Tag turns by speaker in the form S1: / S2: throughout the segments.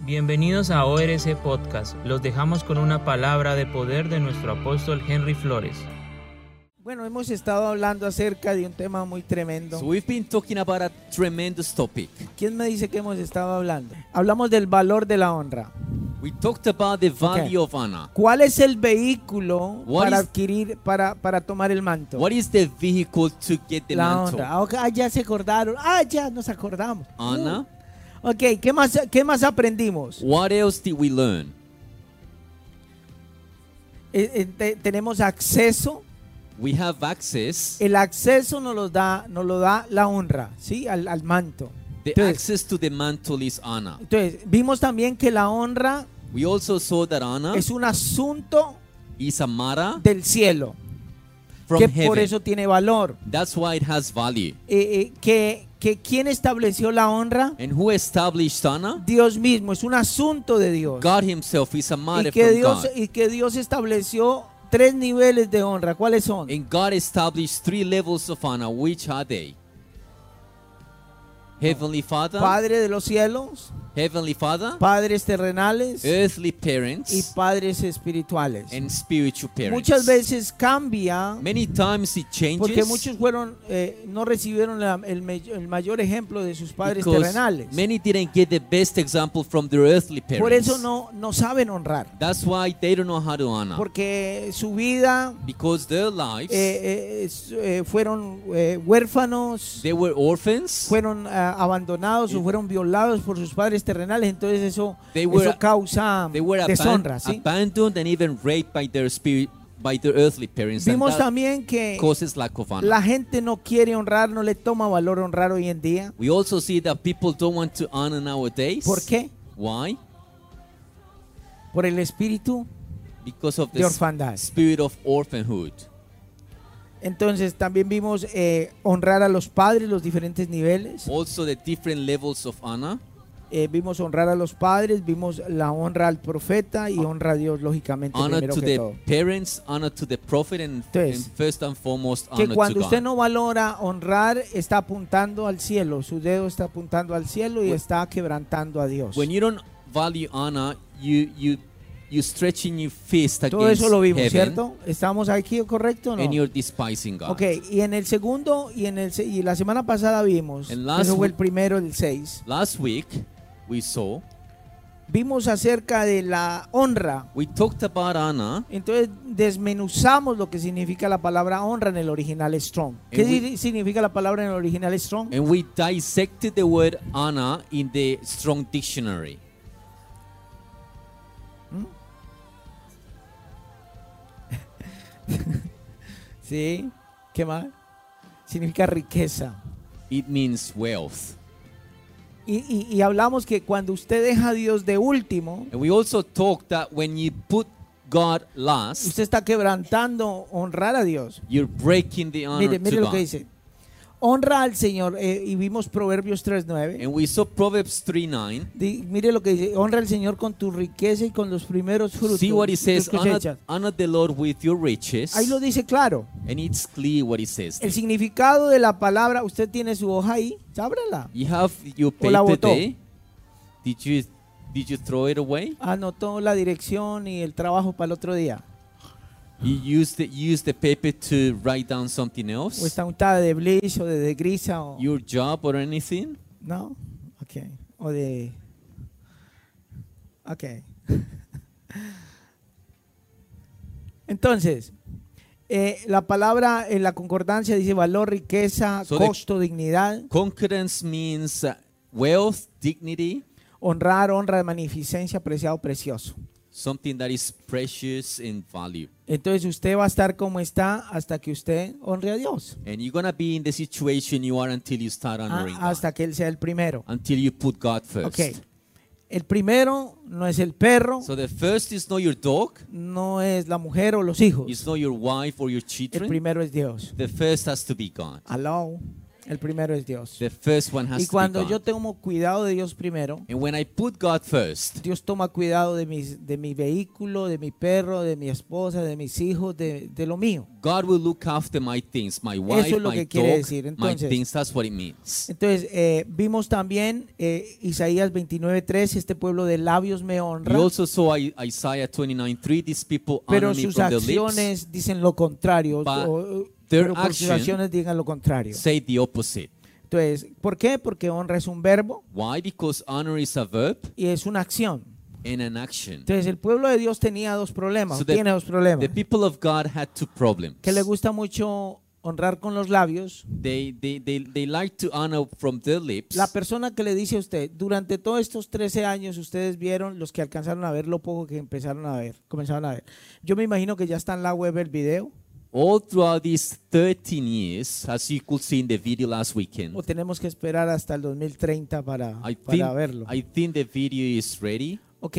S1: Bienvenidos a ORC Podcast. Los dejamos con una palabra de poder de nuestro apóstol Henry Flores.
S2: Bueno, hemos estado hablando acerca de un tema muy tremendo.
S3: So we've been talking about a tremendous topic.
S2: ¿Quién me dice que hemos estado hablando? Hablamos del valor de la honra.
S3: We talked about the value of honor.
S2: ¿Cuál es el vehículo
S3: What
S2: para
S3: is-
S2: adquirir, para, para tomar el manto?
S3: What is the vehicle to get the
S2: la
S3: mantle?
S2: honra. Ah, ok, Ah, ya se acordaron. Ah, ya nos acordamos.
S3: Honor.
S2: Mm. Ok, ¿qué más, qué más aprendimos?
S3: What else did we learn?
S2: Eh, eh, te- tenemos acceso.
S3: We have access.
S2: El acceso nos lo da, nos lo da la honra, ¿sí? Al, al manto.
S3: The
S2: Entonces,
S3: access to the mantle is honor.
S2: entonces, vimos también que la honra
S3: We also saw that honor
S2: es un asunto
S3: is a matter
S2: del cielo,
S3: from
S2: que por
S3: heaven.
S2: eso tiene valor.
S3: That's why it has value.
S2: Eh, eh, que, que quien estableció la honra,
S3: And who established honor?
S2: Dios mismo, es un asunto de Dios.
S3: God Himself is a
S2: Y
S3: matter
S2: que,
S3: from
S2: Dios,
S3: God.
S2: y que Dios estableció tres niveles de honra. ¿Cuáles son?
S3: And God established three levels of honor. Which are they? Heavenly Father,
S2: Padre de los cielos,
S3: Heavenly Father,
S2: padres terrenales
S3: earthly
S2: y
S3: parents,
S2: padres espirituales.
S3: and spiritual parents.
S2: Muchas veces cambia
S3: Many times it changes
S2: porque muchos fueron eh, no recibieron la- el, me- el mayor ejemplo de sus padres
S3: because
S2: terrenales.
S3: many didn't get the best example from their earthly parents.
S2: Por eso no, no saben honrar,
S3: That's why they don't know how to honor.
S2: porque su vida
S3: because their
S2: eh,
S3: lives,
S2: eh, es- eh, fueron eh, huérfanos,
S3: they were orphans.
S2: fueron ah, abandonados o fueron violados por sus padres terrenales, entonces eso,
S3: They were-
S2: eso causa
S3: They were aban-
S2: deshonra. ¿sí?
S3: abandoned and even raped by their spirit, by their earthly parents. and
S2: Vimos
S3: that
S2: también que
S3: causes lack of honor.
S2: la gente no quiere honrar, no le toma valor honrar hoy en día.
S3: We also see that people don't want to honor nowadays.
S2: ¿Por qué?
S3: Why?
S2: Por el espíritu
S3: Because of
S2: de
S3: the s-
S2: orfandad.
S3: spirit of orphanhood.
S2: Entonces también vimos eh, honrar a los padres, los diferentes niveles.
S3: Also the different levels of honor.
S2: Eh, vimos honrar a los padres, vimos la honra al profeta y honra a Dios, lógicamente,
S3: honor
S2: primero
S3: to
S2: que
S3: the
S2: todo.
S3: parents, honor to the prophet, and,
S2: Entonces,
S3: and first and foremost,
S2: Que
S3: honor
S2: cuando
S3: to
S2: usted
S3: God.
S2: no valora honrar, está apuntando al cielo, su dedo está apuntando al cielo y
S3: When-
S2: está quebrantando a Dios.
S3: When you don't value honor, you you you stretching your fist
S2: Todo
S3: against
S2: eso lo vimos,
S3: heaven,
S2: ¿cierto? ¿Estamos aquí correcto o no?
S3: and you're despising God.
S2: Ok, y en el segundo, y, en el, se- y la semana pasada vimos,
S3: And last
S2: eso fue
S3: week-
S2: el primero, el 6,
S3: Last week, we saw
S2: vimos acerca de la honra.
S3: we talked about honor.
S2: Entonces desmenuzamos lo que significa la palabra honra en el original strong. ¿Qué
S3: En
S2: di- significa la palabra en el original strong?
S3: And we dissected the word honor in the Strong Dictionary.
S2: Sí. ¿Qué más? Significa riqueza.
S3: It means wealth.
S2: Y, y- y hablamos que cuando usted deja a Dios de último,
S3: And we also talked that when you put God last,
S2: usted está quebrantando honrar a Dios.
S3: you're breaking the honor
S2: Mire,
S3: to
S2: mire lo
S3: God.
S2: que dice. Honra al Señor. eh, y vimos Proverbios 3.9.
S3: And we saw Proverbs 3 9.
S2: Di- Mire lo que dice. Honra al Señor con tu riqueza y con los primeros frutos.
S3: See what it
S2: de tus
S3: says honor,
S2: cosechas.
S3: honor the Lord with your riches.
S2: Ahí lo dice claro.
S3: And it's clear what it says.
S2: El significado de la palabra, usted tiene su hoja ahí, ábrala.
S3: You have your
S2: O la
S3: paper
S2: botó.
S3: there. Did you, did you throw it away?
S2: Anotó la dirección y el trabajo para el otro día.
S3: You used, it, you used the paper to write down something else?
S2: O está untada de bleach o de, de grisa o
S3: Your job or anything?
S2: no, ok, o de ok. Entonces, eh, la palabra en la concordancia dice valor, riqueza,
S3: So the-
S2: costo, dignidad,
S3: Concurrence means uh, wealth, dignity,
S2: honrar, honra, magnificencia, preciado, precioso.
S3: something that is precious in value.
S2: Entonces usted va a estar como está hasta que usted honre a Dios.
S3: And you're going to be in the situation you are until you start
S2: Ah,
S3: honoring God.
S2: hasta que él sea el primero.
S3: Until you put God first.
S2: Ok. El primero no es el perro,
S3: So the first is not your dog,
S2: no es la mujer o los hijos.
S3: it's not your wife or your
S2: El
S3: children.
S2: primero es Dios.
S3: The first has to be God.
S2: Aló. El primero es Dios.
S3: The first one has
S2: Y
S3: to
S2: cuando
S3: be
S2: yo
S3: God.
S2: tomo cuidado de Dios primero,
S3: And when I put God first,
S2: Dios toma cuidado de, mis, de mi vehículo, de mi perro, de mi esposa, de mis hijos, de, de lo mío.
S3: God will look after my things, my wife,
S2: es lo
S3: my
S2: que quiere
S3: dog,
S2: decir.
S3: my
S2: Entonces-
S3: things. That's what it means.
S2: Entonces, eh, vimos también eh, Isaías 29.3, este pueblo de labios me honra,
S3: We also saw I- Isaiah 29:3. These people honor
S2: pero
S3: me
S2: sus
S3: from their lips.
S2: acciones dicen lo contrario,
S3: but
S2: o- o-
S3: their
S2: pero por sus
S3: action-
S2: acciones digan lo contrario.
S3: Say the opposite.
S2: Entonces, ¿por qué? Porque honra es un verbo
S3: Why? Because honor is a verb
S2: y es una acción.
S3: and an action.
S2: Entonces, el pueblo de Dios tenía dos problemas,
S3: So the-
S2: tiene dos problemas,
S3: The people of God had two problems.
S2: que le gusta mucho honrar con los labios.
S3: They, they, they, they like to honor from their lips.
S2: La persona que le dice a usted, durante todos estos 13 años ustedes vieron los que alcanzaron a ver lo poco que empezaron a ver, comenzaron a ver. Yo me imagino que ya está en la web el video
S3: All throughout these 13 years, as you could see in the video last weekend,
S2: o tenemos que esperar hasta el 2030 para,
S3: I
S2: para
S3: think,
S2: verlo.
S3: I think the video is ready,
S2: ok,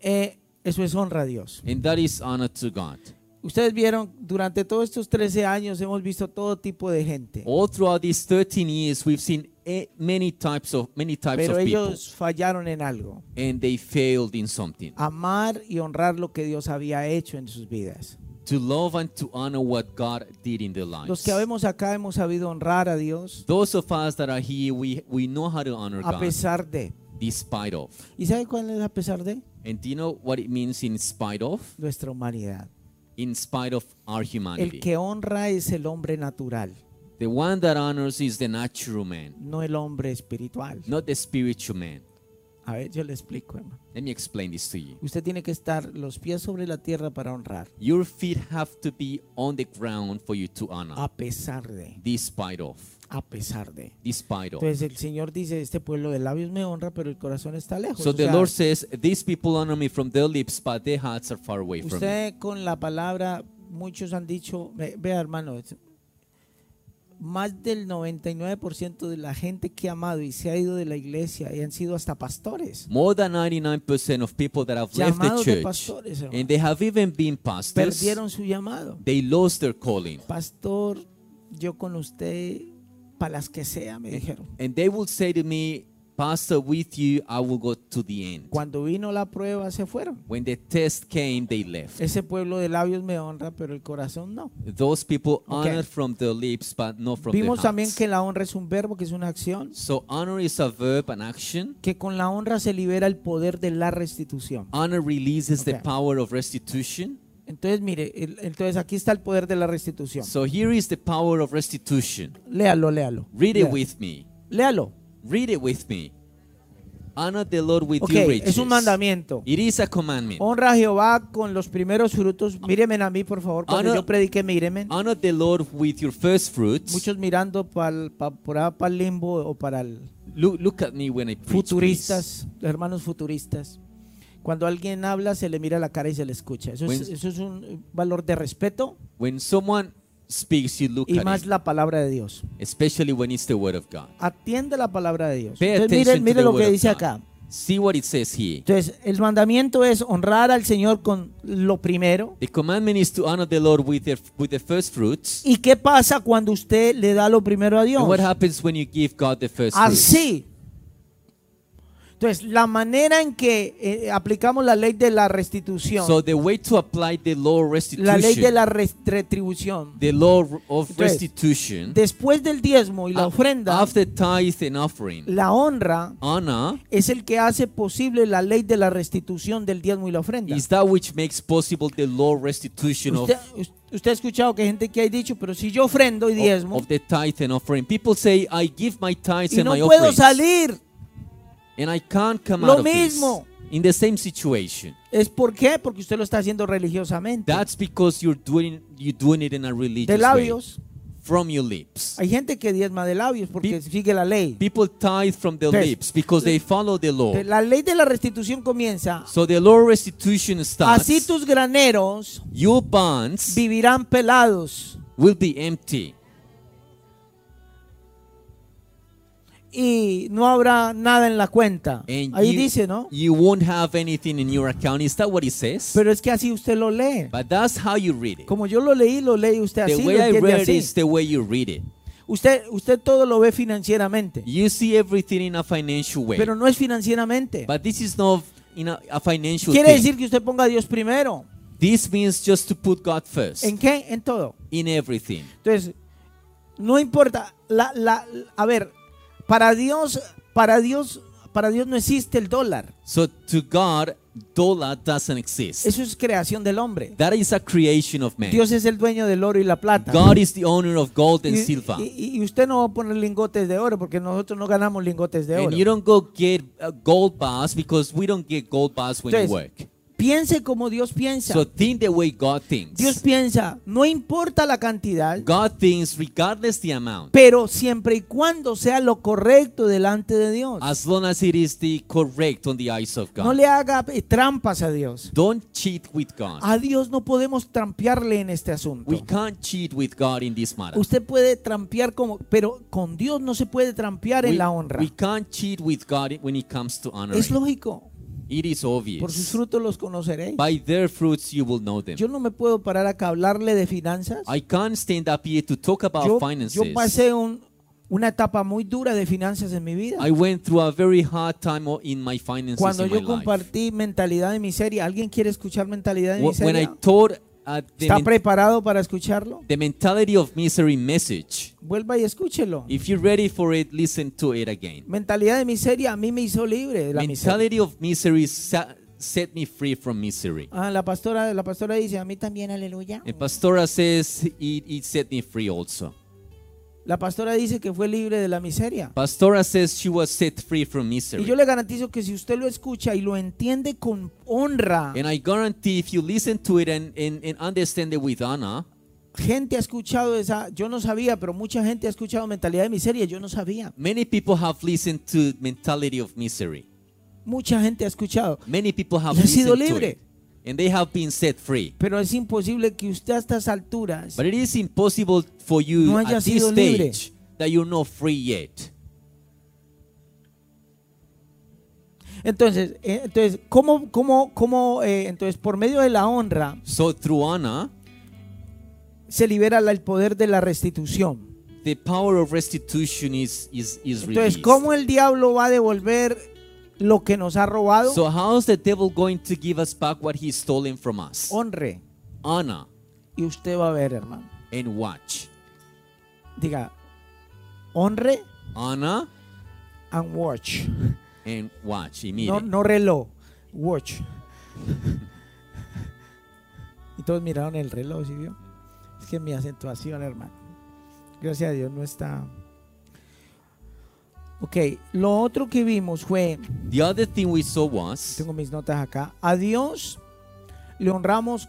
S2: eh, eso es honra a Dios.
S3: and that is honor to God.
S2: Ustedes vieron, durante todos estos 13 años hemos visto todo tipo de gente,
S3: All throughout these 13 years, we've seen eh, many types of many types
S2: pero
S3: of people,
S2: ellos fallaron en algo,
S3: and they failed in something.
S2: amar y honrar lo que Dios había hecho en sus vidas.
S3: To love and to honor what God did in their lives.
S2: Los que habemos acá hemos sabido honrar a Dios
S3: Those of us that are here, we, we know how to honor
S2: a
S3: God,
S2: pesar de...
S3: despite of.
S2: ¿Y sabe cuál es a pesar de?
S3: And do you know what it means in spite of?
S2: Nuestra humanidad.
S3: In spite of our humanity.
S2: El que honra es el hombre natural,
S3: The one that honors is the natural man,
S2: no el hombre espiritual.
S3: not the spiritual man.
S2: A ver, yo le explico, hermano.
S3: Let me explain this to you.
S2: Usted tiene que estar los pies sobre la tierra para honrar,
S3: Your feet have to be on the ground for you to honor,
S2: a pesar de,
S3: despite of.
S2: a pesar de.
S3: Despite of.
S2: Entonces el Señor dice, este pueblo de labios me honra, pero el corazón está lejos.
S3: So
S2: O
S3: the
S2: sea,
S3: Lord says, These people honor me from their lips, but their hearts are far away from me.
S2: usted con la palabra, muchos han dicho, ve- vea hermano, es- más del 99% de la gente que ha amado y se ha ido de la iglesia y han sido hasta pastores.
S3: More than 99% of people that have left the
S2: llamados de
S3: church
S2: pastores, hermano.
S3: and they have even been pastors,
S2: perdieron su llamado.
S3: they lost their calling.
S2: Pastor, yo con usted para las que sea, me dijeron.
S3: And they will say to me, Pastor, with you, I will go to the end.
S2: Cuando vino la prueba se fueron.
S3: When the test came, they left.
S2: Ese pueblo de labios me honra, pero el corazón no.
S3: Those people
S2: Okay.
S3: honor from their lips, but not from
S2: Vimos
S3: their
S2: también
S3: hearts.
S2: que la honra es un verbo, que es una acción,
S3: So honor is a verb, an action.
S2: que con la honra se libera el poder de la restitución.
S3: Honor releases the
S2: Okay.
S3: power of restitution.
S2: Entonces, mire, el- entonces aquí está el poder de la restitución.
S3: So here is the power of restitution.
S2: léalo, léalo.
S3: Read it
S2: Léalo.
S3: with me.
S2: Léalo.
S3: Read it with me. Honor the Lord with
S2: Ok,
S3: your riches.
S2: es un mandamiento.
S3: It is a commandment.
S2: Honra a Jehová con los primeros frutos.
S3: Ah.
S2: Míreme a mí, por favor. Cuando
S3: Honor-
S2: yo predique, míreme.
S3: Honor the Lord with your first fruits.
S2: Muchos mirando pa'l- pa- por ahí para el limbo o para el
S3: Look, look at me when I preach. please.
S2: futuristas, los hermanos futuristas. Cuando alguien habla, se le mira la cara y se le escucha. Eso, es,
S3: When-
S2: eso es un valor de respeto
S3: When someone speaks, you look
S2: y
S3: at
S2: más
S3: him,
S2: la palabra de Dios.
S3: especially when it's the word of God.
S2: Atiende la palabra de Dios.
S3: Pay
S2: Entonces, mire,
S3: attention to
S2: mire
S3: the
S2: lo
S3: word
S2: que
S3: of
S2: dice
S3: God.
S2: acá.
S3: See what it says here.
S2: Entonces, el mandamiento es honrar al Señor con lo primero.
S3: The commandment is to honor the Lord with the, with the first fruits.
S2: ¿Y qué pasa cuando usted le da lo primero a Dios?
S3: And what happens when you give God the first fruits?
S2: Así. Entonces, la manera en que eh, aplicamos la ley de la restitución,
S3: So the way to apply the law of restitution,
S2: la ley de la res- retribución,
S3: the law of
S2: Entonces,
S3: restitution,
S2: después del diezmo y la
S3: a-
S2: ofrenda,
S3: after tithe and offering,
S2: la honra
S3: honor
S2: es el que hace posible la ley de la restitución del diezmo y la ofrenda.
S3: is that which makes possible the law of restitution of,
S2: Usted, us- usted ha escuchado que hay gente que ha dicho, pero si yo ofrendo y
S3: of,
S2: diezmo
S3: of the tithe and offering. People say, I give my tithes
S2: y
S3: and
S2: no
S3: my
S2: puedo
S3: offerings,
S2: salir,
S3: and I can't come
S2: Lo
S3: out of this.
S2: mismo.
S3: In the same situation.
S2: ¿es por qué? Porque usted lo está haciendo religiosamente.
S3: That's because you're doing you're doing it in a religious
S2: De labios.
S3: way, from your lips.
S2: Hay gente que diezma de labios porque
S3: Pe-
S2: sigue la ley.
S3: People tithe from their
S2: Entonces,
S3: lips because they follow the law.
S2: Entonces, La ley de la restitución comienza.
S3: So the law of restitution starts.
S2: Así tus graneros
S3: Your barns
S2: vivirán pelados
S3: will be empty,
S2: y no habrá nada en la cuenta.
S3: and
S2: Ahí
S3: you,
S2: dice, ¿no?
S3: you won't have anything in your account. Is that what it says?
S2: Pero es que así usted lo lee.
S3: but that's how you read it.
S2: Como yo lo leí, lo leí usted
S3: The
S2: así, lo
S3: way I
S2: entiende
S3: read it
S2: así.
S3: is the way you read it.
S2: Usted, usted todo lo ve financieramente,
S3: You see everything in a financial way.
S2: pero no es financieramente.
S3: But this is not in a, a financial
S2: Quiere
S3: thing.
S2: decir que usted ponga a Dios primero.
S3: This means just to put God first
S2: ¿En qué? En todo.
S3: in everything.
S2: Entonces, no importa. La, la, a ver, para Dios, para Dios, para Dios no existe el dólar.
S3: So to God, dollar doesn't exist.
S2: Eso es creación del hombre.
S3: that is a creation of man.
S2: Dios es el dueño del oro y la plata.
S3: God is the owner of gold
S2: y,
S3: and silver.
S2: y- y usted no va a poner lingotes de oro porque nosotros no ganamos lingotes de
S3: and you
S2: oro.
S3: don't go get uh, gold bars because we don't get gold bars when
S2: Entonces,
S3: you work.
S2: Piense como Dios piensa.
S3: So think the way God thinks.
S2: Dios piensa, no importa la cantidad,
S3: God thinks regardless the amount,
S2: pero siempre y cuando sea lo correcto delante de Dios.
S3: as long as it is the correct on the eyes of God.
S2: No le haga eh, trampas a Dios.
S3: don't cheat with God.
S2: A Dios no podemos trampearle en este asunto.
S3: we can't cheat with God in this matter.
S2: Usted puede trampear como, pero con Dios no se puede trampear en
S3: we,
S2: la honra.
S3: we can't cheat with God when it comes to honor.
S2: Es lógico.
S3: It is
S2: Por sus
S3: obvious.
S2: frutos los conoceréis.
S3: By their fruits you will know them.
S2: Yo no me puedo parar acá a hablarle de finanzas.
S3: I can't stand up here to talk about
S2: Yo,
S3: finances.
S2: yo pasé un- una etapa muy dura de finanzas en mi vida.
S3: I went through a very hard time o- in my finances
S2: Cuando
S3: in
S2: yo
S3: my life.
S2: compartí mentalidad de miseria, ¿alguien quiere escuchar mentalidad de
S3: Wh- When I
S2: miseria?
S3: taught uh, the,
S2: ¿Está
S3: men-
S2: preparado para escucharlo?
S3: the mentality of misery message,
S2: Vuelva y escúchelo.
S3: if you're ready for it, listen to it again.
S2: Mentalidad de miseria a mí me hizo libre de la miseria.
S3: Mentality of misery sa- set me free from misery.
S2: Ah, la pastora, la pastora dice, a mí también, aleluya.
S3: And Pastora says it, it set me free also.
S2: La pastora dice que fue libre de la miseria.
S3: Pastora says she was set free from misery.
S2: Y yo le garantizo que si usted lo escucha y lo entiende con honra,
S3: And I guarantee if you listen to it and, and, and understand it with honor,
S2: gente ha escuchado esa, yo no sabía, pero mucha gente ha escuchado mentalidad de miseria, yo no sabía.
S3: many people have listened to mentality of misery.
S2: Mucha gente ha escuchado,
S3: Many people have
S2: Y ha sido
S3: listened to
S2: libre.
S3: it. And they have been set free.
S2: pero es imposible que usted a estas alturas,
S3: But it is impossible for you
S2: No
S3: at
S2: haya
S3: this
S2: sido
S3: stage
S2: libre.
S3: that you're not free yet.
S2: entonces, eh, entonces, ¿cómo, cómo, cómo, eh, entonces, por medio de la honra
S3: So through honor,
S2: se libera la- el poder de la restitución?
S3: the power of restitution is is is
S2: Entonces,
S3: released.
S2: ¿cómo el diablo va a devolver lo que nos ha robado?
S3: So how is the devil going to give us back what he's stolen from us?
S2: Honre,
S3: Honor
S2: y usted va a ver, hermano.
S3: and watch.
S2: Diga, honre
S3: Honor
S2: and watch.
S3: and watch. Y mire.
S2: No, no reloj, watch. y todos miraron el reloj, ¿sí vio? Es que mi acentuación, hermano. Gracias a Dios no está. Ok, lo otro que vimos fue,
S3: The other thing we saw was
S2: tengo mis notas acá, a Dios le honramos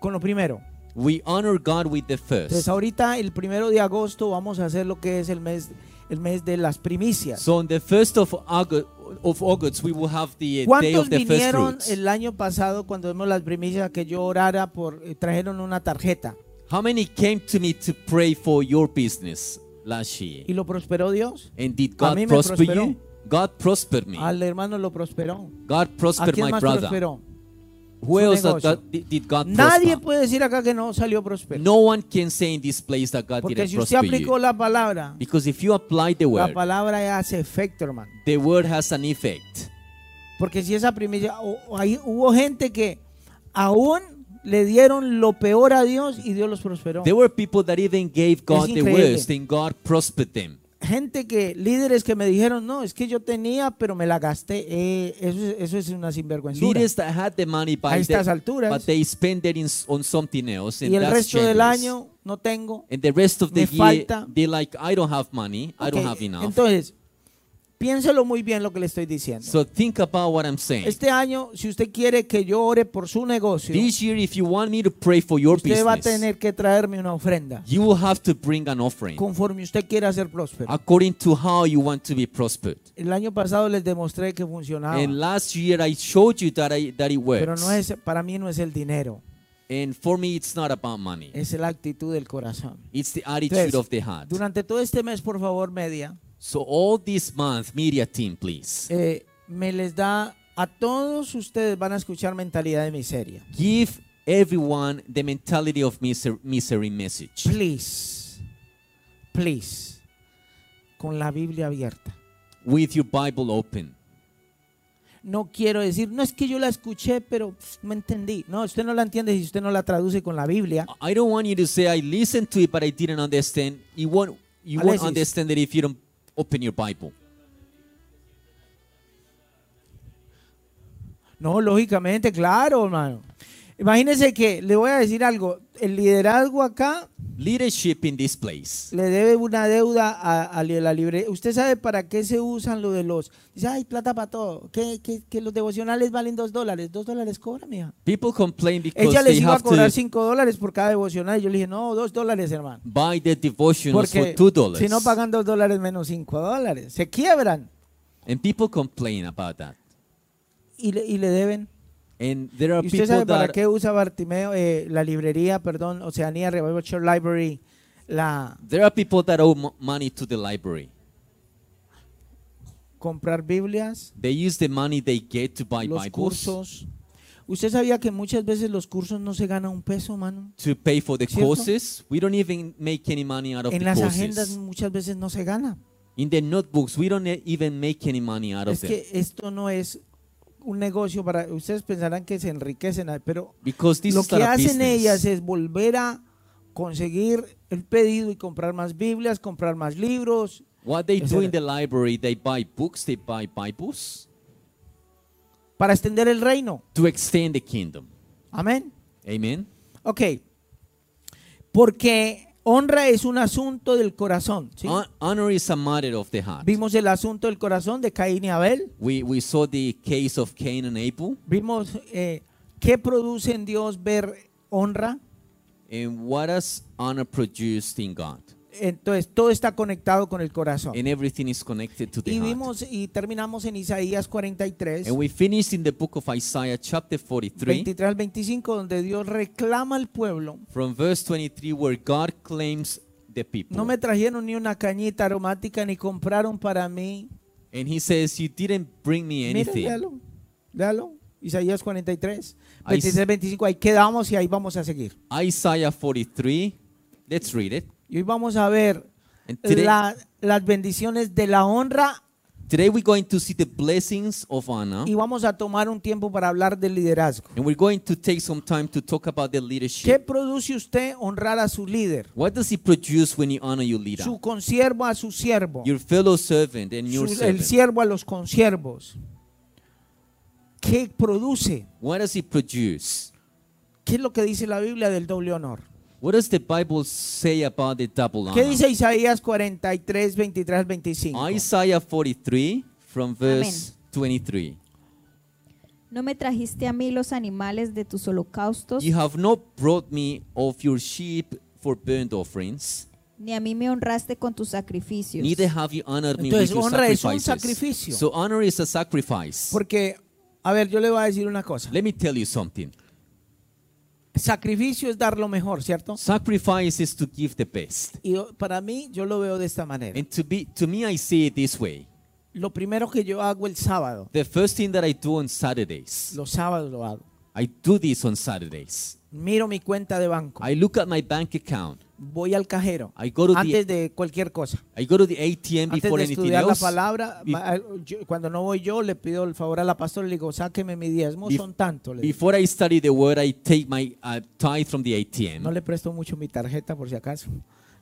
S2: con lo primero.
S3: we honor God with the
S2: Entonces
S3: first.
S2: ahorita el primero de agosto vamos a hacer lo que es el mes, el mes de las primicias.
S3: So on the first of August, of August we will have the uh, day
S2: ¿Cuántos
S3: of the first
S2: vinieron
S3: fruits.
S2: el año pasado cuando vimos las primicias que yo orara por eh, trajeron una tarjeta
S3: How many came to me to pray for your business last year?
S2: y lo prosperó Dios?
S3: And did
S2: mí me
S3: God prosper
S2: prosperó.
S3: you? God prospered me.
S2: Al hermano lo prosperó.
S3: God
S2: ¿A
S3: prospered
S2: quién
S3: my
S2: más
S3: brother.
S2: prosperó?
S3: Who
S2: Su
S3: else that
S2: negocio.
S3: God- did did God
S2: Nadie
S3: prosper?
S2: puede decir acá que no salió próspero.
S3: No one can say in this place that God
S2: porque
S3: didn't
S2: si usted
S3: prosper
S2: aplicó
S3: you.
S2: la palabra,
S3: Because if you apply the
S2: la
S3: word,
S2: palabra hace efecto, hermano.
S3: the word has an effect.
S2: Porque si esa primicia, o- o ahí hubo gente que aún le dieron lo peor a Dios y Dios los prosperó.
S3: There were people that even gave God the
S2: increíble.
S3: worst and God prospered them.
S2: gente que, líderes que me dijeron, no, es que yo tenía, pero me la gasté. Eh, eso, es- eso es una sinvergüenzura.
S3: Leaders that had the money
S2: A
S3: by
S2: estas
S3: the-
S2: alturas.
S3: but they spent it in, on something else and
S2: Y el
S3: that's
S2: resto del
S3: shameless.
S2: año no tengo.
S3: and the rest of the
S2: Me
S3: year
S2: falta.
S3: they like I don't have money, I
S2: Ok,
S3: don't have enough.
S2: Entonces, piénselo muy bien lo que le estoy diciendo.
S3: so think about what I'm saying.
S2: este año, si usted quiere que yo ore por su negocio,
S3: This year if you want me to pray for your
S2: usted va a
S3: business,
S2: tener que traerme una ofrenda
S3: you will have to bring an offering
S2: conforme usted quiera ser próspero.
S3: according to how you want to be prospered.
S2: El año pasado les demostré que funcionaba,
S3: And last year I showed you that I, that it works.
S2: Ah. pero no es, para mí no es el dinero,
S3: and for me it's not about money.
S2: es la actitud del corazón.
S3: It's the
S2: Entonces,
S3: attitude of the heart.
S2: durante todo este mes, por favor, media,
S3: So all this month, media team, please.
S2: eh, me les da a todos ustedes van a escuchar mentalidad de miseria.
S3: Give everyone the mentality of miser- misery message.
S2: Please. please, con la Biblia abierta.
S3: with your Bible open.
S2: No quiero decir, no es que yo la escuché, pero no entendí. No, usted no la entiende si usted no la traduce con la Biblia.
S3: I don't want you to say I listened to it but I didn't understand. You won't you won't
S2: Alexis.
S3: understand it if you don't open your Bible.
S2: No, lógicamente, claro, hermano. Imagínense que le voy a decir algo. El liderazgo acá
S3: Leadership in this place.
S2: le debe una deuda a, a li- la libre. Usted sabe para qué se usan lo de los. Dice, ay, plata para todo. Que, que- que los devocionales valen dos dólares. Dos dólares cobra, mija.
S3: People complain because
S2: Ella
S3: they
S2: les iba a
S3: have
S2: cobrar
S3: to
S2: cinco dólares por cada devocional. Y yo le dije, no, dos dólares, hermano.
S3: buy the devotionals for
S2: Porque
S3: two dollars.
S2: si no pagan dos dólares menos cinco dólares, se quiebran
S3: And people complain about that.
S2: y le, y le deben.
S3: And there are
S2: ¿Y usted
S3: people
S2: sabe para
S3: that
S2: qué usa Bartimeo eh, la librería, perdón, Oceanía Revolution Library, la
S3: there are people that owe mo- money to the library.
S2: comprar Biblias,
S3: They use the money they get to buy
S2: los
S3: Bibles
S2: cursos? ¿Usted sabía que muchas veces los cursos no se gana un peso, mano?
S3: to pay for the
S2: ¿Cierto?
S3: courses. We don't even make any money out of
S2: En
S3: the
S2: las
S3: courses.
S2: agendas muchas veces no se gana.
S3: In the notebooks, we don't e- even make any money out of
S2: Es
S3: them.
S2: que esto no es un negocio para ustedes pensarán que se enriquecen, ah, pero
S3: Because this
S2: lo
S3: is
S2: que
S3: not a
S2: hacen
S3: business.
S2: ellas es volver a conseguir el pedido y comprar más Biblias, comprar más libros.
S3: What they
S2: Es
S3: do
S2: el-
S3: in the library, they buy books, they buy Bibles
S2: para extender el reino.
S3: to extend the kingdom.
S2: Amén.
S3: Amen.
S2: Ok. Porque honra es un asunto del corazón. ¿sí?
S3: Hon- Honor is a matter of the heart.
S2: Vimos el asunto del corazón de Caín y Abel.
S3: We, we saw the case of Cain and Abel,
S2: Vimos eh, qué produce en Dios ver honra.
S3: and what has honor produced in God?
S2: Entonces todo está conectado con el corazón.
S3: And everything is connected to the
S2: Y
S3: heart.
S2: vimos y terminamos en Isaías 43,
S3: And we finished in the book of Isaiah, chapter 43,
S2: 23 al 25, donde Dios reclama al pueblo.
S3: from verse 23, where God claims the people.
S2: No me trajeron ni una cañita aromática ni compraron para mí.
S3: And he says, You didn't bring me
S2: Mira,
S3: anything.
S2: léalo, léalo. Isaías 43,
S3: Ahí s-
S2: 23, 25. Ahí quedamos y ahí vamos a seguir.
S3: Isaiah 43, let's read it.
S2: Y hoy vamos a ver
S3: And today-
S2: la- las bendiciones de la honra
S3: Today we're going to see the blessings of honor,
S2: y vamos a tomar un tiempo para hablar del liderazgo.
S3: and we're going to take some time to talk about the
S2: ¿Qué
S3: leadership.
S2: produce usted honrar a su líder?
S3: What does it produce when you honor your leader,
S2: Su consiervo a su siervo.
S3: your fellow servant, and your
S2: Su- el
S3: servant?
S2: siervo a los consiervos. ¿Qué produce?
S3: What does it produce?
S2: ¿Qué es lo que dice la Biblia del doble honor?
S3: What does the Bible say about the double honor?
S2: ¿Qué dice Isaías 43, 23 al 25?
S3: Isaiah 43 from verse 23.
S4: No me trajiste a mí los animales de tus holocaustos,
S3: You have not brought me of your sheep for burnt offerings,
S4: ni a mí me honraste con tus sacrificios.
S3: neither have you honored me
S2: Entonces,
S3: with your
S2: honra es un
S3: sacrifices.
S2: sacrificio.
S3: So honor is a sacrifice.
S2: Porque, a ver, yo le voy a decir una cosa.
S3: Let me tell you something.
S2: Sacrificio es dar lo mejor, ¿cierto?
S3: Sacrifice is to give the best.
S2: Y yo- para mí, yo lo veo de esta manera.
S3: And to be to me I see it this way.
S2: Lo primero que yo hago el sábado,
S3: The first thing that I do on Saturdays,
S2: los sábados lo hago.
S3: I do this on Saturdays.
S2: Miro mi cuenta de banco,
S3: I look at my bank account.
S2: voy al cajero,
S3: I go to the-
S2: antes de cualquier cosa.
S3: I go to the ATM
S2: Antes
S3: before
S2: de
S3: anything
S2: estudiar la
S3: else.
S2: palabra,
S3: Be-
S2: ma- eh, yo- cuando no voy yo, le pido el favor a la pastora, le digo, sáqueme mi diezmo,
S3: Bef-
S2: son tanto. le digo.
S3: Before I study the word, I take my uh, tithe from the
S2: No
S3: ATM.
S2: le presto mucho mi tarjeta por si acaso.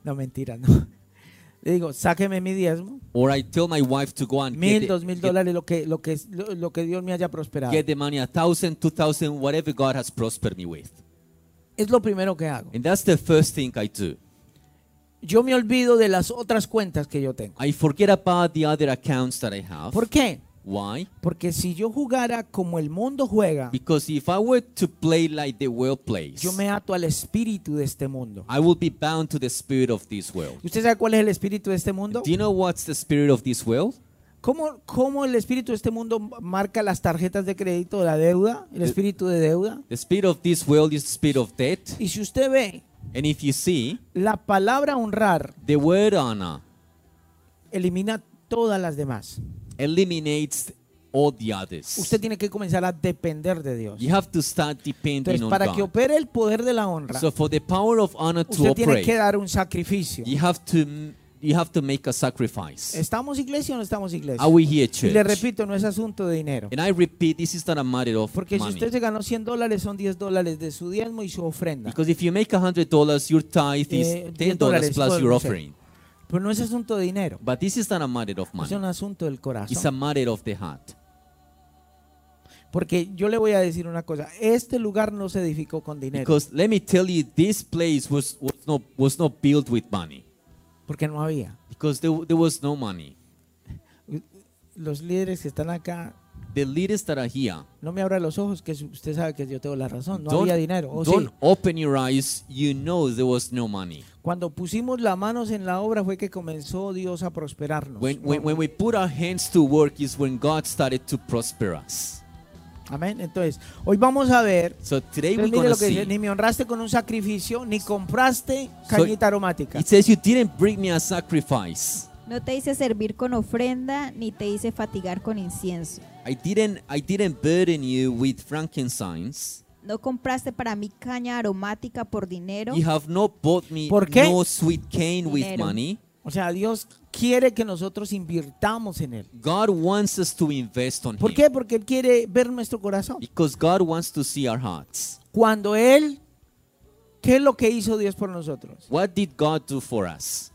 S2: No, mentira, no. Le digo, sáqueme mi diezmo,
S3: Or I tell my wife to go and
S2: mil,
S3: get,
S2: dos
S3: the,
S2: mil
S3: get,
S2: dólares, lo que, lo, que, lo, lo que Dios me haya prosperado.
S3: get the money, a thousand, two thousand, whatever God has prospered me with.
S2: Es lo primero que hago.
S3: And that's the first thing I do.
S2: Yo me olvido de las otras cuentas que yo tengo.
S3: I forget about the other accounts that I have.
S2: ¿Por qué?
S3: Why?
S2: Porque si yo jugara como el mundo juega,
S3: Because if I were to play like the world plays,
S2: yo me ato al espíritu de este mundo.
S3: I will be bound to the spirit of this world.
S2: ¿Usted sabe cuál es el espíritu de este mundo?
S3: Do you know what's the spirit of this world?
S2: ¿Cómo, ¿Cómo el espíritu de este mundo marca las tarjetas de crédito, la deuda, el espíritu de deuda?
S3: The spirit of this world is the spirit of death.
S2: Y si usted ve
S3: And if you see,
S2: la palabra honrar,
S3: the word honor
S2: elimina todas las demás.
S3: eliminates all the others.
S2: Usted tiene que comenzar a depender de Dios.
S3: you have to start depending
S2: Entonces,
S3: on
S2: para que
S3: God.
S2: opere el poder de la honra,
S3: So for the power of honor to
S2: usted tiene
S3: operate,
S2: que dar un sacrificio.
S3: you have to m- you have to make a sacrifice.
S2: ¿Estamos iglesia o no estamos iglesia?
S3: Are we here,
S2: Y le
S3: church?
S2: repito, no es asunto de dinero.
S3: And I repeat, this is not a matter of
S2: Porque si
S3: money.
S2: usted se ganó 100 dólares, son 10 dólares de su diezmo y su ofrenda.
S3: Because if you make a hundred dollars, your tithe
S2: Eh,
S3: is ten
S2: $10
S3: dollars plus your
S2: podemos hacer.
S3: offering.
S2: Pero no es asunto de dinero.
S3: But this is not a matter of
S2: Es un
S3: money.
S2: asunto del
S3: It's a
S2: corazón.
S3: matter of the heart.
S2: Porque yo le voy a decir una cosa. Este lugar no se edificó con dinero.
S3: Because let me tell you, this place was, was not was not built with money.
S2: Porque no había.
S3: Because there, there was no money.
S2: Los líderes que están acá,
S3: The leaders that are here,
S2: no me abra los ojos, que usted sabe que yo tengo la razón. No
S3: don't,
S2: había dinero. O
S3: don't
S2: sí.
S3: open your eyes. You know there was no money.
S2: Cuando pusimos las manos en la obra fue que comenzó Dios a prosperarnos.
S3: When, when, when we put our hands to work is when God started to prosper us.
S2: Amén. Entonces, hoy vamos a ver.
S3: So today we're
S2: Entonces, mire
S3: going to
S2: lo que dice,
S3: see.
S2: ni me honraste con un sacrificio, ni compraste cañita aromática.
S3: It says you didn't bring me a sacrifice.
S4: No te hice servir con ofrenda, ni te hice fatigar con incienso.
S3: I didn't I didn't burden you with frankincense.
S4: No compraste para mí caña aromática por dinero.
S3: You have not bought me
S2: ¿Por qué?
S3: no sweet cane with
S4: Dinero.
S3: money.
S2: O sea, Dios quiere que nosotros invirtamos en Él.
S3: God wants us to invest on
S2: ¿Por
S3: him
S2: qué? Porque Él quiere ver nuestro corazón.
S3: because God wants to see our hearts.
S2: Cuando Él, ¿qué es lo que hizo Dios por nosotros?
S3: What did God do for us?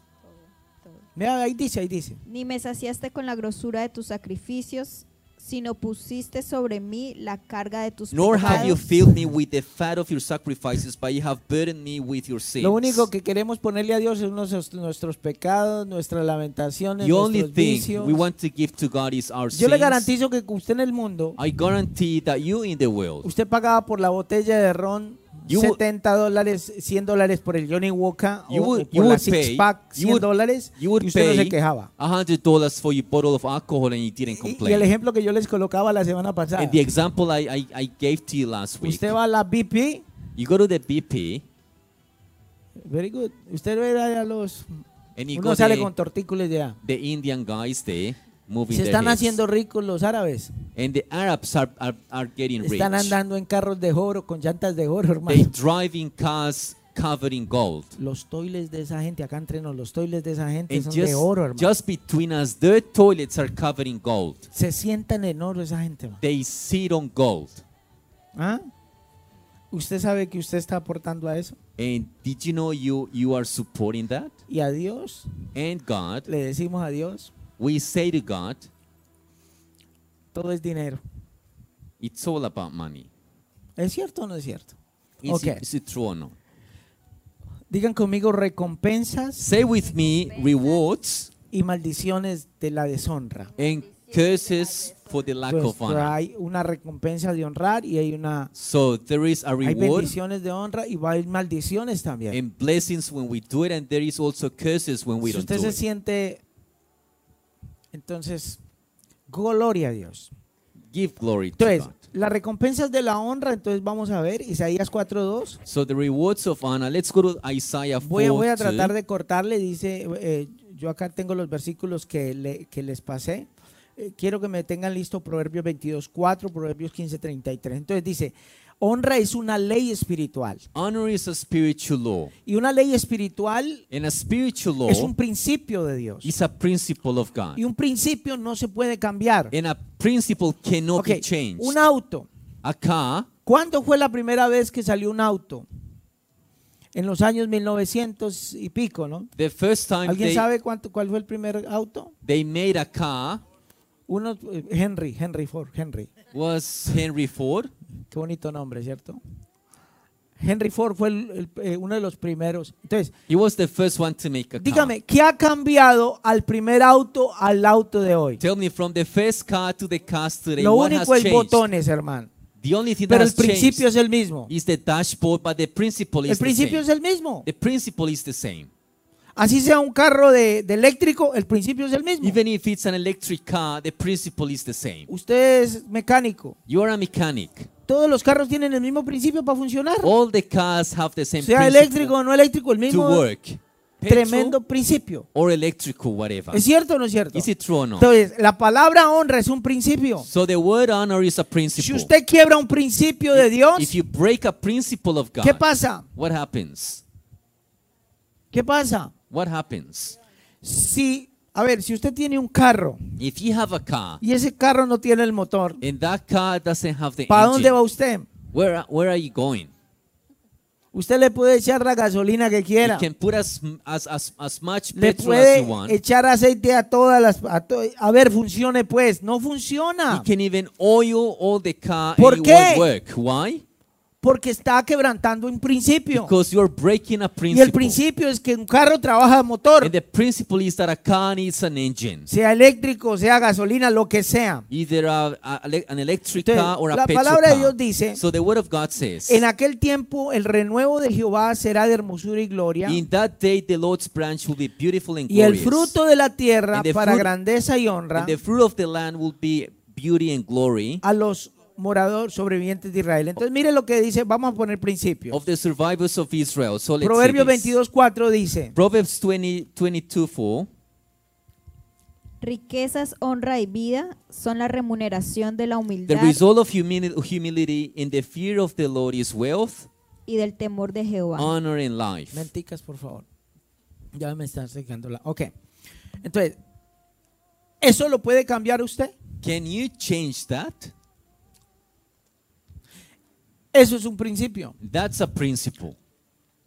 S2: Mira, ahí dice, ahí dice.
S4: Ni me saciaste con la grosura de tus sacrificios, sino pusiste sobre mí la carga de tus
S3: Nor have you
S4: pecados.
S3: filled me with the fat of your sacrifices, but you have burdened me with your sins.
S2: Lo único que queremos ponerle a Dios es nuestros, nuestros pecados, nuestras lamentaciones,
S3: the only
S2: nuestros
S3: thing
S2: vicios.
S3: we want to give to God is our
S2: Yo le
S3: sins.
S2: garantizo que usted en el mundo,
S3: I guarantee that you in the world,
S2: usted pagaba por la botella de ron
S3: You would-
S2: 70 dólares, 100 dólares por el Johnny Walker
S3: You
S2: o
S3: would-
S2: por
S3: you
S2: la
S3: would
S2: six
S3: pay-
S2: pack
S3: you
S2: 100
S3: would-
S2: dólares
S3: you would
S2: y usted no se
S3: pay
S2: quejaba.
S3: hundred dollars for your bottle of alcohol and you didn't
S2: Y, y el
S3: complain.
S2: ejemplo que yo les colocaba la semana pasada,
S3: And the example I, I, I gave to you last week,
S2: usted va a la BP,
S3: you go to the BP
S2: very good, usted ve a los,
S3: and you
S2: uno
S3: go to
S2: sale con
S3: the,
S2: tortícolis ya.
S3: the Indian guys there moving
S2: Se
S3: their
S2: están
S3: heads.
S2: haciendo ricos los árabes,
S3: And the Arabs are, are, are getting rich.
S2: están andando en carros de oro, con llantas de oro,
S3: They
S2: hermano.
S3: drive in cars covered in gold.
S2: Los toiles de esa gente, acá entre nos, los toiles de esa gente
S3: And
S2: son de oro,
S3: just,
S2: hermano.
S3: just between us, their toilets are covered in gold.
S2: Se sientan en oro esa gente, hermano.
S3: They sit on gold.
S2: ¿Ah? ¿Usted sabe que usted está aportando a eso?
S3: And did you know you, you are supporting that?
S2: Y a Dios,
S3: And God,
S2: le decimos a Dios,
S3: we say to God,
S2: todo es dinero.
S3: it's all about money.
S2: ¿Es cierto o no es cierto?
S3: Is,
S2: Okay.
S3: it, is it true or not?
S2: Digan conmigo recompensas
S3: Say with me, rewards
S2: y maldiciones de la deshonra.
S3: and curses for the lack
S2: Pues,
S3: of honor.
S2: hay una recompensa de honrar y hay una
S3: So there is a
S2: hay
S3: reward
S2: bendiciones de honra y va a haber maldiciones también.
S3: and blessings when we do it, and there is also curses when we
S2: Si
S3: don't
S2: usted
S3: do
S2: se
S3: it.
S2: siente entonces gloria a Dios.
S3: Give glory to
S2: Entonces,
S3: God.
S2: las recompensas de la honra, entonces vamos a ver Isaías 4:2
S3: So the rewards of honor. Let's go to Isaiah 4.
S2: Voy a, voy a tratar
S3: 2.
S2: de cortarle, dice, eh, yo acá tengo los versículos que, le- que les pasé. Eh, quiero que me tengan listo Proverbios 22, 4, Proverbios 15, 33. Entonces dice, honra es una ley espiritual.
S3: Honor is a spiritual law,
S2: Y una ley espiritual
S3: and a spiritual
S2: es un
S3: law
S2: principio de Dios.
S3: is a principle of God,
S2: Y un principio no se puede cambiar.
S3: and a principle cannot
S2: Ok,
S3: be changed.
S2: un auto.
S3: A car.
S2: ¿Cuándo fue la primera vez que salió un auto? En los años 1900 y pico, ¿no?
S3: The first time
S2: ¿Alguien
S3: they,
S2: sabe cuánto, cuál fue el primer auto?
S3: they made a car
S2: Uno, eh, Henry, Henry Ford, Henry.
S3: was Henry Ford.
S2: Qué bonito nombre, ¿cierto? Henry Ford fue el- el- eh, uno de los primeros. Entonces,
S3: He was the first one to make a car.
S2: dígame, ¿qué ha cambiado al primer auto al auto de hoy?
S3: Tell me from the first car to the cars today,
S2: Lo
S3: what has
S2: único es
S3: changed?
S2: botones, hermano.
S3: The only thing
S2: Pero el
S3: that has changed
S2: principio es el mismo.
S3: is the dashboard, but the principle
S2: El
S3: is
S2: principio
S3: the
S2: es
S3: same.
S2: el mismo.
S3: The principle is the same.
S2: Así sea un carro de, de eléctrico, el principio es el mismo.
S3: Even if it's an electric car, the principle is the same.
S2: Usted es mecánico.
S3: You are a mechanic.
S2: Todos los carros tienen el mismo principio para funcionar.
S3: All the cars have the same
S2: Sea
S3: principle
S2: eléctrico o no eléctrico, el
S3: to
S2: mismo
S3: work. Petrol
S2: tremendo principio.
S3: or electrical, whatever.
S2: ¿Es cierto o no es cierto?
S3: Is it true or not?
S2: Entonces, la palabra honra es un principio.
S3: So the word honor is a
S2: Si
S3: principle.
S2: usted quiebra un principio de Dios,
S3: If you break a principle of God,
S2: ¿qué pasa?
S3: what happens?
S2: ¿Qué pasa?
S3: What happens?
S2: Si, a ver, si usted tiene un carro
S3: If you have a car
S2: y ese carro no tiene el motor,
S3: and that car doesn't have the
S2: ¿para dónde
S3: Eh, engine,
S2: va usted?
S3: where, where are you going?
S2: Usted le puede echar la gasolina que quiera.
S3: You can put as, as, as, as much
S2: Le
S3: petrol as you
S2: puede
S3: want.
S2: echar aceite a todas las... A, to- a ver, funcione pues. No funciona.
S3: You can even oil all the car
S2: ¿Por
S3: and it
S2: qué?
S3: won't work. Why?
S2: Porque está quebrantando un principio.
S3: Because you're breaking
S2: Y
S3: a
S2: el
S3: principle.
S2: principio es que un carro trabaja a motor.
S3: And the principle is that a car needs an engine.
S2: Sea eléctrico, sea gasolina, lo que sea.
S3: Either a, a- ele- an electric
S2: Entonces,
S3: car or a
S2: la
S3: petrol
S2: palabra de
S3: car.
S2: Dios dice,
S3: so the word of God says,
S2: En aquel tiempo el renuevo de Jehová será de hermosura y gloria.
S3: in that day the Lord's branch will be beautiful and
S2: Y el
S3: glorious.
S2: fruto de la tierra
S3: And the
S2: para
S3: fruit-
S2: grandeza y honra
S3: and the fruit of the land will be beauty and glory
S2: a los moradores sobrevivientes de Israel. Entonces mire lo que dice, vamos a poner principio.
S3: of the survivors of Israel. So let's see
S2: Proverbios
S3: this.
S2: 22.4 dice,
S3: Proverbs 20, 22, 4.
S4: Riquezas, honra y vida son la remuneración de la
S3: The
S4: humildad
S3: result of humili- humility in the fear of the Lord is wealth,
S4: y del temor de Jehová.
S3: honor, and life.
S2: menticas por favor, ya me están secando la... Ok, entonces, ¿eso lo puede cambiar usted?
S3: Can you change that?
S2: Eso es un principio.
S3: That's a principle.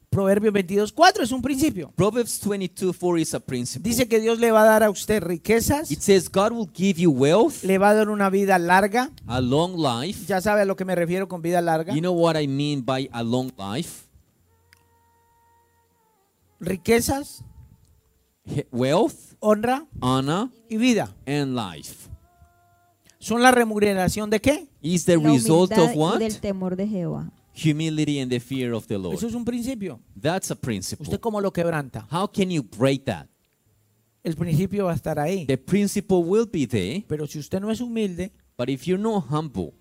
S2: Proverbios 22.4 es un principio.
S3: Proverbs 22 4 is a principle.
S2: Dice que Dios le va a dar a usted riquezas,
S3: It says God will give you wealth,
S2: le va a dar una vida larga.
S3: a long life.
S2: Ya sabe a lo que me refiero con vida larga.
S3: You know what I mean by a long life?
S2: Riquezas,
S3: He- Wealth,
S2: honra
S3: honor,
S2: y vida.
S3: and life.
S2: ¿Son la remuneración de qué?
S3: Is the
S4: La
S3: result
S4: humildad
S3: of
S4: y del
S3: what?
S4: temor de Jehová.
S3: Humility and the fear of the Lord.
S2: Eso es un principio.
S3: That's a principle.
S2: ¿Usted cómo lo quebranta?
S3: How can you break that?
S2: El principio va a estar ahí.
S3: The principle will be there,
S2: Pero si usted no es humilde,
S3: but if you're not humble,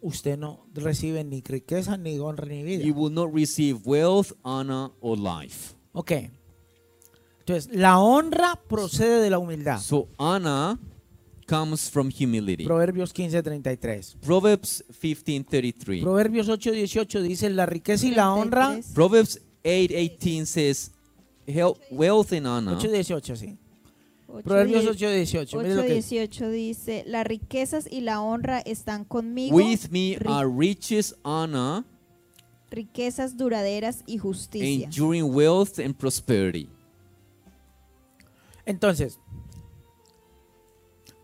S2: usted no recibe ni riqueza, ni honra, ni
S3: you
S2: vida.
S3: will not receive wealth, honor, or life.
S2: Ok. Entonces, la honra procede de la
S4: Ah.
S2: humildad.
S3: So honor comes from humility.
S2: Proverbios 15:33.
S3: Proverbs 15:33.
S2: Proverbios 8:18 dice, la riqueza y la honra.
S4: 33.
S3: Proverbs 8:18 says health, wealth and honor.
S2: 8:18, sí.
S4: Ocho
S2: Proverbios
S4: die-
S2: 8:18. Mire lo que
S4: 8:18 dice, las riquezas y la honra están conmigo,
S3: With me
S4: ri-
S3: are riches, honor,
S4: riquezas duraderas y justicia.
S3: enduring wealth and prosperity.
S2: Entonces,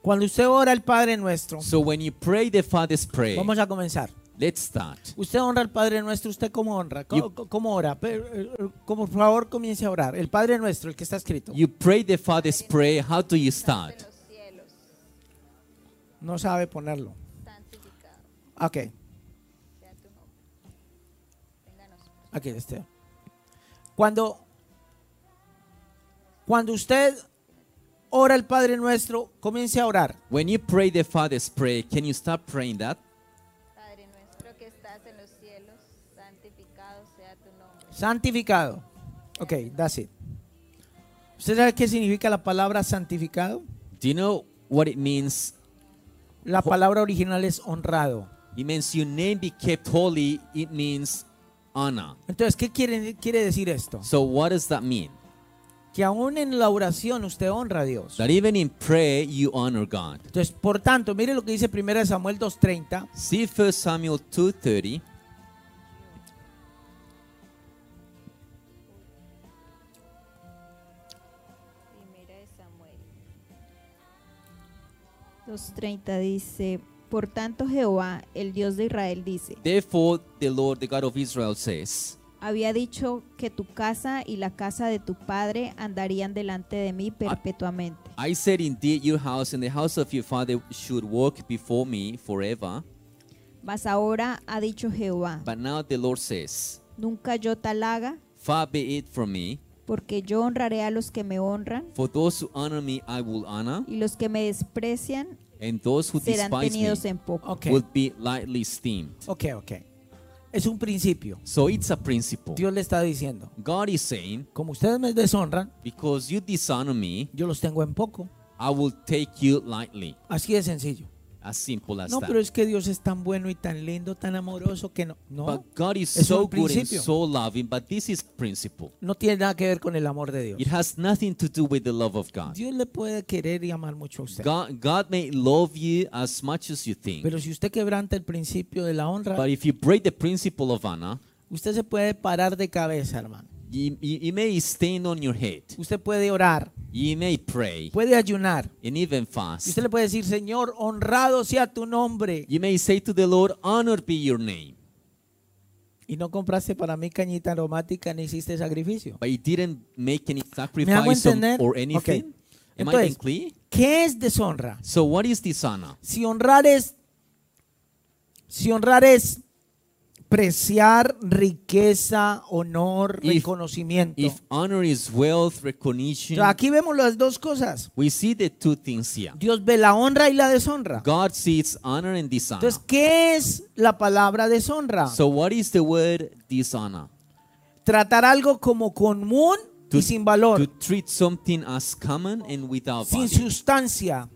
S2: cuando usted ora al Padre Nuestro,
S3: So when you pray the Father's prayer,
S2: vamos a comenzar.
S3: let's start.
S2: Usted honra al Padre Nuestro, ¿usted cómo honra? ¿Cómo, cómo ora? Pero, eh, eh, como, por favor, comience a orar. El Padre Nuestro, el que está escrito.
S3: You pray the Father's prayer. How do you start?
S2: No sabe ponerlo. Ok. Aquí está. Cuando, cuando usted ora al Padre Nuestro, comience a orar.
S3: When you pray the Father's prayer, can you start praying that?
S5: Padre nuestro que estás en los cielos, santificado sea tu nombre.
S2: Santificado. Ok, that's it. ¿Usted sabe qué significa la palabra santificado?
S3: Do you know what it means
S2: La palabra original es honrado.
S3: It means your name be kept holy. It means honor.
S2: Entonces, ¿qué quiere, quiere decir esto?
S3: So what does that mean?
S2: Que aún en la oración usted honra a Dios.
S3: That even in prayer you honor God.
S2: Entonces, por tanto, mire lo que dice 1 Samuel 2.30.
S3: See 1 Samuel 2:30.
S5: Primera de Samuel.
S4: 2.30 dice, por tanto Jehová, el Dios de Israel, dice,
S3: Therefore the Lord, the God of Israel, says,
S4: había dicho que tu casa y la casa de tu padre andarían delante de
S2: Ah.
S4: mí perpetuamente.
S3: I said indeed your house and the house of your father should walk before me forever.
S4: Mas ahora ha dicho Jehová,
S3: But now the Lord says,
S4: nunca yo tal haga,
S3: Far be it from me,
S4: porque yo honraré a los que me honran,
S3: for those who honor me I will honor,
S4: y los que me desprecian
S3: and those who
S4: serán
S3: despise me
S4: tenidos en poco.
S2: Ok,
S3: will be lightly esteemed.
S2: ok, ok. Es un principio.
S3: So it's a principle.
S2: Dios le está diciendo,
S3: God is saying
S2: como ustedes me deshonran,
S3: Because you dishonor me,
S2: yo los tengo en poco.
S3: I will take you lightly.
S2: Así de sencillo.
S3: As simple as
S2: No,
S3: that.
S2: pero es que Dios es tan bueno y tan lindo, tan amoroso que no. No,
S3: But God is
S2: es
S3: so
S2: un
S3: good and
S2: principio.
S3: so loving, but this is principle.
S2: no tiene nada que ver con el amor de Dios.
S3: It has nothing to do with the love of God.
S2: Dios le puede querer y amar mucho a usted.
S3: God, God may love you as much as you think,
S2: Pero si usted quebranta el principio de la honra,
S3: but if you break the principle of honor,
S2: usted se puede parar de cabeza, hermano.
S3: you, you, you may stand on your head,
S2: Usted puede orar,
S3: you may pray,
S2: puede ayunar.
S3: and even
S2: Y
S3: fast.
S2: usted le puede decir, Señor, honrado sea tu nombre.
S3: You may say to the Lord, Honored be your name.
S2: Y no compraste para mí cañita aromática ni hiciste sacrificio.
S3: But it didn't make any
S2: ¿Me hago
S3: sacrifice on-
S2: entender?
S3: or
S2: Ok.
S3: anything. Am I being
S2: Entonces,
S3: clear?
S2: ¿qué es deshonra?
S3: So what is dishonor?
S2: Si honrar es, si honrar es preciar riqueza, honor,
S3: If-
S2: reconocimiento.
S3: If honor is wealth,
S2: O
S3: recognition,
S2: sea, aquí vemos las dos cosas.
S3: we see the two things here.
S2: Dios ve la honra y la deshonra.
S3: God sees honor and dishonor.
S2: Entonces, ¿qué es la palabra deshonra?
S3: So what is the word dishonor?
S2: Tratar algo como común y
S3: To-
S2: sin valor,
S3: To treat something as common and without
S2: sin
S3: value,
S2: sustancia,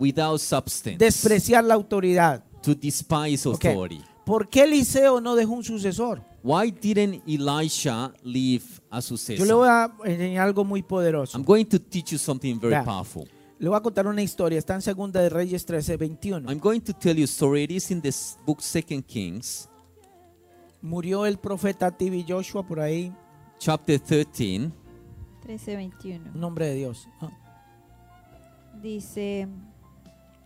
S3: without substance.
S2: despreciar la autoridad.
S3: To despise
S2: Ok.
S3: authority.
S2: ¿Por qué Eliseo no dejó un sucesor?
S3: Why didn't Elisha leave a successor?
S2: Yo le voy a enseñar algo muy poderoso.
S3: I'm going to teach you something very
S2: Vea.
S3: powerful.
S2: Le voy a contar una historia. Está en Segunda de Reyes 13, 21.
S3: I'm going to tell you a story. It is in this book, Second Kings,
S2: Murió el profeta Tibi Joshua por ahí,
S3: chapter 13.
S4: 13:21.
S2: en nombre de Dios. Ah,
S4: Dice,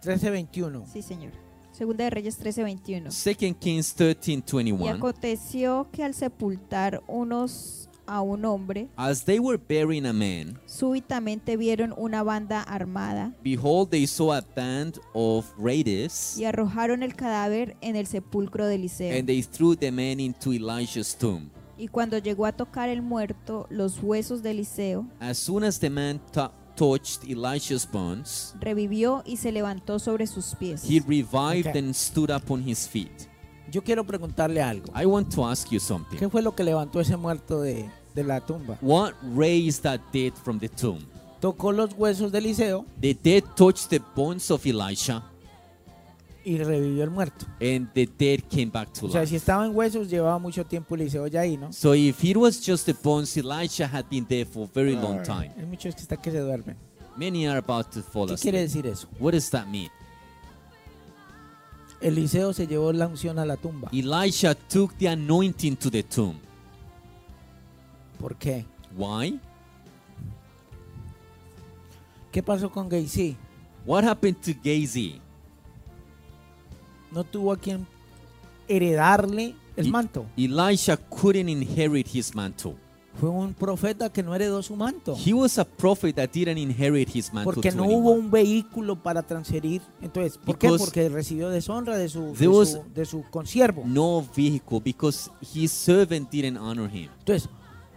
S2: 13, 21.
S4: sí, señor. Segunda de Reyes 13:21.
S3: Second Kings 13,
S4: Y
S3: 21.
S4: aconteció que al sepultar unos a un hombre,
S3: As they were burying a man,
S4: súbitamente vieron una banda armada
S3: behold, they saw a band of raiders,
S4: y arrojaron el cadáver en el sepulcro de Eliseo.
S3: and they threw the man into Elisha's tomb.
S4: Y cuando llegó a tocar el muerto, los huesos de Eliseo,
S3: As soon as the man to- touched Elisha's bones,
S4: revivió y se levantó sobre sus pies.
S3: he revived
S2: Okay.
S3: and stood up on his feet.
S2: Yo quiero preguntarle algo.
S3: I want to ask you something.
S2: ¿Qué fue lo que levantó ese muerto de, de la tumba?
S3: What raised that dead from the tomb?
S2: Tocó los huesos de Eliseo
S3: The dead touched the bones of Elisha,
S2: y revivió el muerto.
S3: and the dead came back to
S2: O sea,
S3: life.
S2: si estaba en huesos, llevaba mucho tiempo Eliseo ya ahí, ¿no?
S3: So if it was just the bones, Elisha had been there for a very long time.
S2: Hay muchos que están que se duermen.
S3: Many are about to fall
S2: ¿Qué quiere
S3: asleep.
S2: decir eso?
S3: What does that mean?
S2: Eliseo se llevó la unción a la tumba.
S3: Elisha took the anointing to the tomb.
S2: ¿Por qué?
S3: Why?
S2: ¿Qué pasó con Geisí?
S3: What happened to Gazi?
S2: No tuvo a quien heredarle el
S3: E-
S2: manto.
S3: Elisha couldn't inherit his mantle.
S2: Fue un profeta que no heredó su manto.
S3: He was a prophet that didn't inherit his mantle.
S2: Porque
S3: to
S2: no
S3: anyone.
S2: hubo un vehículo para transferir. Entonces, ¿por qué?
S3: Because
S2: Porque recibió deshonra de su, de
S3: there was
S2: su, de su consiervo.
S3: no vehicle because his servant didn't honor him.
S2: Entonces,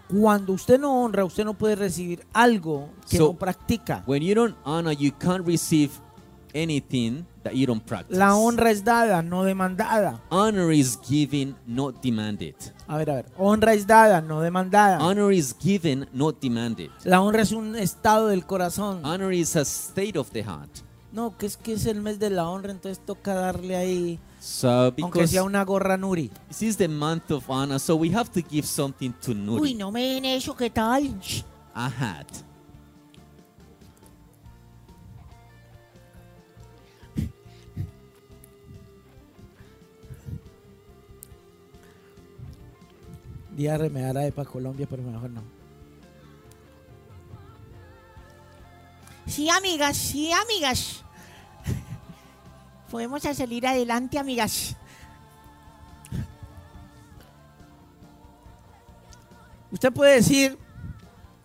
S2: cuando usted no honra, usted no puede recibir algo que
S3: So- pues,
S2: no practica.
S3: When you don't honor, you can't receive anything that you don't practice.
S2: La honra es dada, no demandada.
S3: Honor is given, not demanded.
S2: A ver, a ver. Honra es dada, no demandada.
S3: Honor is given, not demanded.
S2: La honra es un estado del corazón.
S3: Honor is a state of the heart.
S2: No, que es que es el mes de la honra, entonces toca darle ahí,
S3: So
S2: aunque
S3: because
S2: sea una gorra Nuri.
S3: this is the month of honor, so we have to give something to Nuri.
S2: Uy, no me den eso, ¿qué tal? Shh.
S3: A hat.
S2: Día remedar a para Colombia, pero mejor no.
S6: Sí, amigas, sí, amigas. Podemos a salir adelante, amigas.
S2: Usted puede decir,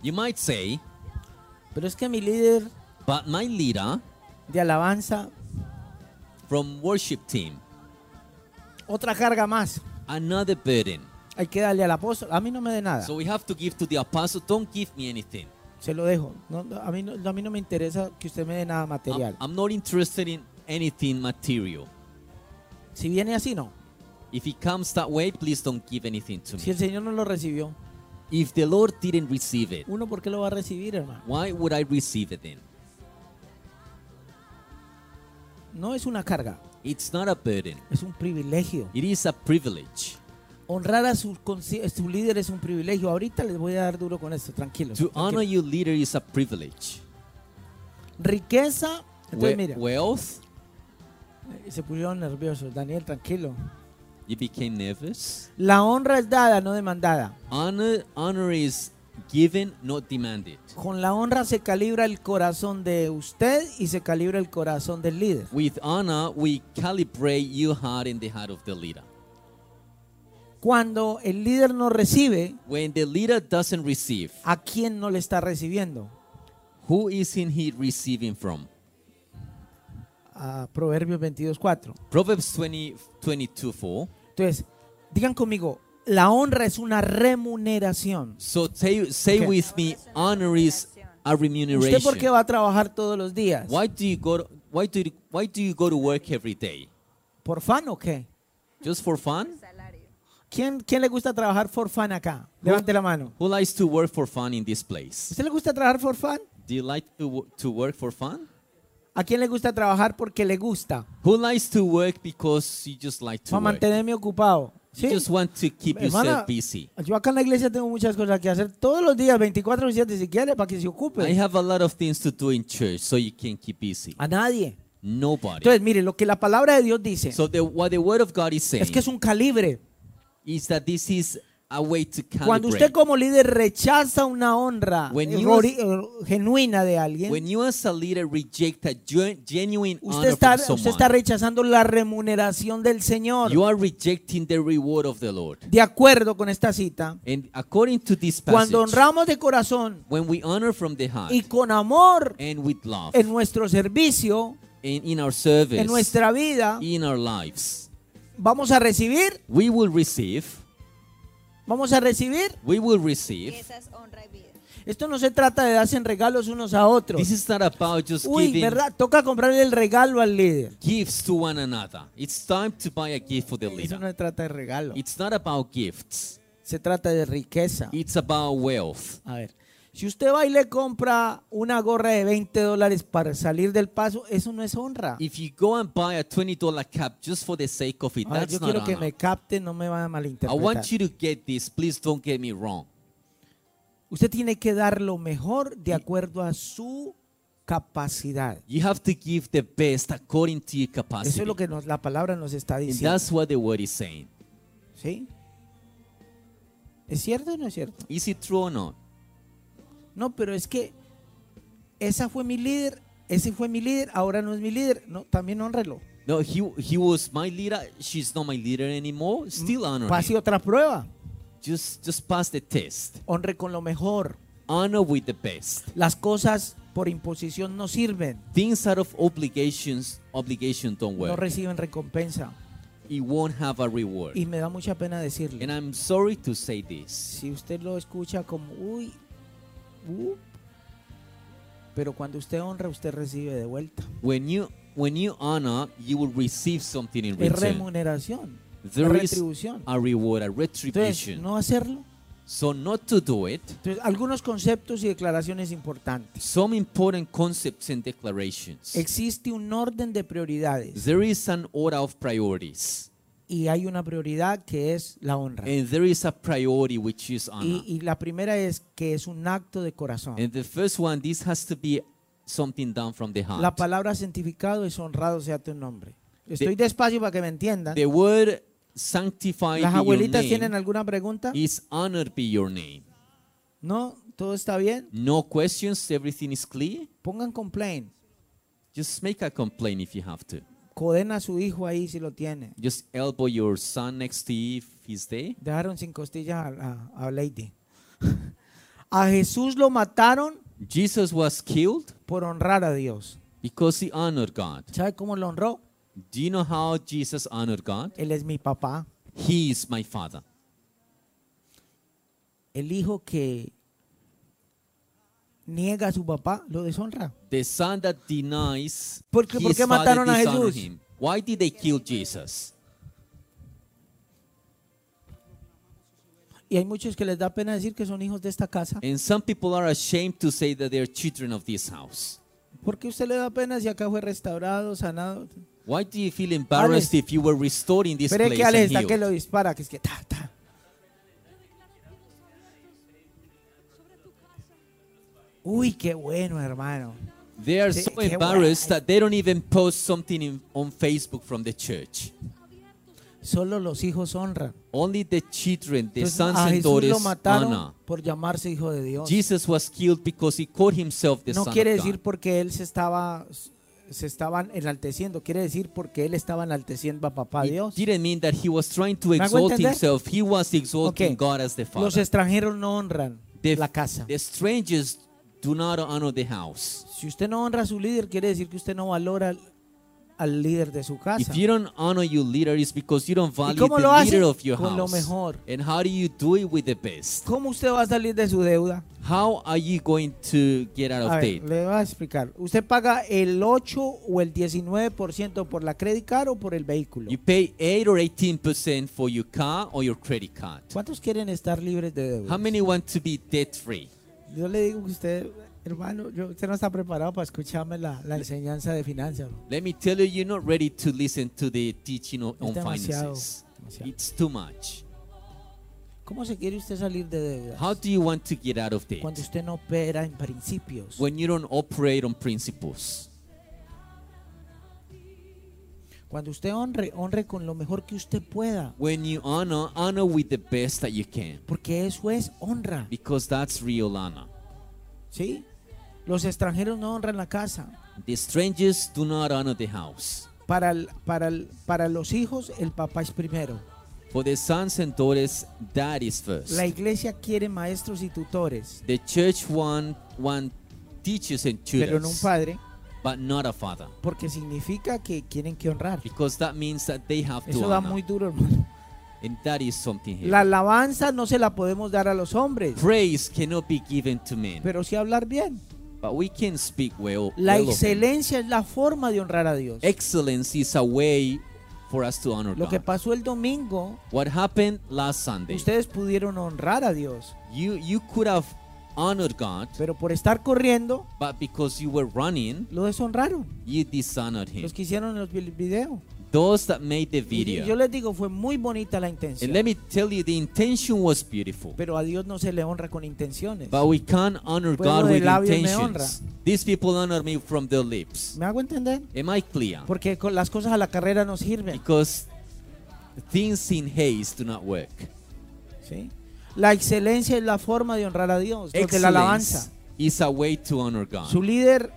S3: You might say,
S2: pero es que mi líder
S3: but my leader
S2: de alabanza,
S3: from worship team,
S2: otra carga más.
S3: another burden.
S2: Hay que darle al apóstol. A mí no me dé nada.
S3: So we have to give to the apostle. Don't give me anything.
S2: Se lo dejo. No, no, a, mí no, a mí no me interesa que usted me dé nada
S3: I'm,
S2: material.
S3: I'm not interested in anything material.
S2: Si viene así, no.
S3: If it comes that way, please don't give anything to
S2: Si
S3: me.
S2: el Señor no lo recibió,
S3: If the Lord didn't receive it,
S2: uno, ¿por qué lo va a recibir, hermano?
S3: why would I receive it then?
S2: No es una carga,
S3: It's not a burden.
S2: es un privilegio.
S3: It is a privilege.
S2: Honrar a su, consi- su líder es un privilegio. Ahorita les voy a dar duro con esto, tranquilos.
S3: To honor
S2: tranquilos.
S3: your leader is a privilege.
S2: Riqueza. Entonces,
S3: We-
S2: mira,
S3: wealth,
S2: eh, se pusieron nerviosos. Daniel, tranquilo.
S3: you became nervous.
S2: La honra es dada, no demandada.
S3: Honor, honor is given, not demanded.
S2: Con la honra se calibra el corazón de usted y se calibra el corazón del líder.
S3: With honor, we calibrate your heart and the heart of the leader.
S2: Cuando el líder no recibe,
S3: When the leader doesn't receive,
S2: ¿a quién no le está recibiendo?
S3: who isn't he receiving from?
S2: A Proverbios 22.4.
S3: Proverbs 20, 22 4.
S2: Entonces, digan conmigo, la honra es una remuneración.
S3: So say, say
S2: Okay.
S3: with me, honor is a
S2: ¿Usted por qué
S3: remuneration.
S2: va a trabajar todos los días?
S3: Why do you go? To, why do you, why do you go to work every day?
S2: ¿Por fan o qué?
S3: Just for fun?
S2: ¿Quién, ¿Quién le gusta trabajar for fan acá? Levante la mano.
S3: Who likes to work for fun in this place?
S2: ¿Usted le gusta trabajar for fan?
S3: Do you like to, wo- to work for fun?
S2: ¿A quién le gusta trabajar porque le gusta?
S3: Who likes to work because you just like to
S2: Para
S3: work?
S2: mantenerme ocupado.
S3: You
S2: ¿Sí?
S3: just want to keep
S2: Hermana,
S3: yourself busy.
S2: Yo acá en la iglesia tengo muchas cosas que hacer todos los días, 24 horas si quiere, para que se
S3: I
S2: ocupe.
S3: have a lot of things to do in church, so you can keep busy.
S2: A nadie.
S3: Nobody.
S2: Entonces, mire, lo que la palabra de Dios dice
S3: So the, what the word of God is saying
S2: es que es un calibre.
S3: is that this is a way to
S2: Cuando usted
S3: calibrate.
S2: como líder rechaza una honra
S3: When
S2: eh,
S3: you-
S2: ori- eh, genuina de
S3: When
S2: alguien,
S3: you as a leader reject a gen- genuine honor
S2: usted está,
S3: from
S2: usted está
S3: someone,
S2: rechazando la remuneración del Señor.
S3: you are rejecting the reward of the Lord.
S2: De acuerdo con esta cita,
S3: And according to this passage,
S2: cuando honramos de corazón
S3: when we honor from the heart
S2: y con amor
S3: and with love
S2: en nuestro servicio,
S3: and in our service,
S2: en nuestra vida,
S3: in our lives,
S2: vamos a recibir,
S3: we will receive,
S2: vamos a recibir
S3: we will
S5: Y
S3: receive.
S5: esa es honra y vida.
S2: Esto no se trata de darse en regalos unos a otros.
S3: This is not about just
S2: Uy,
S3: giving
S2: ¿verdad? Toca comprarle el regalo al líder.
S3: gifts to one another. It's time to buy a gift for the
S2: Eso no
S3: leader.
S2: se trata de regalo.
S3: It's not about gifts.
S2: Se trata de riqueza.
S3: It's about wealth.
S2: A ver, si usted va y le compra una gorra de 20 dólares para salir del paso, eso no es honra.
S3: If you go and buy a $20 cap just for the sake of it,
S2: A ver,
S3: that's
S2: yo
S3: not
S2: quiero que
S3: honor.
S2: me capte, no me van a
S3: I
S2: malinterpretar.
S3: want you to get this. Please don't get me wrong.
S2: Usted tiene que dar lo mejor de acuerdo a su capacidad.
S3: You have to give the best according to your capacity.
S2: Eso es lo que nos- la palabra nos está
S3: Ah, and
S2: diciendo.
S3: that's what the word is saying.
S2: ¿Sí? ¿Es cierto o no es cierto?
S3: Is it true or not?
S2: No, pero es que esa fue mi líder, ese fue mi líder, ahora no es mi líder. No, también honrelo.
S3: No, he, he was my leader. She's not my leader anymore. Still honor. him.
S2: Pase otra prueba.
S3: Just, just pass the test.
S2: Honre con lo mejor.
S3: Honor with the best.
S2: Las cosas por imposición no sirven.
S3: Things out of obligations, obligation don't
S2: No
S3: work.
S2: reciben recompensa.
S3: it won't have a reward.
S2: Y me da mucha pena
S3: And
S2: decirle.
S3: I'm sorry to say this.
S2: Si usted lo escucha como, uy, uh", pero cuando usted honra, usted recibe de vuelta.
S3: When you when you honor, you will receive something in
S2: Es
S3: return.
S2: remuneración, es
S3: There is
S2: retribución.
S3: a reward, a
S2: Entonces,
S3: retribution.
S2: no hacerlo.
S3: So not to do it.
S2: Entonces, algunos conceptos y declaraciones importantes.
S3: Some important concepts and declarations.
S2: Existe un orden de prioridades
S3: There is an order of priorities,
S2: y hay una prioridad que es la honra. Y,
S3: and there is a priority which is honor.
S2: y la primera es que es un acto de corazón.
S3: And the first one, this has to be something done from the
S2: La
S3: heart.
S2: palabra santificado es honrado sea tu nombre. Estoy
S3: De-
S2: despacio para que me entiendan.
S3: The word sanctified
S2: ¿Las
S3: be your
S2: abuelitas tienen
S3: name
S2: alguna pregunta?
S3: is honored be your name.
S2: No, todo está bien.
S3: No questions, everything is clear.
S2: Pongan complaint.
S3: Just make a complaint if you have to.
S2: Coden a su hijo ahí si lo tiene.
S3: Just elbow your son next to you if he's there.
S2: Dejaron sin costillas a, a- a Lady. a Jesús lo mataron
S3: Jesus was killed
S2: por honrar a Dios.
S3: because he honored God.
S2: ¿Sabe cómo lo honró?
S3: Do you know how Jesus honored God?
S2: Él es mi papá.
S3: He is my father.
S2: El hijo que niega a su papá lo deshonra.
S3: The son that denies
S2: ¿Por qué-
S3: his
S2: por qué
S3: father
S2: mataron a
S3: dishonored
S2: Jesús?
S3: him. Why did they kill Jesus?
S2: Y hay muchos que les da pena decir que son hijos de esta casa.
S3: And some people are ashamed to say that they are children of this house.
S2: ¿Por qué usted le da pena si acá fue restaurado, sanado?
S3: Why do you feel embarrassed if you were restored in this
S2: Pero es
S3: place
S2: que Alex
S3: and
S2: está que
S3: healed?
S2: lo dispara, que es que ta, ta. Uy, qué bueno, hermano.
S3: They are
S2: Sí,
S3: so
S2: qué guay.
S3: embarrassed that they don't even post something in, on Facebook from the church.
S2: Solo los hijos honran.
S3: Only the children, the
S2: Entonces,
S3: sons
S2: a
S3: and
S2: Jesús lo
S3: daughters
S2: mataron
S3: honor.
S2: por llamarse hijo de Dios.
S3: Jesus was killed because he called himself the
S2: no
S3: son
S2: quiere
S3: of
S2: decir
S3: God.
S2: porque él se estaba se estaban enalteciendo, quiere decir porque él estaba enalteciendo a papá Dios.
S3: It didn't mean that he was trying to
S2: ¿Me hago
S3: exalt
S2: entender?
S3: himself. He was exalting
S2: Ok.
S3: God as the Father.
S2: Los extranjeros no honran
S3: the,
S2: la casa.
S3: the strangers do not honor the house.
S2: Si usted no honra a su líder, quiere decir que usted no valora al, al líder de su casa.
S3: If you don't honor your leader, it's because you don't value
S2: cómo
S3: the
S2: lo
S3: leader
S2: hacen?
S3: of your
S2: Con lo
S3: house.
S2: mejor.
S3: And how do you do it with the best?
S2: ¿Cómo usted va a salir de su deuda?
S3: How are you going to get out
S2: A
S3: of
S2: ver,
S3: debt?
S2: le voy a explicar. ¿Usted paga el 8 o el 19% por la credit card o por el vehículo?
S3: You pay 8 or 18% for your car or your credit card.
S2: ¿Cuántos quieren estar libres de
S3: How
S2: deuda?
S3: many want to be debt free?
S2: Yo le digo que usted, hermano, yo- usted no está preparado para escucharme la, la enseñanza de finanzas. bro.
S3: Let me tell you, you're not ready to listen to the teaching on,
S2: Es
S3: on
S2: demasiado,
S3: finances.
S2: demasiado.
S3: It's too much.
S2: ¿Cómo se quiere usted salir de deuda?
S3: How do you want to get out of debt?
S2: Cuando usted no opera en principios.
S3: When you don't operate on principles.
S2: Cuando usted honre, honre con lo mejor que usted pueda.
S3: When you honor, honor with the best that you can.
S2: Porque eso es honra.
S3: Because that's real honor.
S2: ¿Sí? Los extranjeros no honran la casa.
S3: The strangers do not honor the house.
S2: Para, el- para, el- para los hijos, el papá es primero.
S3: For the sons and daughters, that is first.
S2: La iglesia quiere maestros y tutores,
S3: The church one one teaches and
S2: pero no un
S3: tutors,
S2: padre,
S3: but not a father,
S2: porque significa que tienen que honrar.
S3: because that means that they have to
S2: Eso da
S3: honor,
S2: muy duro, hermano.
S3: and that is something here.
S2: La alabanza no se la podemos dar a los hombres,
S3: Praise cannot be given to men,
S2: pero sí hablar bien.
S3: but we can speak well.
S2: La
S3: well of them.
S2: excelencia es la forma de honrar a Dios.
S3: Excellence is a way for us to honor
S2: Lo que
S3: God.
S2: pasó el domingo,
S3: What happened last Sunday?
S2: ustedes pudieron honrar a Dios,
S3: You you could have honored God,
S2: pero por estar corriendo,
S3: but because you were running,
S2: lo deshonraron.
S3: you dishonored Him.
S2: Los que hicieron los vi- video.
S3: Those that made the
S2: Y
S3: video.
S2: yo les digo, fue muy bonita la intención,
S3: And let me tell you, the intention was beautiful.
S2: pero a Dios no se le honra con intenciones.
S3: But we can't honor
S2: Pueblo
S3: God
S2: de
S3: with
S2: labios me
S3: intentions. These people honor me from their lips.
S2: ¿Me hago entender?
S3: Am I clear?
S2: Porque con las cosas a la carrera no sirven.
S3: Because things in haste do not work.
S2: ¿sí? La excelencia es la forma de honrar a Dios, los de la
S3: Excellence
S2: alabanza.
S3: is a way to honor
S2: Su
S3: God.
S2: líder,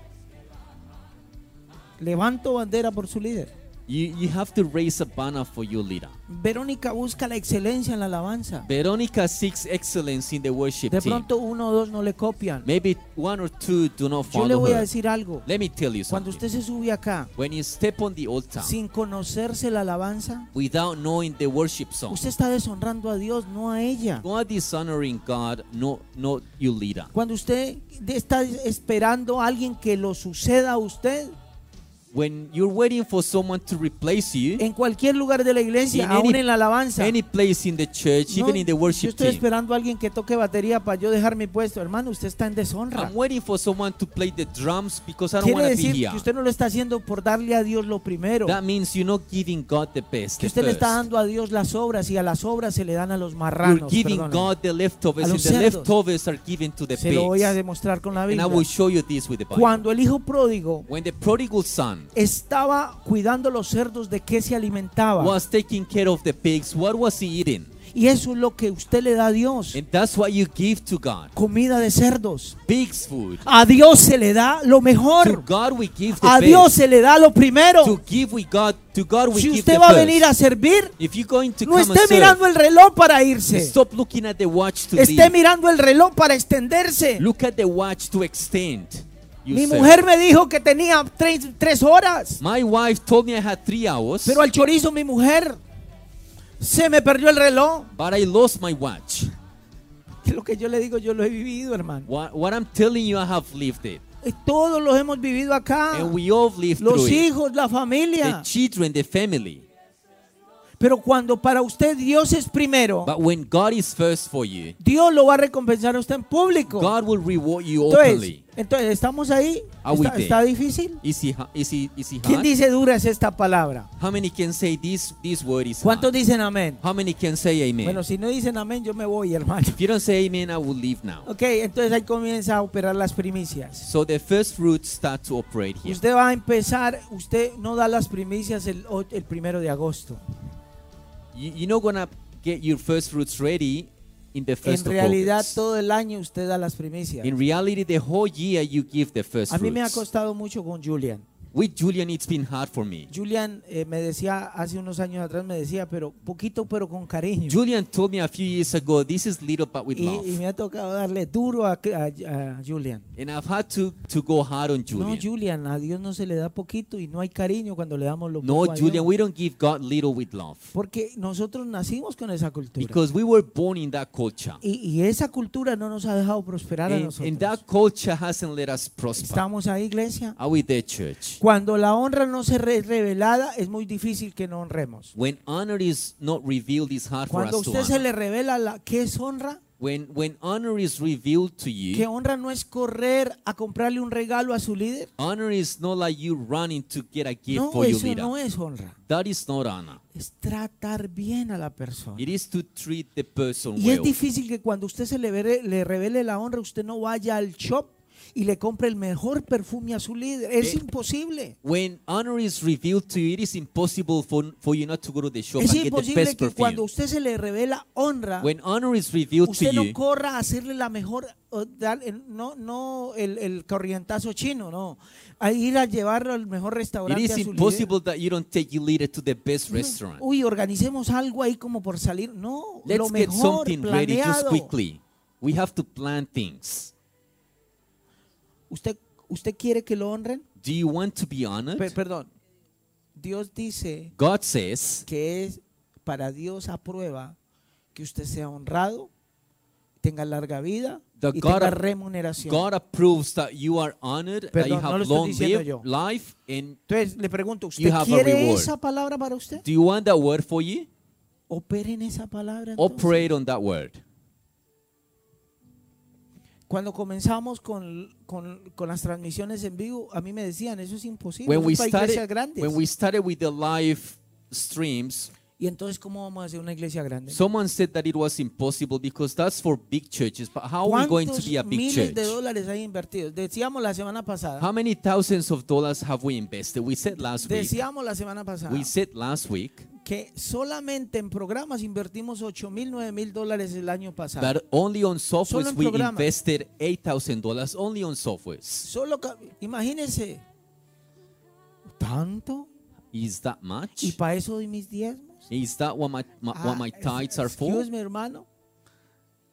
S2: levanto bandera por su líder.
S3: You, you have to raise a banner for your leader.
S2: Verónica busca la excelencia en la alabanza.
S3: Veronica seeks excellence in the worship
S2: De
S3: team.
S2: pronto uno o dos no le copian.
S3: Maybe one or two do not
S2: Yo le
S3: follow
S2: voy a
S3: her.
S2: decir algo.
S3: Let me tell you
S2: Cuando
S3: something.
S2: usted se sube acá
S3: When you step on the altar
S2: sin conocerse la alabanza,
S3: without knowing the worship song,
S2: usted está deshonrando a Dios, no a ella.
S3: you are dishonoring God, no, not your leader.
S2: Cuando usted de- está esperando a alguien que lo suceda a usted,
S3: When you're waiting for someone to replace you,
S2: en cualquier lugar de la iglesia,
S3: In
S2: aún
S3: any-
S2: en la alabanza.
S3: any place in the church,
S2: No,
S3: even in the
S2: yo
S3: worship
S2: estoy
S3: team.
S2: esperando a alguien que toque batería para yo dejar mi puesto. Hermano, usted está en deshonra.
S3: I'm waiting for someone to play the drums because I don't
S2: Quiere
S3: want to be
S2: decir
S3: here.
S2: que usted no lo está haciendo por darle a Dios lo primero.
S3: That means you're not giving God the best.
S2: Que
S3: the
S2: usted le está
S3: first.
S2: dando a Dios las obras y a las obras se le dan a los
S3: You're
S2: marranos.
S3: giving
S2: perdóname.
S3: God the leftovers,
S2: A
S3: and
S2: los
S3: the
S2: cerdos.
S3: leftovers are given to the
S2: Se lo voy a
S3: pigs.
S2: demostrar con la
S3: And
S2: Biblia.
S3: I will show you this with the Bible.
S2: Cuando el hijo pródigo
S3: When the prodigal son
S2: estaba cuidando los cerdos, ¿de qué se alimentaba?
S3: was taking care of the pigs, what was he eating?
S2: Y eso es lo que usted le da a Dios.
S3: And that's what you give to God.
S2: Comida de cerdos.
S3: Pigs food.
S2: A Dios se le da lo
S3: To
S2: mejor.
S3: God we give the
S2: A Dios
S3: best.
S2: se le da lo primero.
S3: To give we God, to God we
S2: Si
S3: give
S2: usted
S3: the
S2: va a
S3: first.
S2: venir a servir,
S3: If you're going to
S2: no
S3: come and
S2: esté
S3: serve,
S2: mirando el reloj para irse.
S3: Stop looking at the watch to
S2: Esté
S3: leave.
S2: mirando el reloj para extenderse.
S3: Look at the watch to extend.
S2: Mi
S3: yourself.
S2: mujer me dijo que tenía tres, tres horas,
S3: My wife told me I had three hours,
S2: pero al chorizo mi mujer se me perdió el reloj.
S3: but I lost my watch.
S2: Que Lo que yo le digo, yo lo he vivido, hermano.
S3: What, what I'm telling you, I have lived it,
S2: Eh, Todos los hemos vivido acá.
S3: and we all lived
S2: Ah. Los
S3: through
S2: hijos, la
S3: it. The
S2: familia.
S3: children, the family.
S2: Pero cuando para usted Dios es primero,
S3: But when God is first for you,
S2: Dios lo va a recompensar a usted en público.
S3: God will reward you
S2: Oh. Entonces,
S3: openly.
S2: entonces ¿estamos ahí?
S3: Are we
S2: ¿Está,
S3: there?
S2: está difícil?
S3: Is he, ha- is he, is he
S2: ¿Quién
S3: hard?
S2: dice dura es esta palabra?
S3: How many can say this, this word is
S2: ¿Cuántos
S3: hard?
S2: dicen amén?
S3: How many can say amen?
S2: Bueno, si no dicen amén, yo me voy, hermano.
S3: If you don't say amen, I will leave now.
S2: Ok, entonces ahí comienza a operar las primicias.
S3: So the first fruits start to operate here.
S2: Usted va a empezar, usted no da las primicias el, o- el primero de agosto.
S3: You, you're not going to get your first fruits ready in the
S2: En
S3: first of
S2: realidad
S3: August.
S2: todo el año usted da las primicias.
S3: In reality, the whole year you give the first
S2: A mí me ha
S3: fruits.
S2: costado mucho con Julian.
S3: With Julian, it's been hard for me.
S2: Julian eh, me decía hace unos años atrás, me decía, pero poquito, pero con cariño.
S3: Julian told me a few years ago, this is little but with
S2: Y, y
S3: love.
S2: me ha tocado darle duro a, a- a Julian.
S3: And I've had to, to go hard on
S2: No,
S3: Julian.
S2: Julian, a Dios no se le da poquito y no hay cariño cuando le damos lo
S3: No,
S2: poco a
S3: Julian,
S2: Dios.
S3: we don't give God little with love.
S2: Porque nosotros nacimos con esa cultura.
S3: Because we were born in that culture.
S2: y, y esa cultura no nos ha dejado prosperar a
S3: And,
S2: nosotros.
S3: and that culture hasn't let us prosper.
S2: Estamos ahí, iglesia.
S3: Are we there, church?
S2: Cuando la honra no se re- revelada, es muy difícil que no honremos.
S3: When honor is not revealed, it's hard for
S2: Cuando a
S3: us to
S2: usted se
S3: honor.
S2: le revela la, qué es honra,
S3: When, when honor is revealed to
S2: que
S3: you,
S2: honra no es correr a comprarle un regalo a su líder.
S3: honor is not like you running to get a gift
S2: No,
S3: for your
S2: eso
S3: leader.
S2: no es honra.
S3: That is not honor.
S2: Es tratar bien a la persona.
S3: It is to treat the person
S2: Y es
S3: well.
S2: difícil que cuando usted se le, vere- le revele la honra, usted no vaya al shop y le compre el mejor perfume a su líder. Es
S3: Eh,
S2: imposible.
S3: When honor is revealed to you, it is impossible for, for you not to go to the shop
S2: Es
S3: and get the
S2: imposible
S3: best
S2: que
S3: perfume.
S2: cuando usted se le revela honra,
S3: When honor is revealed to
S2: usted no
S3: you,
S2: corra a hacerle la mejor, o dar- eh, no, no el, el corrientazo chino, no. A ir a llevarlo al mejor
S3: it
S2: restaurante
S3: is
S2: a su líder.
S3: impossible that you don't take your leader to the best restaurant.
S2: Uy, organicemos algo ahí como por salir. No, lo
S3: Let's get
S2: mejor
S3: something ready just
S2: planeado.
S3: quickly. We have to plan things.
S2: Usted, usted quiere que lo honren.
S3: Do you want to be
S2: Pe-
S3: honored?
S2: perdón. Dios dice
S3: God says
S2: que es para Dios aprueba que usted sea honrado, tenga larga vida
S3: The
S2: y
S3: God
S2: tenga
S3: of-
S2: remuneración.
S3: God approves that you are honored, that you
S2: Perdón, no lo
S3: have
S2: estoy
S3: long
S2: diciendo
S3: lived
S2: yo.
S3: life, and
S2: Entonces le pregunto,
S3: You
S2: ¿usted
S3: have a
S2: quiere
S3: reward.
S2: esa palabra para usted?
S3: do you want that word for you?
S2: Opere en esa palabra. entonces.
S3: Operate on that word.
S2: Cuando comenzamos con, con- con las transmisiones en vivo, a mí me decían, eso es imposible.
S3: When
S2: eso
S3: we
S2: es para iglesias
S3: started,
S2: grandes.
S3: when we started with the live streams,
S2: Y entonces, ¿cómo vamos a hacer una iglesia grande?
S3: someone said that it was impossible because that's for big churches. But how are we going to
S2: ¿Cuántos
S3: be a big
S2: miles
S3: church?
S2: de dólares hay invertidos? Decíamos la semana pasada.
S3: How many thousands of dollars have we invested? We said last week.
S2: Decíamos la semana pasada.
S3: We said last week
S2: que solamente en programas invertimos 8 mil, 9 mil dólares el año pasado.
S3: that only on software
S2: en
S3: we
S2: programas.
S3: invested eight thousand dollars only on software.
S2: Solo, ca- imagínense, ¿tanto?
S3: Is that much?
S2: ¿Y para eso doy mis diezmos?
S3: Is that what my, my
S2: Ah,
S3: what my tithes are for?
S2: excuse me, hermano.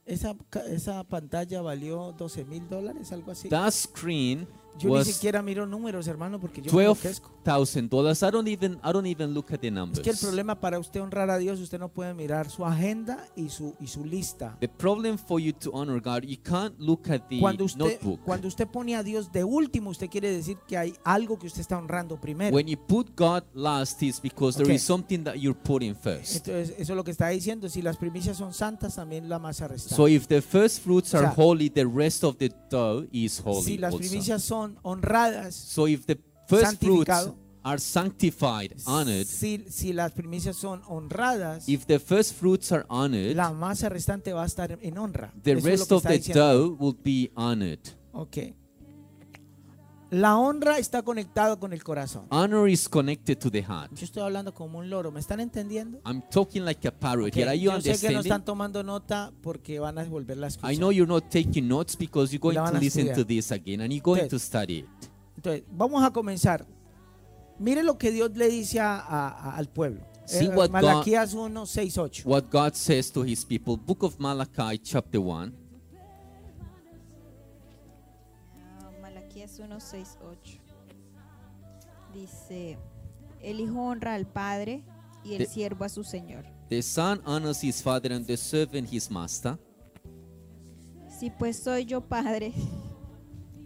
S2: Esa, ca- esa pantalla valió 12 mil dólares, algo así.
S3: That screen
S2: Yo ni
S3: was
S2: siquiera miro números, hermano, porque yo me
S3: twelve
S2: enloquezco.
S3: thousand dollars. I don't even I don't even look at the
S2: Es
S3: numbers.
S2: que el problema para usted honrar a Dios, usted no puede mirar su agenda y su, y su lista.
S3: The problem for you to honor God, you can't look at the
S2: Cuando usted,
S3: notebook.
S2: cuando usted pone a Dios de último, usted quiere decir que hay algo que usted está honrando primero.
S3: When you put God last, is because there
S2: Okay.
S3: is something that you're putting first.
S2: Entonces, eso es lo que está diciendo. Si las primicias son santas, también la masa restará.
S3: So if the first fruits are
S2: O sea,
S3: holy, the rest of the dough is holy.
S2: si las
S3: also.
S2: primicias son honradas,
S3: So if the first fruits
S2: Santificado.
S3: are sanctified, honored,
S2: si, si las primicias son honradas,
S3: if the first fruits are honored,
S2: la masa restante va a estar en honra.
S3: the
S2: Eso es lo
S3: rest
S2: que
S3: of
S2: está
S3: the
S2: diciendo.
S3: dough will be honored.
S2: Ok. La honra está conectada con el corazón.
S3: Honor is connected to the heart.
S2: Yo estoy hablando como un loro. ¿Me están entendiendo?
S3: I'm talking like a parrot
S2: Ok,
S3: here. Are you
S2: Yo sé que no
S3: understanding?
S2: están tomando nota porque van a volverla a escuchar.
S3: I know you're not taking notes because you're going
S2: La
S3: to
S2: van a
S3: listen to
S2: estudiar.
S3: this again and you're going
S2: Entonces,
S3: to study it.
S2: Entonces, vamos a comenzar. Mire lo que Dios le dice a- a- a- al pueblo.
S3: See
S2: Eh,
S3: what God-
S2: Malaquías 1, 6, 8.
S3: What God says to his people. Book of Malachi, chapter 1.
S5: Ah, Malaquías 1:6-8. Dice, el hijo honra al padre y el
S3: De-
S5: siervo a su señor.
S3: The son honors his father and the servant his master.
S5: Si pues soy yo padre,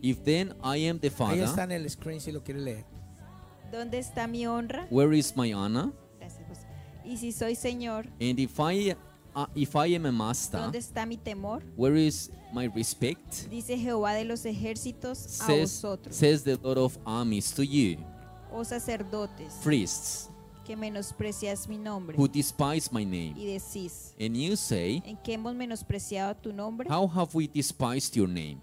S3: If then I am the
S2: Ahí
S3: father,
S2: está en el screen si lo quiere leer.
S5: ¿dónde está mi honra?
S3: where is my honor?
S5: Gracias, José.
S4: pues. Y si soy Señor,
S3: And if I, uh, if I am a master,
S4: ¿dónde está mi temor?
S3: where is my respect?
S4: Dice Jehová de los ejércitos a
S3: Says,
S4: vosotros,
S3: says the Lord of armies to you,
S4: oh sacerdotes,
S3: priests,
S4: que menosprecias mi nombre
S3: who despise my
S4: y
S3: name.
S4: decís,
S3: And you say,
S4: ¿en qué hemos menospreciado tu nombre?
S3: How have we despised your name?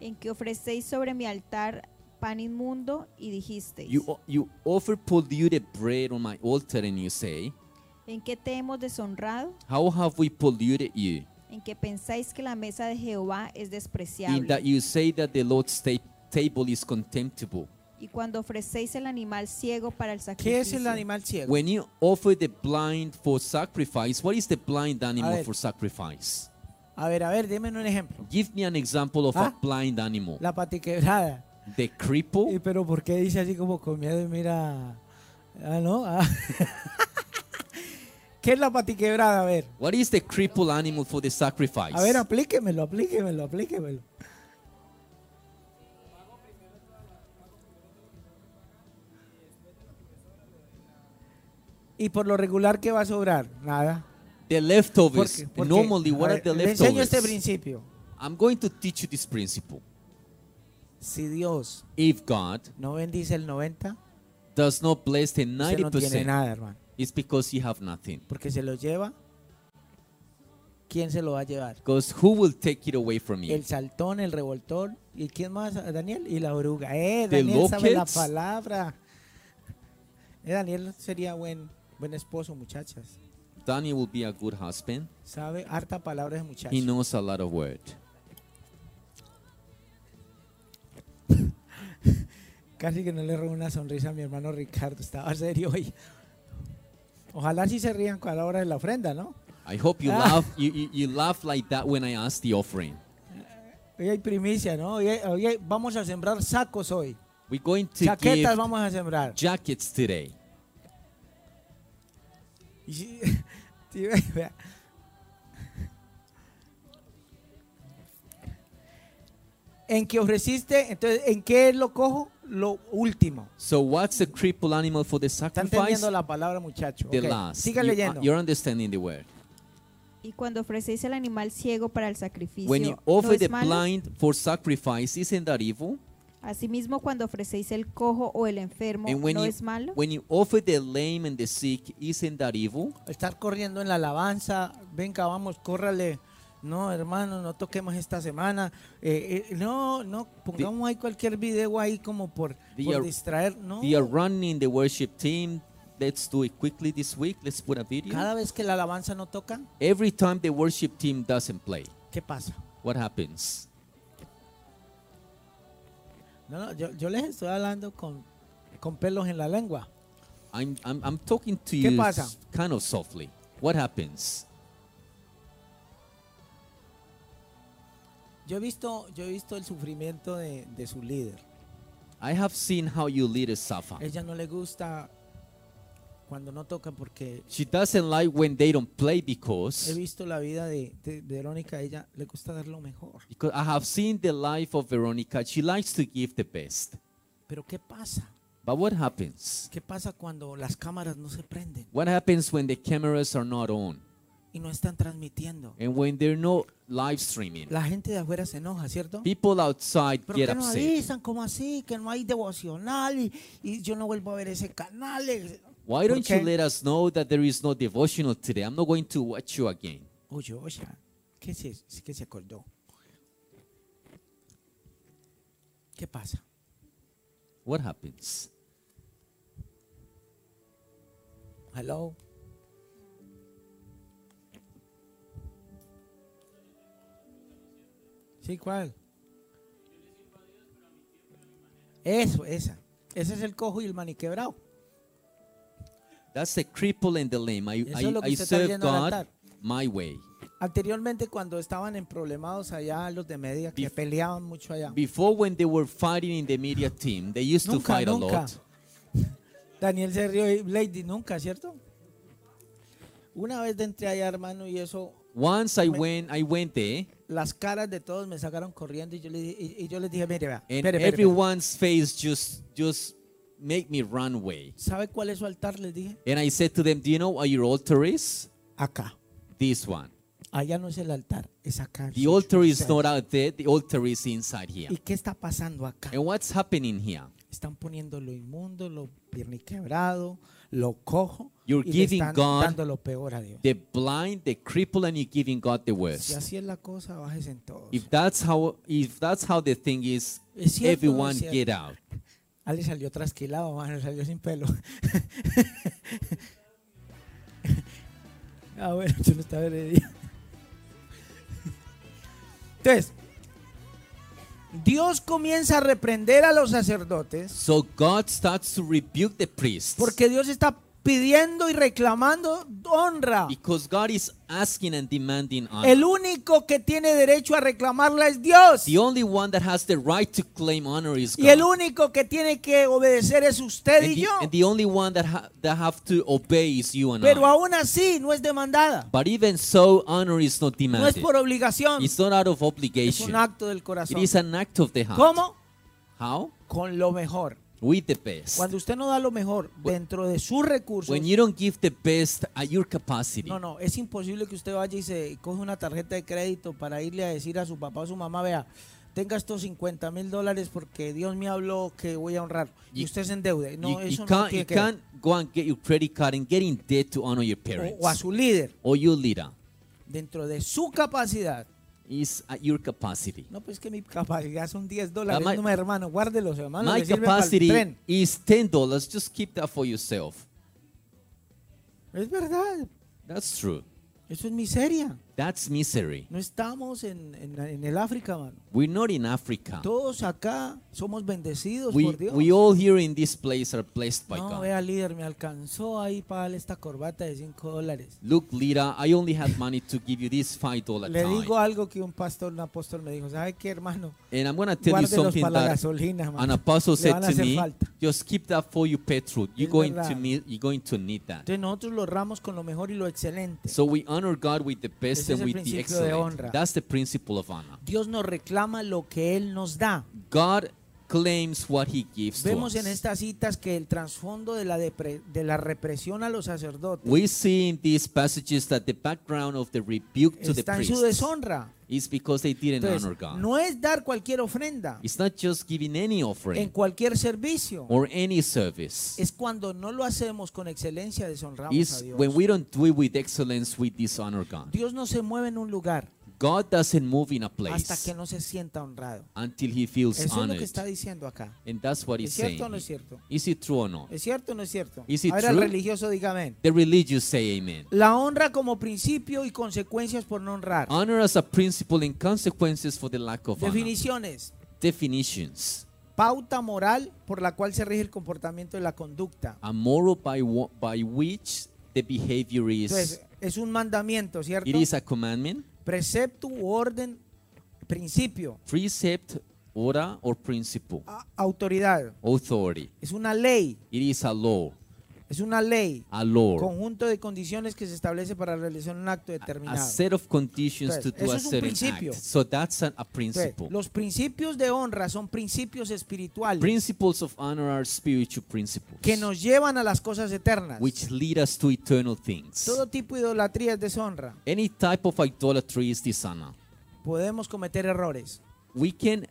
S4: ¿En que ofrecéis sobre mi altar pan inmundo? Y dijisteis,
S3: You, o- you offer polluted bread on my altar, and you say,
S4: ¿en qué te hemos deshonrado?
S3: How have we polluted you?
S4: ¿En que pensáis que la mesa de Jehová es
S3: In that
S4: despreciable?
S3: you say that the Lord's ta- table is contemptible.
S4: Y cuando ofrecéis el animal ciego para el sacrificio.
S2: ¿Qué es el animal ciego?
S3: When you offer the blind for sacrifice, what is the blind animal
S2: ver.
S3: for sacrifice?
S2: A ver, a ver, deme un ejemplo.
S3: Give me an example of
S2: Ah.
S3: a blind animal.
S2: La patiquebrada.
S3: The cripple,
S2: Y, pero ¿por qué dice así como con miedo y mira? Ah, no. Ah. ¿Qué es la patiquebrada? A ver.
S3: What is the crippled animal for the sacrifice?
S2: A ver, aplíquemelo, aplíquemelo, aplíquemelo. Y por lo regular, ¿qué va a sobrar? Nada.
S3: the leftovers.
S2: Porque, porque-
S3: Normally, what
S2: a
S3: are the
S2: ver, le enseño
S3: leftovers?
S2: este principio.
S3: I'm going to teach you this principle.
S2: Si Dios
S3: If God
S2: no bendice el 90,
S3: does not bless the
S2: usted no tiene
S3: 90%,
S2: nada, hermano.
S3: it's because you have nothing.
S2: Porque se lo lleva. ¿Quién se lo va a llevar?
S3: Because who will take it away from you?
S2: El saltón, el revoltón. ¿Y quién más? Daniel y la oruga. Eh,
S3: The
S2: Daniel sabe la
S3: locusts.
S2: palabra. Eh, Daniel sería buen, buen esposo, muchachas.
S3: Daniel will be a good husband.
S2: Sabe harta palabra de muchachas.
S3: He knows a lot of word.
S2: Casi que no le robo una sonrisa a mi hermano Ricardo. Estaba serio hoy. Ojalá sí se rían a la hora de la ofrenda, ¿no?
S3: I hope you
S2: Ah.
S3: laugh. You, you, you laugh like that when I ask the offering.
S2: Hoy hay primicia, ¿no? Hoy hay- hoy hay- vamos a sembrar sacos hoy.
S3: We're going to
S2: Chaquetas
S3: give
S2: vamos a sembrar.
S3: jackets today.
S2: Y sí, sí, ve- vea. En que ofreciste, entonces, ¿en qué lo cojo? Lo último.
S3: So, what's the crippled animal for the
S2: Están
S3: sacrifice?
S2: entendiendo la palabra, muchacho.
S3: The
S2: Ok,
S3: last.
S2: Siga
S3: You- uh,
S2: leyendo.
S3: You're understanding the word.
S4: Y cuando ofrecéis el animal ciego para el sacrificio,
S3: When you
S4: ¿no
S3: offer
S4: es
S3: the
S4: malo?
S3: blind for sacrifice, isn't that evil?
S4: Asimismo, cuando ofrecéis el cojo o el enfermo,
S3: And when
S4: ¿no
S3: you
S4: es malo?
S3: when you offer the lame and the sick, isn't that evil?
S2: Estar corriendo en la alabanza. Venga, vamos, córrale. No, hermano, no toquemos esta semana. Eh, eh, no, no, pongamos ahí cualquier video ahí como por,
S3: The
S2: por
S3: ar-
S2: distraer. No,
S3: They are running the worship team. Let's do it quickly this week. Let's put a video.
S2: cada vez que la alabanza no toca,
S3: Every time the worship team doesn't play,
S2: ¿qué pasa?
S3: what happens?
S2: No, no, yo, yo les estoy hablando con, con pelos en la lengua.
S3: I'm, I'm, I'm talking to
S2: ¿Qué
S3: you
S2: pasa?
S3: s- kind of softly. What happens?
S2: Yo he visto, yo he visto el sufrimiento de, de su líder.
S3: I have seen how you lead a suffer.
S2: Ella no le gusta cuando no tocan porque
S3: She doesn't like when they don't play
S2: he
S3: because,
S2: visto la vida de, de Verónica. Ella le gusta dar lo mejor.
S3: because I have seen the life of Veronica. She likes to give the best.
S2: Pero ¿qué pasa?
S3: But what happens?
S2: ¿Qué pasa cuando las cámaras no se prenden
S3: What happens when the cameras are not on
S2: y no están transmitiendo?
S3: and when they're not live streaming?
S2: La gente de afuera se enoja, ¿cierto?
S3: People outside
S2: Pero
S3: get
S2: que no
S3: upset.
S2: avisan, como así, que no hay devocional y, y yo no vuelvo a ver ese canal. eh.
S3: Why
S2: ¿Por
S3: don't
S2: qué?
S3: you let us know that there is no devotional today? I'm not going to watch you again.
S2: Oye, oye, ¿qué se, qué se acordó? ¿Qué pasa?
S3: What happens?
S2: Hello. Sí, ¿cuál? Eso, esa. Ese es el cojo y el maniquebrado.
S3: That's the cripple and the lame. I,
S2: Eso es
S3: I,
S2: lo que
S3: I
S2: usted está
S3: serve
S2: leyendo al
S3: God
S2: altar.
S3: my way.
S2: Anteriormente, cuando estaban en problemados allá, los de media que
S3: Bef-
S2: peleaban mucho allá.
S3: Before, when they were fighting in the media team, they used to
S2: Nunca,
S3: fight
S2: nunca.
S3: a lot.
S2: Daniel se rió y Lady nunca, ¿cierto? Una vez entré allá, hermano, y eso,
S3: Once I
S2: Me-
S3: went, I went there,
S2: las caras de todos me sacaron corriendo y yo, le, di- y, y yo les dije, mire, vea,
S3: and
S2: espere, espere, espere".
S3: everyone's face just just make me run away.
S2: ¿Sabe cuál es su altar? Les dije.
S3: And I said to them, Do you know what your altar is?
S2: Acá.
S3: This one.
S2: Allá no es el altar, es acá.
S3: The altar is not out there, the altar is inside here. Eh,
S2: ¿Y qué está pasando acá?
S3: And what's happening here?
S2: Están poniendo lo inmundo, lo pierniquebrado, lo cojo.
S3: You're
S2: y le
S3: giving
S2: están
S3: God
S2: dando lo peor a Dios.
S3: The blind, the crippled, and you're giving God the
S2: Si
S3: worst.
S2: así es la cosa, bajes en todos.
S3: If that's how if that's how the thing is,
S2: Es cierto,
S3: everyone
S2: es cierto.
S3: get out.
S2: Ale salió trasquilado, mano, salió sin pelo. ah, bueno, yo no estaba heredero. Entonces, Dios comienza a reprender a los sacerdotes
S3: So God starts to rebuke the priests.
S2: porque Dios está pidiendo y reclamando honra.
S3: Because God is asking and demanding honor.
S2: El único que tiene derecho a reclamarla es Dios.
S3: the only one that has the right to claim honor is
S2: Y el
S3: God.
S2: único que tiene que obedecer es usted
S3: and,
S2: y
S3: the,
S2: yo.
S3: and the only one that ha- that have to obey is you and
S2: Pero
S3: I.
S2: aún así no es demandada.
S3: But even so, honor is not
S2: No es
S3: demanded.
S2: por obligación.
S3: it's not out of
S2: Es
S3: obligation.
S2: un acto del
S3: It
S2: corazón.
S3: is an act of the heart.
S2: ¿Cómo?
S3: How?
S2: Con lo mejor.
S3: With the best.
S2: Cuando usted no da lo mejor dentro de sus recursos,
S3: When you don't give the best at your capacity,
S2: no, no, es imposible que usted vaya y se coge una tarjeta de crédito para irle a decir a su papá o su mamá, vea, tenga estos 50 mil dólares porque Dios me habló que voy a honrar. Y,
S3: You-
S2: usted se endeude. No,
S3: you, you
S2: eso no
S3: can't,
S2: tiene
S3: you
S2: que ver.
S3: can't go and get your credit card and get in debt to honor your parents
S2: O, o a su líder,
S3: or your leader.
S2: dentro de su capacidad.
S3: It's at your capacity.
S2: No, pues que mi capacidad son 10 dólares,
S3: my-
S2: no, mi hermano, guárdelos, hermano.
S3: My
S2: le sirve para el
S3: capacity
S2: tren.
S3: is ten dollars. Just keep that for yourself.
S2: Es verdad,
S3: That's true.
S2: eso es miseria.
S3: That's misery.
S2: No estamos en, en- en el África, mano.
S3: We're not in Africa.
S2: Todos acá somos bendecidos
S3: Ah. We,
S2: por Dios.
S3: we all ah. here in this place are blessed by
S2: no,
S3: God.
S2: vea, líder, me alcanzó ahí para darle esta corbata de 5 dólares.
S3: Look, leader, I only had money to give you this five dollar
S2: Le
S3: time,
S2: digo algo que un pastor, un apóstol me dijo, ¿sabe qué, hermano?
S3: and I'm gonna tell you
S2: Guárdelos
S3: something
S2: para la
S3: that
S2: gasolina, mano.
S3: An apostle
S2: Le
S3: said
S2: van a
S3: to
S2: hacer
S3: me,
S2: falta.
S3: "Just keep that for you, petrol. You're
S2: Es
S3: going to
S2: verdad.
S3: need, you're going to need that."
S2: Entonces nosotros lo honramos con lo mejor y lo excelente.
S3: So we honor God with the best
S2: Ese es
S3: and
S2: el
S3: with the
S2: principio de honra.
S3: excellent. That's the principle of honor.
S2: Dios nos reclama lo que Él nos da.
S3: God claims what He gives to
S2: Vemos
S3: us.
S2: en estas citas que el trasfondo de la, depre- de la represión a los sacerdotes
S3: We see in these passages that the background of the rebuke to the
S2: está en su
S3: priests
S2: deshonra.
S3: is because they didn't
S2: Entonces,
S3: honor God.
S2: no es dar cualquier ofrenda
S3: It's not just giving any
S2: en
S3: offering
S2: cualquier servicio.
S3: or any service.
S2: Es cuando no lo hacemos con excelencia, deshonramos a
S3: It's
S2: Dios.
S3: when we don't do it with excellence, we dishonor God.
S2: Dios no se mueve en un lugar
S3: God doesn't move in a
S2: hasta
S3: place
S2: que no se sienta honrado.
S3: until He feels
S2: Eso es lo
S3: honored.
S2: que está diciendo acá.
S3: And that's what
S2: ¿Es
S3: he's
S2: cierto
S3: saying.
S2: o no es cierto?
S3: Is it true or not?
S2: ¿Es cierto o no es cierto?
S3: Is it
S2: Ahora el
S3: true?
S2: religioso, dígame.
S3: The religious say amen.
S2: La honra como principio y consecuencias por no honrar.
S3: Honor as a principle and consequences for the lack of honor.
S2: Definiciones.
S3: Definitions.
S2: Pauta moral por la cual se rige el comportamiento y la conducta.
S3: A moral by, wha- by which the behavior is.
S2: Entonces, es un mandamiento, ¿cierto?
S3: It is a commandment,
S2: Precepto u orden, principio,
S3: precept, order, or principle.
S2: a- autoridad.
S3: Authority.
S2: Es una ley,
S3: It is a law.
S2: es una ley.
S3: A law.
S2: Conjunto de condiciones que se establece para realizar un acto
S3: A
S2: determinado.
S3: set of conditions to
S2: Entonces,
S3: do
S2: eso
S3: a
S2: es un
S3: certain
S2: principio.
S3: act. So that's an, a
S2: Entonces,
S3: principle.
S2: los principios de honra son principios espirituales
S3: Principles of honor are spiritual principles
S2: que nos llevan a las cosas eternas.
S3: which lead us to eternal things.
S2: Todo tipo de idolatría es deshonra.
S3: Any type of idolatry is dishonor.
S2: Podemos cometer errores,
S3: We can,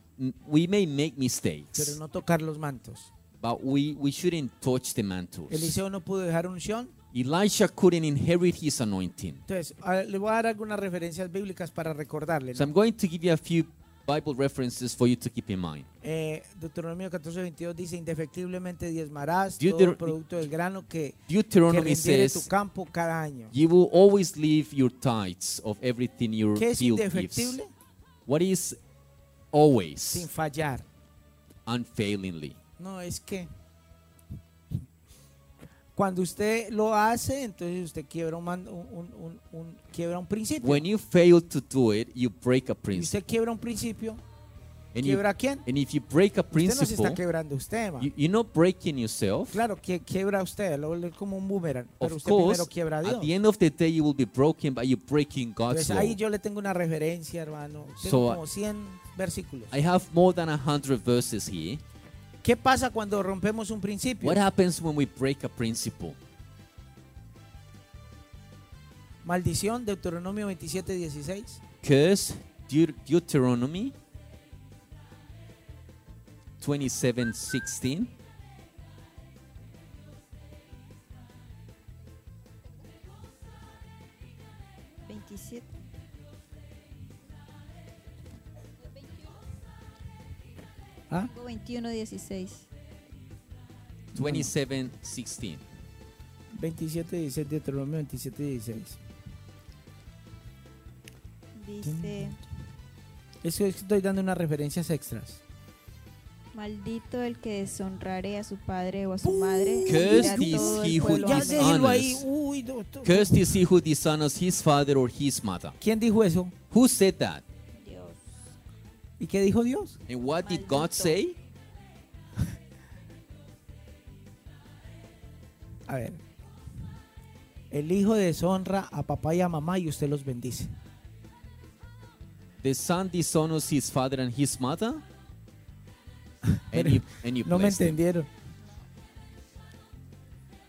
S3: we may make
S2: pero
S3: mistakes,
S2: no tocar los mantos.
S3: but we, we shouldn't touch the mantles.
S2: Eliseo no pudo dejar unción.
S3: Elisha couldn't inherit his anointing.
S2: Entonces, a- le voy a dar algunas referencias bíblicas para recordarle. ¿no?
S3: So I'm going to give you a few Bible references for you to keep in mind.
S2: Eh, Deuteronomio 14, 22 dice, indefectiblemente diezmarás todo
S3: Deuter-
S2: el producto del grano que, que
S3: Deuteronomy
S2: rendiere tu
S3: says,
S2: campo cada año.
S3: "You will always leave your tithes of everything your
S2: ¿Qué es
S3: field gives."
S2: indefectible?
S3: What is
S2: Sin
S3: always
S2: fallar.
S3: unfailingly?
S2: No, es que cuando usted lo hace, entonces usted quiebra un, man- un- un- un- un- quiebra un principio.
S3: When you fail to do it, you break a
S2: y
S3: principle.
S2: usted quiebra un principio,
S3: And, you,
S2: ¿quiebra a quién?
S3: and if you break a
S2: Usted no se está
S3: principle,
S2: quebrando usted, ma.
S3: You, you're not breaking yourself.
S2: Claro, que quiebra usted, luego es como un boomerang, pero
S3: Of
S2: usted
S3: course,
S2: primero quiebra a
S3: at
S2: Dios.
S3: the end of the day, you will be broken, but you're breaking God's
S2: Entonces
S3: law.
S2: ahí yo le tengo una referencia, hermano. Tengo
S3: So,
S2: como 100 versículos.
S3: I have more than a hundred verses here.
S2: ¿Qué pasa cuando rompemos un principio?
S3: What happens when we break a principle?
S2: Maldición, Deuteronomio 27, 16.
S3: Curse, Deut- Deuteronomy 27 16.
S4: ¿27?
S2: ¿Ah?
S4: Tengo 21, 16.
S3: 27 16.
S2: 27, 16, Deuteronomio 27, 16.
S4: Dice,
S2: Eso es que estoy dando unas referencias extras.
S4: maldito el que deshonrare a su padre o a su madre. y
S3: Cursed
S4: dirá
S3: is
S4: todo el
S3: he who
S4: pueblo
S2: Ya
S3: is
S4: amén.
S2: déjelo ahí.
S3: honest.
S2: Uy, doctor.
S3: Cursed is he who dishonors his father or his mother.
S2: ¿Quién dijo eso?
S3: Who said that?
S4: Dios.
S2: ¿Y qué dijo Dios?
S3: And what did God say?
S2: A ver. El hijo deshonra a papá y a mamá y usted los bendice.
S3: The son dishonors his father and his mother. And you, and you
S2: No me
S3: bless them.
S2: entendieron.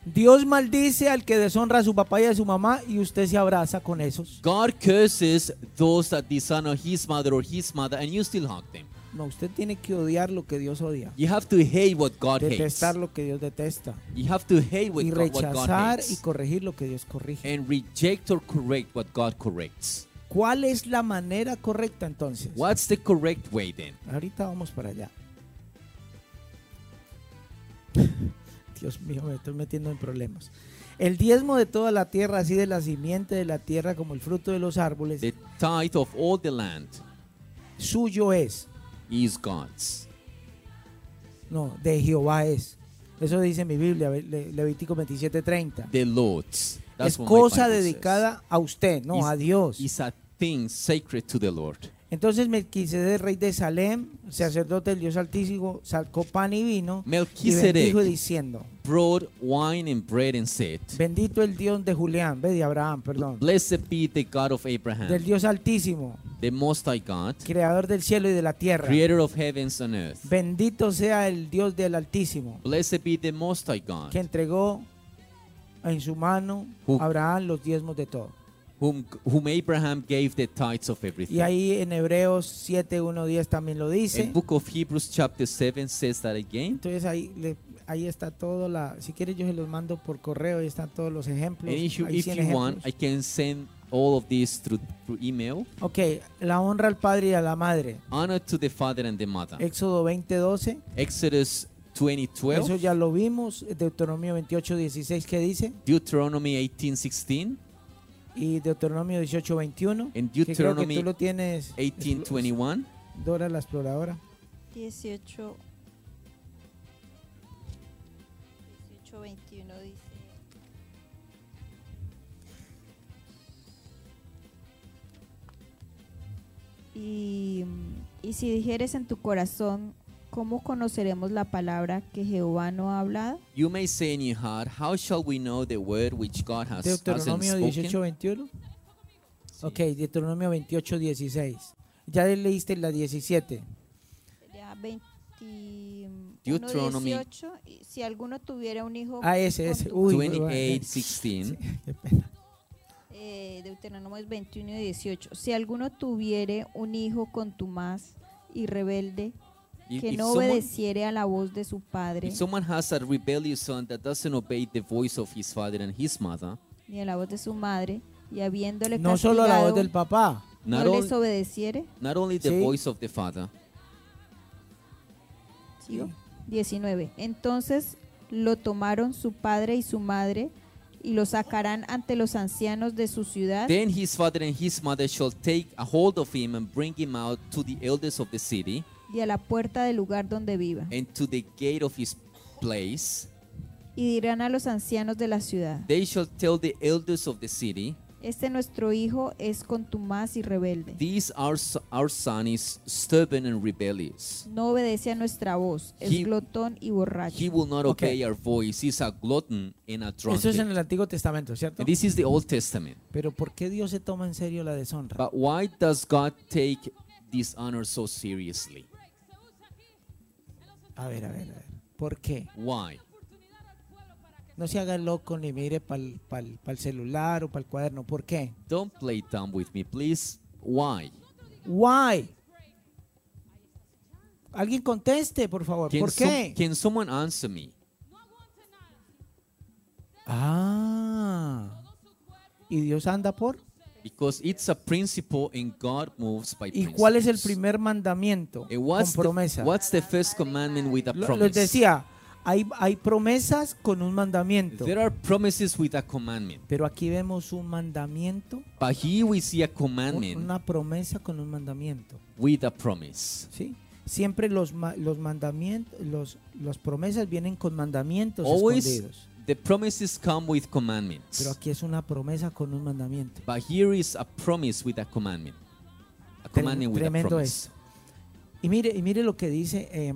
S2: Dios maldice al que deshonra a su papá y a su mamá y usted se abraza con esos.
S3: God curses those that dishonor his mother or his mother, and you still hug them.
S2: No, usted tiene que odiar lo que Dios odia.
S3: You have to hate what God hates.
S2: Detestar lo que Dios detesta.
S3: You have to hate what
S2: Y
S3: God, what God
S2: rechazar y
S3: hates.
S2: corregir lo que Dios corrige.
S3: And reject or correct what God corrects.
S2: ¿Cuál es la manera correcta entonces?
S3: What's the correct way then?
S2: Ahorita vamos para allá. Dios mío, me estoy metiendo en problemas. El diezmo de toda la tierra, así de la simiente de la tierra como el fruto de los árboles,
S3: The tithe of all the land
S2: suyo es.
S3: is God's.
S2: No, de Jehová es. Eso dice mi Biblia, Le- Levítico 27:30.
S3: The Lord's. That's
S2: Es
S3: what my
S2: cosa
S3: Bible says.
S2: dedicada a usted, no
S3: Is-
S2: a Dios.
S3: is a thing sacred to the Lord.
S2: Entonces Melquisedec, rey de Salem, sacerdote del Dios Altísimo, sacó pan y vino y
S3: Melchizedek.
S2: bendijo diciendo,
S3: Brought wine and bread and said,
S2: bendito el Dios de Julián, ve, de Abraham, perdón,
S3: Blessed be the God of
S2: del
S3: Abraham,
S2: Dios Altísimo,
S3: the Most High God,
S2: creador del cielo y de la tierra.
S3: creator of heavens and earth.
S2: Bendito sea el Dios del Altísimo,
S3: Blessed be the Most High God,
S2: que entregó en su mano
S3: Who-
S2: a Abraham los diezmos de todo.
S3: whom, whom Abraham gave the tithes of
S2: Y
S3: everything.
S2: ahí en Hebreos 7, 1, 10 también lo
S3: The
S2: dice.
S3: book of Hebrews chapter 7 says that again.
S2: Entonces ahí, le- ahí está todo la... Si quieres yo se los mando por correo, ahí están todos los ejemplos.
S3: And if you,
S2: hay
S3: if
S2: 100
S3: you want, I
S2: ejemplos.
S3: can send all of this through, through email.
S2: Ok, la honra al padre y a la madre.
S3: Honor to the father and the mother.
S2: Éxodo 20, 12.
S3: Exodus
S2: Eso
S3: 20:12,
S2: ya lo vimos. Deuteronomio 28, 16 que dice.
S3: Deuteronomy 18:16,
S2: Y Deuteronomio 18, 21.
S3: and
S2: que creo que
S3: Deuteronomy
S2: tú lo tienes.
S3: 18:21.
S2: Dora la exploradora.
S4: 18. 18, 21 dice. Y, y si dijeres en tu corazón, ¿cómo conoceremos la palabra que Jehová no ha hablado?
S3: You may say in your heart, How shall we know the word which God has hasn't
S2: Deuteronomio 18,
S3: spoken?
S2: 21. Ok, Deuteronomio 28, 16. Ya leíste la 17.
S4: Sería 21,
S3: Deuteronomy.
S4: 18. Y si alguno tuviera un hijo.
S2: Ah, ese,
S4: con
S2: ese.
S4: tu-
S2: Uy,
S3: 28:16.
S2: qué pena.
S4: Eh, Deuteronomio 21 y 18. Si alguno tuviere un hijo contumaz y rebelde,
S3: If,
S4: que
S3: if
S4: no
S3: someone,
S4: obedeciere a la voz de su padre,
S3: if someone has a rebellious son that doesn't obey the voice of his father and his mother,
S4: ni a la voz de su madre, y habiéndole
S2: No
S4: castigado,
S2: solo la voz del papá.
S4: no
S3: not,
S4: les
S3: only,
S4: obedeciere,
S3: not only the
S2: Sí.
S3: voice of the father,
S4: ¿sigo? 19. Entonces lo tomaron su padre y su madre, y lo sacarán ante los ancianos de su ciudad,
S3: then his father and his mother shall take a hold of him and bring him out to the elders of the city
S4: y a la puerta del lugar donde viva,
S3: and to the gate of his place.
S4: y dirán a los ancianos de la ciudad,
S3: They shall tell the elders of the city,
S4: este nuestro hijo es contumaz y rebelde.
S3: These our, s- our son is stubborn and rebellious.
S4: No obedece a nuestra voz, es
S3: He-
S4: glotón y
S3: He
S4: borracho.
S3: will not
S2: Okay.
S3: obey our voice. He's a glutton and a
S2: Eso es en
S3: drunkard.
S2: el Antiguo Testamento, ¿cierto?
S3: And this is the Old Testament.
S2: Pero ¿por qué Dios se toma en serio la deshonra?
S3: But why does God take this honor so seriously?
S2: A ver, a ver, a ver. ¿Por qué?
S3: Why?
S2: No se haga loco ni mire para el celular o para el cuaderno. ¿Por qué?
S3: Don't play dumb with me, please. Why?
S2: Why? Alguien conteste, por favor.
S3: Can
S2: ¿Por qué?
S3: some- can someone answer me?
S2: Ah. ¿Y Dios anda por?
S3: Because it's a principle and God moves by
S2: ¿Y
S3: principles.
S2: cuál es el primer mandamiento
S3: And
S2: con
S3: what's the,
S2: promesa?
S3: what's the first commandment with a
S2: Lo-
S3: promise?
S2: les decía, hay, hay promesas con un mandamiento.
S3: There are promises with a commandment.
S2: Pero aquí vemos un mandamiento, un-
S3: But here we see a commandment
S2: una promesa con un mandamiento.
S3: with a promise.
S2: ¿sí? Siempre los, ma- los mandamientos, los, las promesas vienen con mandamientos
S3: Always
S2: escondidos.
S3: the promises come with
S2: Pero
S3: commandments.
S2: aquí es una promesa con un mandamiento.
S3: But here is a promise with a commandment. A commandment with a
S2: tremendo
S3: promise.
S2: Y mire, y mire lo que dice eh,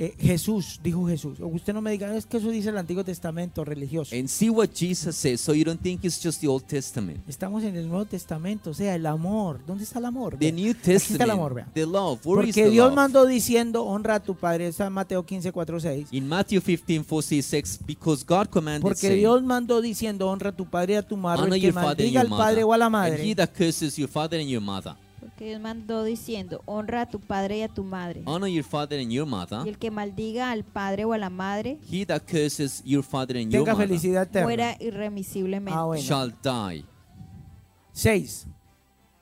S2: eh, Jesús, dijo Jesús. Usted no me diga, es que eso dice el Antiguo Testamento religioso.
S3: And see what Jesus says. So you don't think it's just the Old Testament.
S2: Estamos en el Nuevo Testamento, o sea, el amor. ¿Dónde está el amor?
S3: The New
S2: Aquí está
S3: Testament.
S2: el amor, vea.
S3: the love. Where is
S2: Porque
S3: the
S2: Dios
S3: love?
S2: mandó diciendo, honra a tu padre, está en Mateo 15, 4, 6.
S3: In Matthew 15, 4, 6, because God commanded
S2: Porque
S3: saying,
S2: Dios mandó diciendo, honra a tu padre y a tu madre,
S3: Honor
S2: el que
S3: your father
S2: maldiga
S3: and your
S2: al padre
S3: mother.
S2: o a la
S3: And he
S2: madre.
S3: that curses your father and your mother.
S4: Porque Dios mandó diciendo, honra a tu padre y a tu madre.
S3: Honor your father and your mother.
S4: Y el que maldiga al padre o a la madre,
S3: He that curses your father and your
S2: Tenga
S3: mother
S2: felicidad eterna.
S4: muera irremisiblemente.
S2: Ah, bueno.
S3: shall die.
S2: 6.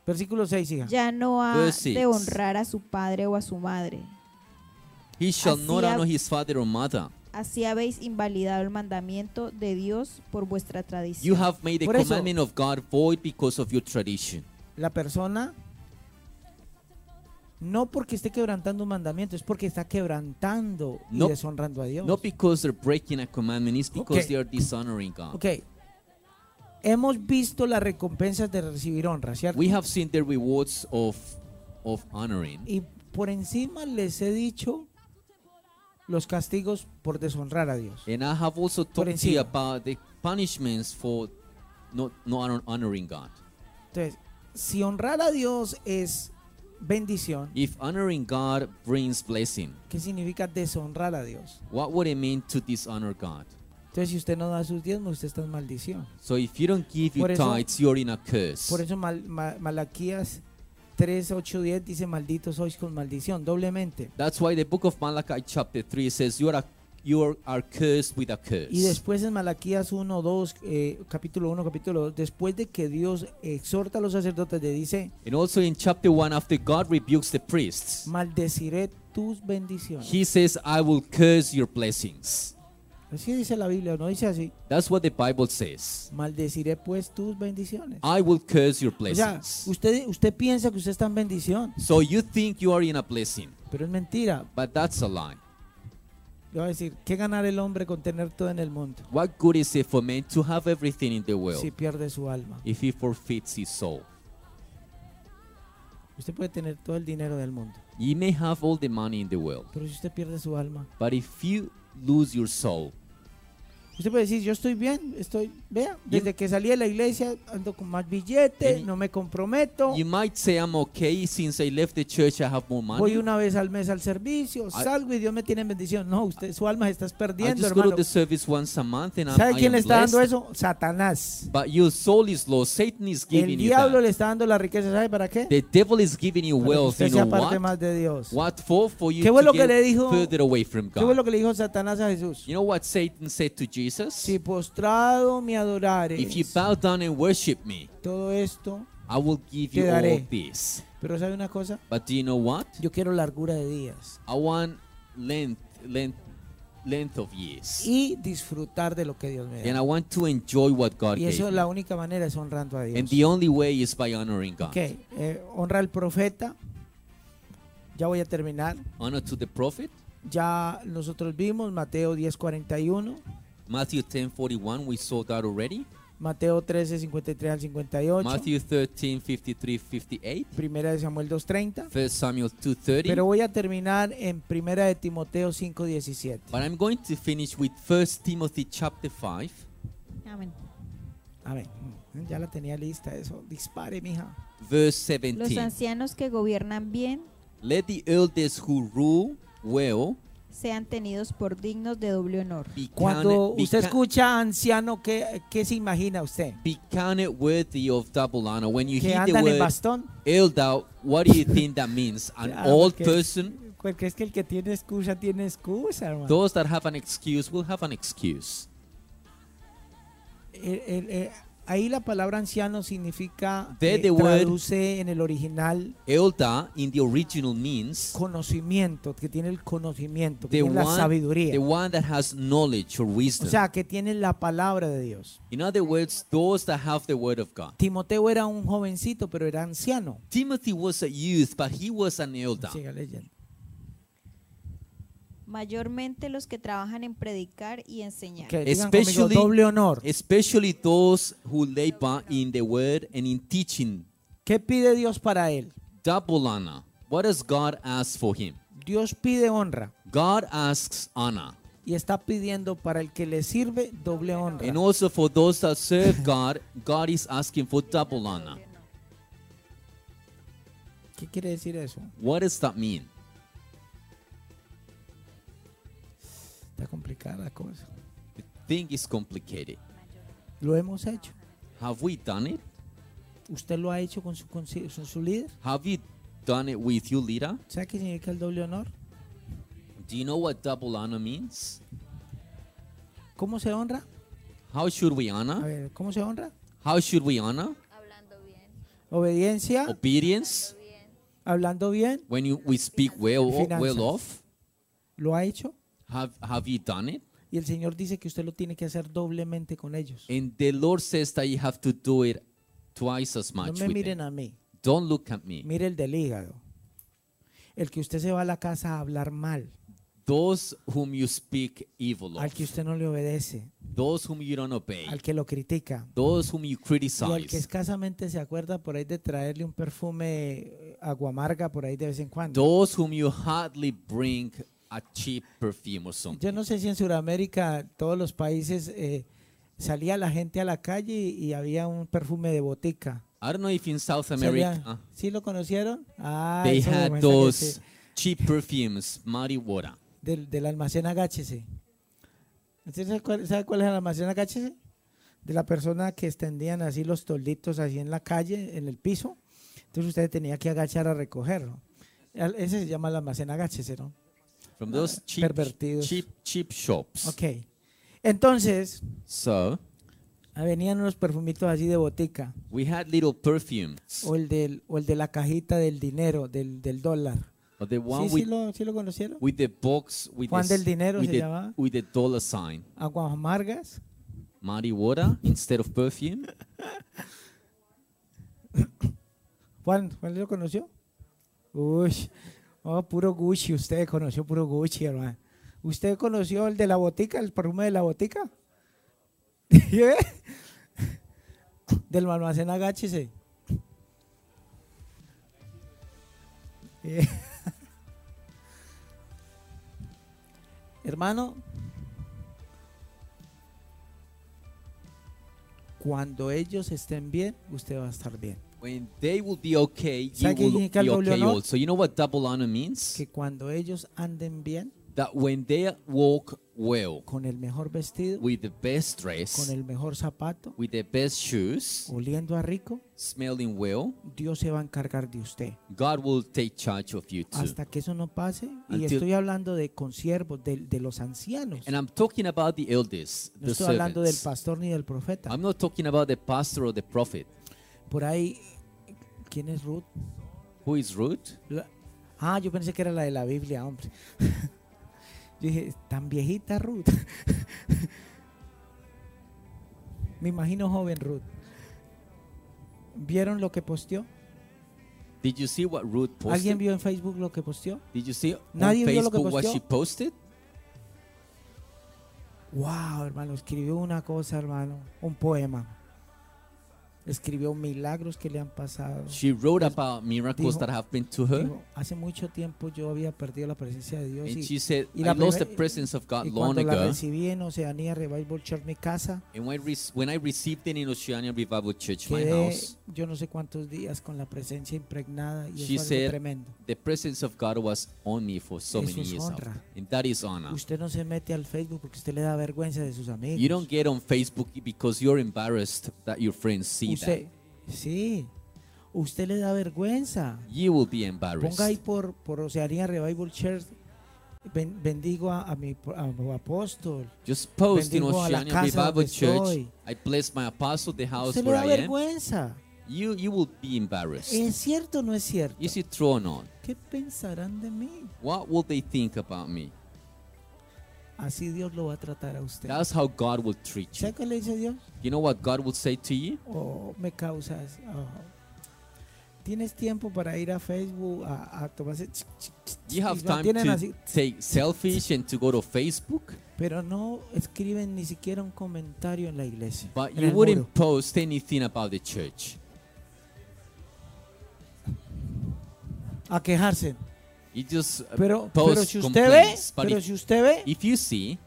S2: Versículo 6, hija.
S4: Ya no ha
S3: Verse six.
S4: de honrar a su padre o a su madre.
S3: He shall
S4: Así
S3: not
S4: ha-
S3: honor his father or mother.
S4: Así habéis invalidado el mandamiento de Dios por vuestra
S3: You
S4: tradición.
S3: have made the
S2: Por eso-
S3: commandment of God void because of your tradition.
S2: La persona, no porque esté quebrantando un mandamiento, es porque está quebrantando y
S3: No.
S2: deshonrando a Dios.
S3: Not because they're breaking a commandment, it's because
S2: Okay.
S3: they are dishonoring God.
S2: Ok. Hemos visto las recompensas de recibir honra, ¿cierto?
S3: We have seen the rewards of of honoring.
S2: Y por encima les he dicho los castigos por deshonrar a Dios.
S3: And I have also
S2: Por
S3: talked to you
S2: encima.
S3: about the punishments for not, not honor- honoring God.
S2: Entonces, si honrar a Dios es bendición,
S3: If honoring God brings blessing,
S2: ¿qué significa deshonrar a Dios?
S3: what would it mean to dishonor God?
S2: Entonces, si usted no da sus diezmos, usted está en maldición.
S3: So if you don't give
S2: Por
S3: your
S2: eso-
S3: tithes, you're in a curse.
S2: Por eso Mal- Ma- Malaquías 3, 8, 10 dice, malditos sois con maldición, doblemente.
S3: That's why the book of Malachi chapter 3 says you are a, you are, are cursed with a curse.
S2: Y después en Malaquías 1, 2, eh, capítulo 1, capítulo 2, después de que Dios exhorta a los sacerdotes, le dice,
S3: And also in chapter 1 after God rebukes the priests,
S2: maldeciré tus bendiciones.
S3: he says I will curse your blessings.
S2: Así dice la Biblia, no dice así,
S3: That's what the Bible says.
S2: maldeciré pues tus bendiciones.
S3: I will curse your
S2: O sea,
S3: blessings.
S2: usted, usted piensa que usted está en bendición,
S3: So you think you are in a blessing,
S2: pero es mentira.
S3: but that's a lie.
S2: Le voy a decir, ¿qué ganar el hombre con tener todo en el mundo
S3: What good is it for man to have everything in the world
S2: si pierde su alma?
S3: if he forfeits his soul?
S2: Usted puede tener todo el dinero del mundo,
S3: You may have all the money in the world,
S2: pero si usted pierde su alma,
S3: but if you lose your soul,
S2: usted puede decir, yo estoy bien, estoy, vea, desde que salí de la iglesia ando con más billete,
S3: Bien.
S2: no me comprometo,
S3: You might say I'm okay since I left the church. I have more money.
S2: voy una vez al mes al servicio,
S3: I-
S2: salgo y Dios me tiene en bendición. No, usted, su alma se está
S3: I
S2: perdiendo,
S3: just go to
S2: hermano.
S3: the service once a month and I'm,
S2: ¿Sabe
S3: I
S2: quién
S3: am
S2: le está dando
S3: blessed.
S2: eso? Satanás.
S3: But your soul is lost. Satan is
S2: El
S3: giving you
S2: diablo le
S3: that.
S2: está dando la riqueza, ¿sabe para qué?
S3: The devil is giving you
S2: Para que
S3: wealth.
S2: usted
S3: You
S2: sea
S3: know
S2: parte
S3: what?
S2: más de Dios.
S3: What for? For you
S2: ¿Qué fue
S3: to
S2: lo que le
S3: get
S2: dijo-
S3: further away from
S2: ¿Qué fue lo
S3: God.
S2: que le dijo Satanás a Jesús?
S3: You know what Satan said to Jesus?
S2: Si postrado me adorares,
S3: If you bow down and worship me,
S2: todo esto.
S3: I will give
S2: Te
S3: you all
S2: daré.
S3: this.
S2: Pero ¿sabe una cosa?
S3: But do you know what?
S2: Yo quiero largura de días
S3: I want length, length, length of years,
S2: y disfrutar de lo que Dios me
S3: and I
S2: da.
S3: want to enjoy what God
S2: Y
S3: gave
S2: eso
S3: me.
S2: es la única manera, es honrando a
S3: And
S2: Dios.
S3: the only way is by honoring God.
S2: Ok, eh, honra al profeta. Ya voy a terminar.
S3: Honor to the prophet.
S2: Ya nosotros vimos Mateo 10:41,
S3: Matthew 10 41, we saw that already.
S2: Mateo 13:53 al 58,
S3: Matthew 13 53 58.
S2: Primera de Samuel 2:30.
S3: 1 Samuel two
S2: Pero
S3: thirty.
S2: voy a terminar en Primera de Timoteo 5:17.
S3: But I'm going to finish with 1 Timothy chapter 5.
S4: Amén.
S2: A ver, mm, ya la tenía lista eso. Dispare, mija.
S3: Verse
S4: Los
S3: 17.
S4: ancianos que gobiernan bien
S3: Let the elders who rule well
S4: sean tenidos por dignos de doble honor.
S3: Be
S2: Cuando
S3: counted- be
S2: usted
S3: ca-
S2: escucha anciano, ¿qué, qué se imagina usted?
S3: Be counted worthy of double honor. When you
S2: ¿Que
S3: hear the
S2: andan en
S3: word
S2: bastón?
S3: elder, what do you think that means? An
S2: Ah,
S3: old
S2: porque-
S3: person,
S2: Porque es que el que tiene excusa tiene excusa, hermano.
S3: those that have an excuse will have an excuse.
S2: El- el- eh, ahí la palabra anciano significa,
S3: There
S2: eh,
S3: the word-
S2: traduce en el original
S3: Elder in the original means
S2: conocimiento, que tiene el conocimiento, que
S3: the
S2: tiene la
S3: one,
S2: sabiduría.
S3: the one that has knowledge or
S2: O
S3: wisdom.
S2: sea, que tiene la palabra de Dios.
S3: In other words, those that have the word of God.
S2: Timoteo era un jovencito, pero era anciano.
S3: Timothy was a youth, but he was an elder.
S2: Siga leyendo.
S4: Mayormente los que trabajan en predicar y enseñar.
S2: Que digan conmigo,
S3: Especially-
S2: doble honor.
S3: Especially those who labor in the word and in teaching.
S2: ¿Qué pide Dios para él?
S3: Double honor. What does God ask for him?
S2: Dios pide honra
S3: God asks honor.
S2: y está pidiendo para el que le sirve doble honra.
S3: And also for those that serve God, God is asking for double honor.
S2: ¿Qué quiere decir eso?
S3: What does that mean?
S2: Está complicada la cosa.
S3: The thing is complicated.
S2: Lo hemos hecho.
S3: Have we done it?
S2: Usted lo ha hecho con su, consi- con su líder.
S3: Have you done it with your leader?
S2: ¿Sabe qué significa el doble honor?
S3: Do you know what double honor means?
S2: ¿Cómo se honra?
S3: How should we
S2: A
S3: honor?
S2: ver, ¿cómo se honra?
S3: How should we honor?
S5: hablando bien,
S2: Obediencia,
S3: Obedience.
S5: bien,
S2: hablando bien,
S3: When you, we speak well, well
S2: Finanzas.
S3: off.
S2: lo ha hecho.
S3: Have, have you done it?
S2: Y el Señor dice que usted lo tiene que hacer doblemente con ellos.
S3: And the Lord says that you have to do it twice as
S2: No
S3: much.
S2: me
S3: with
S2: miren
S3: them.
S2: a mí,
S3: Don't look at me.
S2: mire el del hígado. El que usted se va a la casa a hablar mal,
S3: Those whom you speak evil
S2: al
S3: of,
S2: que usted no le obedece,
S3: those whom you don't obey,
S2: al que lo critica,
S3: those whom you
S2: y al que
S3: criticize,
S2: escasamente se acuerda por ahí de traerle un perfume eh, aguamarga por ahí de vez en cuando.
S3: those whom you hardly bring a cheap perfume or something.
S2: Yo no sé si en Sudamérica, todos los países, eh, salía la gente a la calle y, y había un perfume de botica.
S3: I don't know if in South
S2: Salía-
S3: America
S2: ¿Sí lo conocieron? Ah,
S3: they
S2: eso me
S3: had
S2: muestra que
S3: those
S2: sí,
S3: cheap perfumes, marijuana.
S2: del, del almacén Agáchese. ¿Usted sabe cuál, sabe cuál es el almacén Agáchese? De la persona que extendían así los tolditos así en la calle, en el piso. Entonces usted tenía que agachar a recogerlo. Al- Ese se llama el almacén Agáchese, ¿no?
S3: From those cheap,
S2: Ah, pervertidos.
S3: cheap, cheap shops.
S2: Ok. Entonces,
S3: So
S2: ah, venían unos perfumitos así de botica.
S3: we had little perfumes,
S2: O el, del, o el de la cajita del dinero, del, del dólar.
S3: or the one
S2: ¿Sí, sí,
S3: with
S2: lo, ¿Sí lo conocieron?
S3: with the box with
S2: Juan
S3: the, s-
S2: del Dinero
S3: with,
S2: se
S3: the
S2: llamaba.
S3: with the dollar sign
S2: Aguas amargas.
S3: marijuana instead of perfume
S2: Juan, ¿Juan lo conoció? Uy, oh, puro Gucci, usted conoció puro Gucci, hermano. ¿Usted conoció el de la botica, el perfume de la botica? ¿Eh? Del almacén agáchese. Eh. Hermano, cuando ellos estén bien, usted va a estar bien.
S3: when they will be okay you
S2: ¿Sabe qué
S3: will
S2: significa el
S3: be
S2: doble
S3: okay
S2: honor?
S3: also you know what double honor means
S2: que cuando ellos anden bien,
S3: that when they walk well
S2: con el mejor vestido,
S3: with the best
S2: con
S3: dress
S2: el mejor zapato,
S3: with the best shoes
S2: oliendo a rico,
S3: smelling well
S2: Dios se va a encargar de usted.
S3: God will take charge of you too
S2: Hasta que eso no pase, y
S3: Until-
S2: estoy hablando de consiervos, de, de los ancianos.
S3: and I'm talking about the elders
S2: No
S3: the
S2: estoy hablando del
S3: servants
S2: pastor ni del profeta.
S3: I'm not talking about the pastor or the prophet
S2: Por ahí, ¿quién es Ruth?
S3: who is rude
S2: La- ah, yo pensé que era la de la Biblia, hombre. yo dije, tan viejita Ruth. Me imagino joven Ruth. ¿Vieron lo que posteó?
S3: did you see what rude
S2: ¿Alguien
S3: posted
S2: vio en Facebook lo que posteó?
S3: did you see on
S2: Nadie vio lo que
S3: Facebook what
S2: posteó.
S3: she posted
S2: Wow, hermano, escribió una cosa, hermano, un poema. escribió milagros que le han pasado.
S3: She wrote about miracles
S2: Dijo-
S3: that happened to her.
S2: Dijo, hace mucho tiempo yo había perdido la presencia de Dios
S3: And
S2: y,
S3: she said,
S2: y
S3: I
S2: la
S3: lost the
S2: primer-
S3: presence of God
S2: y
S3: long
S2: cuando la
S3: ago.
S2: recibí en Oceanía Revival Church, mi casa,
S3: And when, I re- when I received it in Oceania Revival Church, my
S2: quedé
S3: house,
S2: yo no sé cuántos días con la presencia impregnada y eso
S3: She
S2: es algo
S3: said,
S2: tremendo.
S3: the presence of God was on me for so
S2: Eso
S3: many
S2: es
S3: years.
S2: honra.
S3: after. And that is honor.
S2: Usted no se mete al Facebook porque usted le da vergüenza de sus amigos.
S3: You don't get on Facebook because you're embarrassed that your friends see
S2: usted,
S3: that.
S2: sí, usted le da vergüenza.
S3: You will be embarrassed.
S2: Ponga ahí por, por Oceanía Revival Church. ben- bendigo a, a mi, a mi apóstol.
S3: Just post in
S2: Bendigo a la
S3: Oceania
S2: casa
S3: Revival
S2: donde
S3: Church.
S2: estoy.
S3: I bless my apostle, the house ¿eh?
S2: Usted le
S3: where
S2: da
S3: I am.
S2: vergüenza.
S3: You you will be embarrassed.
S2: ¿Es cierto o no es cierto?
S3: Is it true or not?
S2: ¿Qué pensarán de mí?
S3: What will they think about me?
S2: Así Dios lo va a tratar a usted.
S3: That's how God will treat you.
S2: ¿Sabe qué le dice Dios?
S3: You know what God will say to you?
S2: Oh, me causas. oh. ¿Tienes tiempo para ir a Facebook a, a tomarse? ch- ch- ch-
S3: You
S2: y
S3: have
S2: lo
S3: time
S2: tienen
S3: to
S2: así,
S3: take selfies and to go to Facebook,
S2: pero no escriben ni siquiera un comentario en la iglesia.
S3: but
S2: en
S3: you
S2: el
S3: wouldn't
S2: muro.
S3: post anything about the church.
S2: A quejarse.
S3: You just uh,
S2: Pero, pero
S3: post
S2: si usted ve,
S3: complaints. But
S2: pero
S3: if,
S2: si usted ve,
S3: if you see,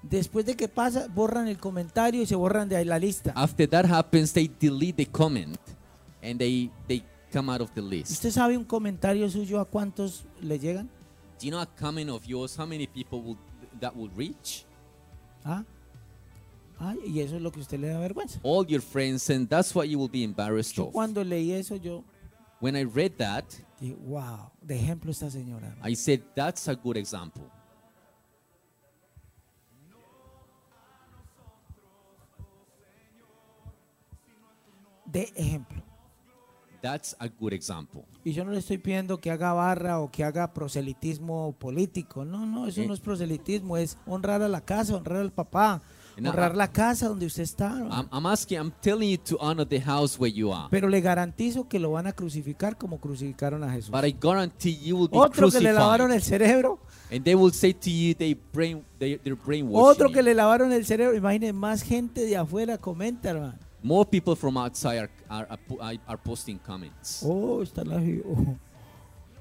S2: después de que pasa, borran el comentario y se borran de ahí la lista.
S3: after that happens, they delete the comment and they they come out of the list.
S2: ¿Usted sabe un comentario suyo a cuántos le llegan?
S3: Do you know a comment of yours? How many people will that will reach?
S2: ¿Ah? Ay, y eso es lo que a usted le da vergüenza.
S3: All your friends, and that's what you will be embarrassed
S2: Yo
S3: of.
S2: cuando leí eso, yo
S3: When I read that,
S2: dije, wow, de ejemplo esta señora.
S3: I said that's a good example.
S2: De ejemplo.
S3: That's a good example.
S2: Y yo no le estoy pidiendo que haga barra o que haga proselitismo político. No, no, eso
S3: Eh.
S2: no es proselitismo, es honrar a la casa, honrar al papá,
S3: No,
S2: honrar
S3: ah.
S2: la casa donde usted está.
S3: I'm, I'm asking, I'm telling you to honor the house where you are.
S2: Pero le garantizo que lo van a crucificar como crucificaron a Jesús.
S3: But I guarantee you will be
S2: Otro que le lavaron
S3: crucified.
S2: el cerebro,
S3: And they will say to you, they brain, they, they're brainwashing
S2: otro que
S3: you.
S2: le lavaron el cerebro. Imaginen, más gente de afuera comenta, hermano.
S3: More people from outside are, are, are pu- are, are posting comments.
S2: Oh, está la... oh.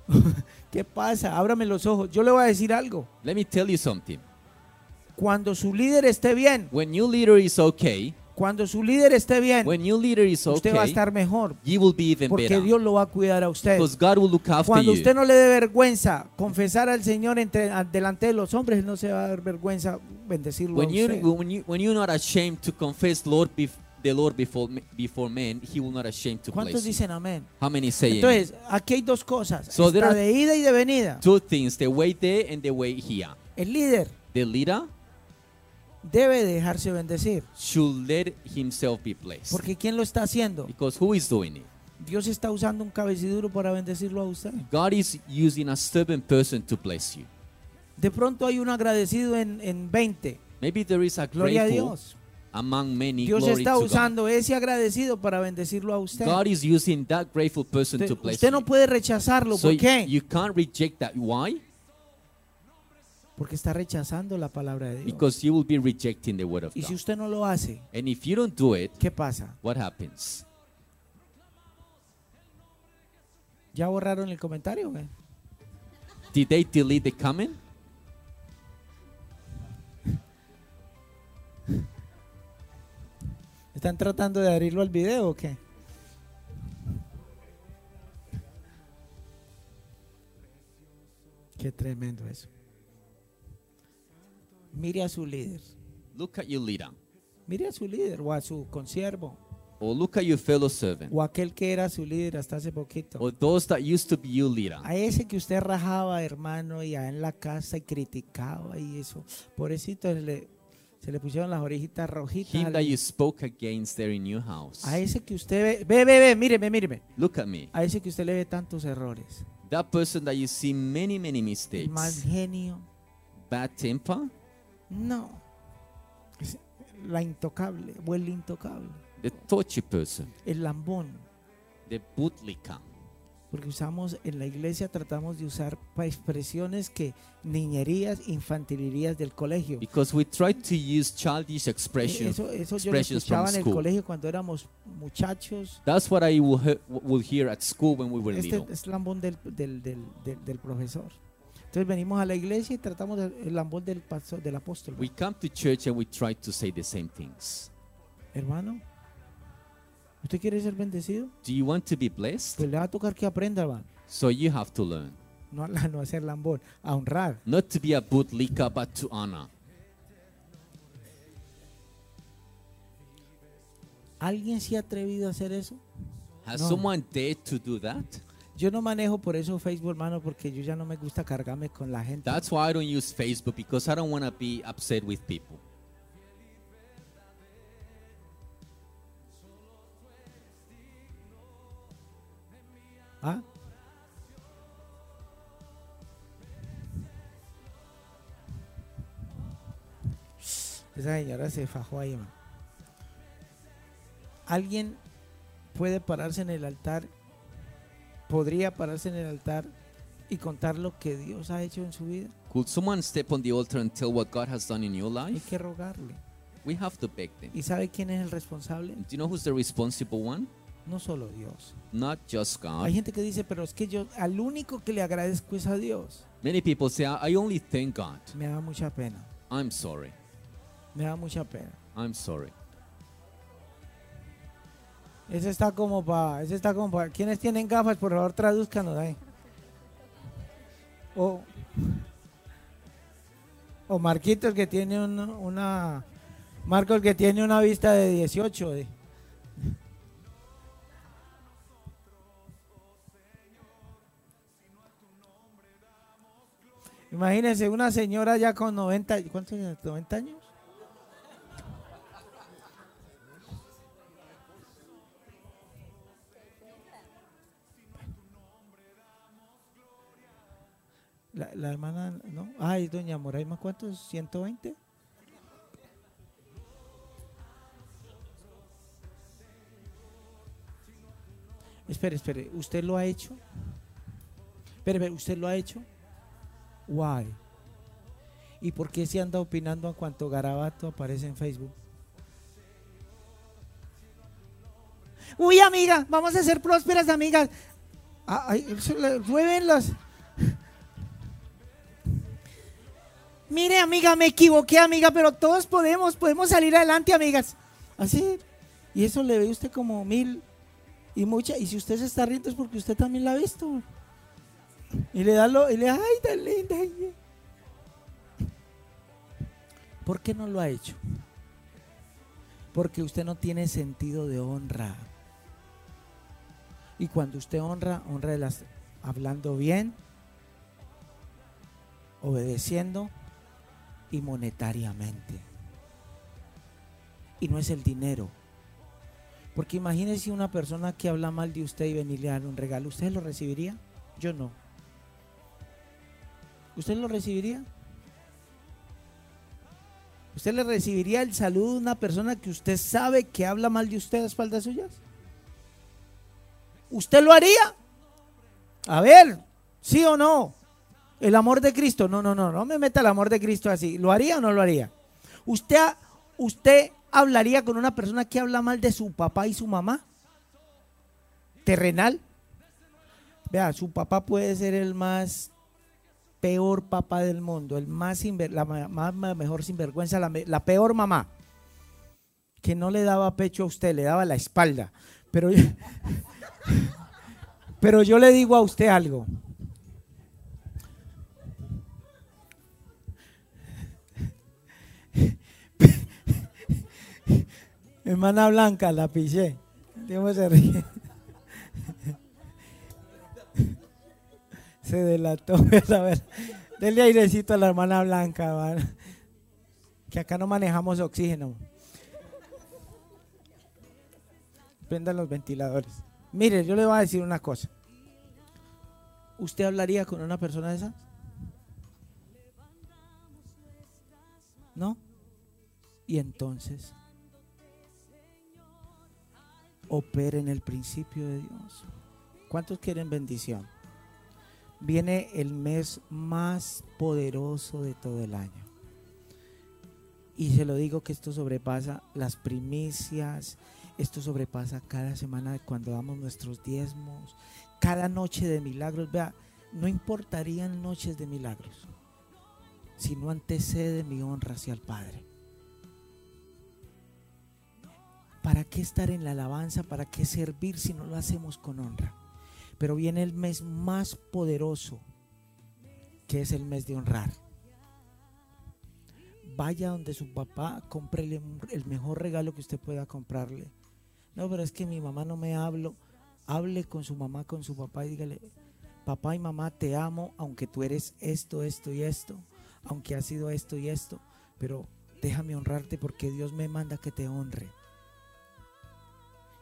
S2: ¿Qué pasa? Ábrame los ojos. Yo le voy a decir algo.
S3: Let me tell you something.
S2: Cuando su líder esté bien,
S3: When your leader is okay,
S2: cuando su líder esté bien,
S3: when your leader is
S2: usted va a
S3: okay,
S2: estar mejor.
S3: you will be even
S2: Porque
S3: better.
S2: Dios lo va a cuidar a usted.
S3: Because God will look Pues, after
S2: Cuando usted
S3: you.
S2: no le dé vergüenza confesar al Señor entre, delante de los hombres, Él no se va a dar vergüenza bendecirlo a
S3: When you,
S2: usted.
S3: when you when you're not ashamed to confess Lord bef- the Lord before me- before men, He will not ashamed to
S2: ¿Cuántos
S3: place. you.
S2: dicen amén?
S3: How many say amen?
S2: Entonces, aquí hay dos cosas.
S3: So there
S2: Está
S3: are
S2: de ida y de venida.
S3: Two things: the way there and the way here.
S2: El líder
S3: The leader
S2: debe dejarse bendecir.
S3: should let himself be blessed.
S2: Porque ¿quién lo está haciendo?
S3: Because who is doing it?
S2: Dios está usando un cabeciduro para bendecirlo a usted.
S3: God is using a stubborn person to bless you.
S2: De pronto hay un agradecido en, en 20.
S3: Maybe there is a
S2: Gloria a
S3: grateful
S2: Dios.
S3: among many.
S2: Dios
S3: glory
S2: está
S3: to God.
S2: usando ese agradecido para bendecirlo a usted.
S3: God is using that grateful person
S2: Usted,
S3: to bless
S2: usted no
S3: you.
S2: puede rechazarlo.
S3: so
S2: ¿Por qué?
S3: you can't reject that. Why?
S2: Porque está rechazando la palabra de Dios.
S3: Because you will be rejecting the word of
S2: Y si
S3: God.
S2: usted no lo hace,
S3: And if you don't do it,
S2: ¿qué pasa?
S3: what happens?
S2: ¿Ya borraron el comentario? güey?
S3: Did they delete the comment?
S2: ¿Están tratando de abrirlo al video o qué? Qué tremendo eso. Mire a su líder.
S3: Look at your leader,
S2: Mire a su líder o a su consiervo
S3: or look at your fellow servant,
S2: o aquel que era su líder hasta hace poquito.
S3: or those that used to be your leader.
S2: A ese que usted rajaba, hermano, y allá en la casa y criticaba y eso. Pobrecito, se le, se le pusieron las orejitas rojitas.
S3: Him
S2: al-
S3: that you spoke against there in your house.
S2: A ese que usted ve, ve, ve, ve, míreme, míreme.
S3: Look at me.
S2: A ese que usted le ve tantos errores.
S3: That person that you see many, many
S2: El Más
S3: mistakes.
S2: genio.
S3: Bad temper,
S2: No. Es La intocable, o el intocable.
S3: the touchy person,
S2: El lambón.
S3: the bootlicker,
S2: Porque usamos en la iglesia, tratamos de usar pa- expresiones que niñerías, infantilerías del colegio.
S3: Because we try to use childish
S2: Eh,
S3: expressions.
S2: Eso, eso yo lo
S3: expressions from
S2: escuchaba en el
S3: school.
S2: colegio cuando éramos muchachos.
S3: That's what I will, he- will hear at school when we were
S2: Este
S3: little.
S2: es lambón del, del, del, del- del profesor. Entonces venimos a la iglesia y tratamos de- el lambón del, paso- del apóstol.
S3: We come to church and we try to say the same things.
S2: Hermano, ¿usted quiere ser bendecido?
S3: Do you want to be blessed?
S2: Pues le va a tocar que aprenda, hermano.
S3: So you have to learn
S2: No, a la- no a ser lambón, a honrar.
S3: not to be a bootlicker, but to honor.
S2: ¿Alguien se ha atrevido a hacer eso?
S3: Has
S2: No.
S3: someone dared to do that?
S2: Yo no manejo por eso Facebook, hermano, porque yo ya no me gusta cargarme con la gente.
S3: That's why I don't use Facebook because I don't want to be upset with people.
S2: ¿Ah? Esa señora se fajó ahí, man. ¿Alguien puede pararse en el altar? ¿Podría pararse en el altar y contar lo que Dios ha hecho en su vida?
S3: Could someone step on the altar and tell what God has done in your
S2: Hay
S3: life?
S2: que rogarle.
S3: We have to beg them.
S2: ¿Y sabe quién es el responsable?
S3: Do you know who's the responsible one?
S2: No solo Dios.
S3: Not just
S2: Hay
S3: God.
S2: gente que dice, pero es que yo al único que le agradezco es a Dios.
S3: Many people say, I I only thank God.
S2: Me da mucha pena.
S3: I'm sorry.
S2: Me da mucha pena.
S3: I'm sorry.
S2: Ese está como para, ese está como para. ¿Quiénes tienen gafas? Por favor, tradúzcanos ahí. Oh. O, o Marquitos Oh, que tiene un- una, Marcos que tiene una vista de eh. 18. de- Imagínense una señora ya con 90, ¿cuántos años? 90 años. La, la hermana, ¿no? Ay, doña Moraima, ¿cuántos? ¿120? Espere, espere, ¿usted lo ha hecho? Espere, espere, ¿usted lo ha hecho? Why? ¿Y por qué se anda opinando a cuanto garabato aparece en Facebook? Uy, amiga, vamos a ser prósperas, amigas. Ah, Ay, se le- muévenlas.
S6: Mire, amiga, me equivoqué, amiga, pero todos podemos, podemos salir adelante, amigas.
S2: Así. Y eso le ve usted como mil y mucha. Y si usted se está riendo es porque usted también la ha visto. Y le da lo. Y le da, ay, tan linda. ay". ¿Por qué no lo ha hecho? Porque usted no tiene sentido de honra. Y cuando usted honra, honra de las, hablando bien, obedeciendo y monetariamente y no es el dinero. Porque imagínese una persona que habla mal de usted y venirle a dar un regalo. ¿Usted lo recibiría? Yo no. ¿Usted lo recibiría? ¿Usted le recibiría el saludo de una persona que usted sabe que habla mal de usted a espaldas suyas? ¿Usted lo haría? A ver, ¿sí o no? El amor de Cristo. No, no, no, no me meta el amor de Cristo así. ¿Lo haría o no lo haría? ¿Usted, ha- usted hablaría con una persona que habla mal de su papá y su mamá? ¿Terrenal? Vea, su papá puede ser el más peor papá del mundo, el más sinver- la ma- ma- ma- mejor sinvergüenza, la, me- la peor mamá, que no le daba pecho a usted, le daba la espalda. Pero, pero yo le digo a usted algo. Hermana Blanca, la pillé. Dios se ríe. Se delató. A ver, denle airecito a la hermana Blanca, hermano. Que acá no manejamos oxígeno. Prendan los ventiladores. Mire, yo le voy a decir una cosa. ¿Usted hablaría con una persona de esas? ¿No? Y entonces opera en el principio de Dios. ¿Cuántos quieren bendición? Viene el mes más poderoso de todo el año. Y se lo digo que esto sobrepasa las primicias, esto sobrepasa cada semana cuando damos nuestros diezmos, cada noche de milagros. Vea, no importarían noches de milagros si no antecede mi honra hacia el Padre. ¿Para qué estar en la alabanza? ¿Para qué servir si no lo hacemos con honra? Pero viene el mes más poderoso, que es el mes de honrar. Vaya donde su papá, cómprele un- el mejor regalo que usted pueda comprarle. No, pero es que mi mamá no me hablo. Hable con su mamá, con su papá y dígale, papá y mamá, te amo, aunque tú eres esto, esto y esto, aunque has sido esto y esto, pero déjame honrarte porque Dios me manda que te honre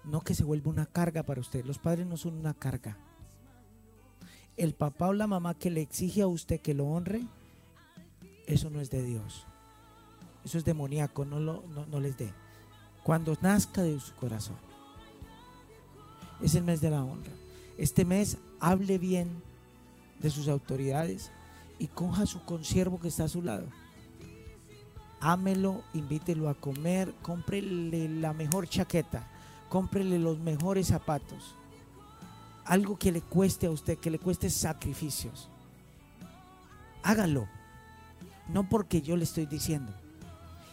S2: no que se vuelva una carga para usted. Los padres no son una carga. El papá o la mamá que le exige a usted que lo honre, eso no es de Dios. Eso es demoníaco, no, lo, no, no les dé. Cuando nazca de su corazón. Es el mes de la honra. Este mes hable bien de sus autoridades y coja a su consiervo que está a su lado. Ámelo, invítelo a comer, cómprele la mejor chaqueta cómprele los mejores zapatos. Algo que le cueste a usted, que le cueste sacrificios. Hágalo. No porque yo le estoy diciendo.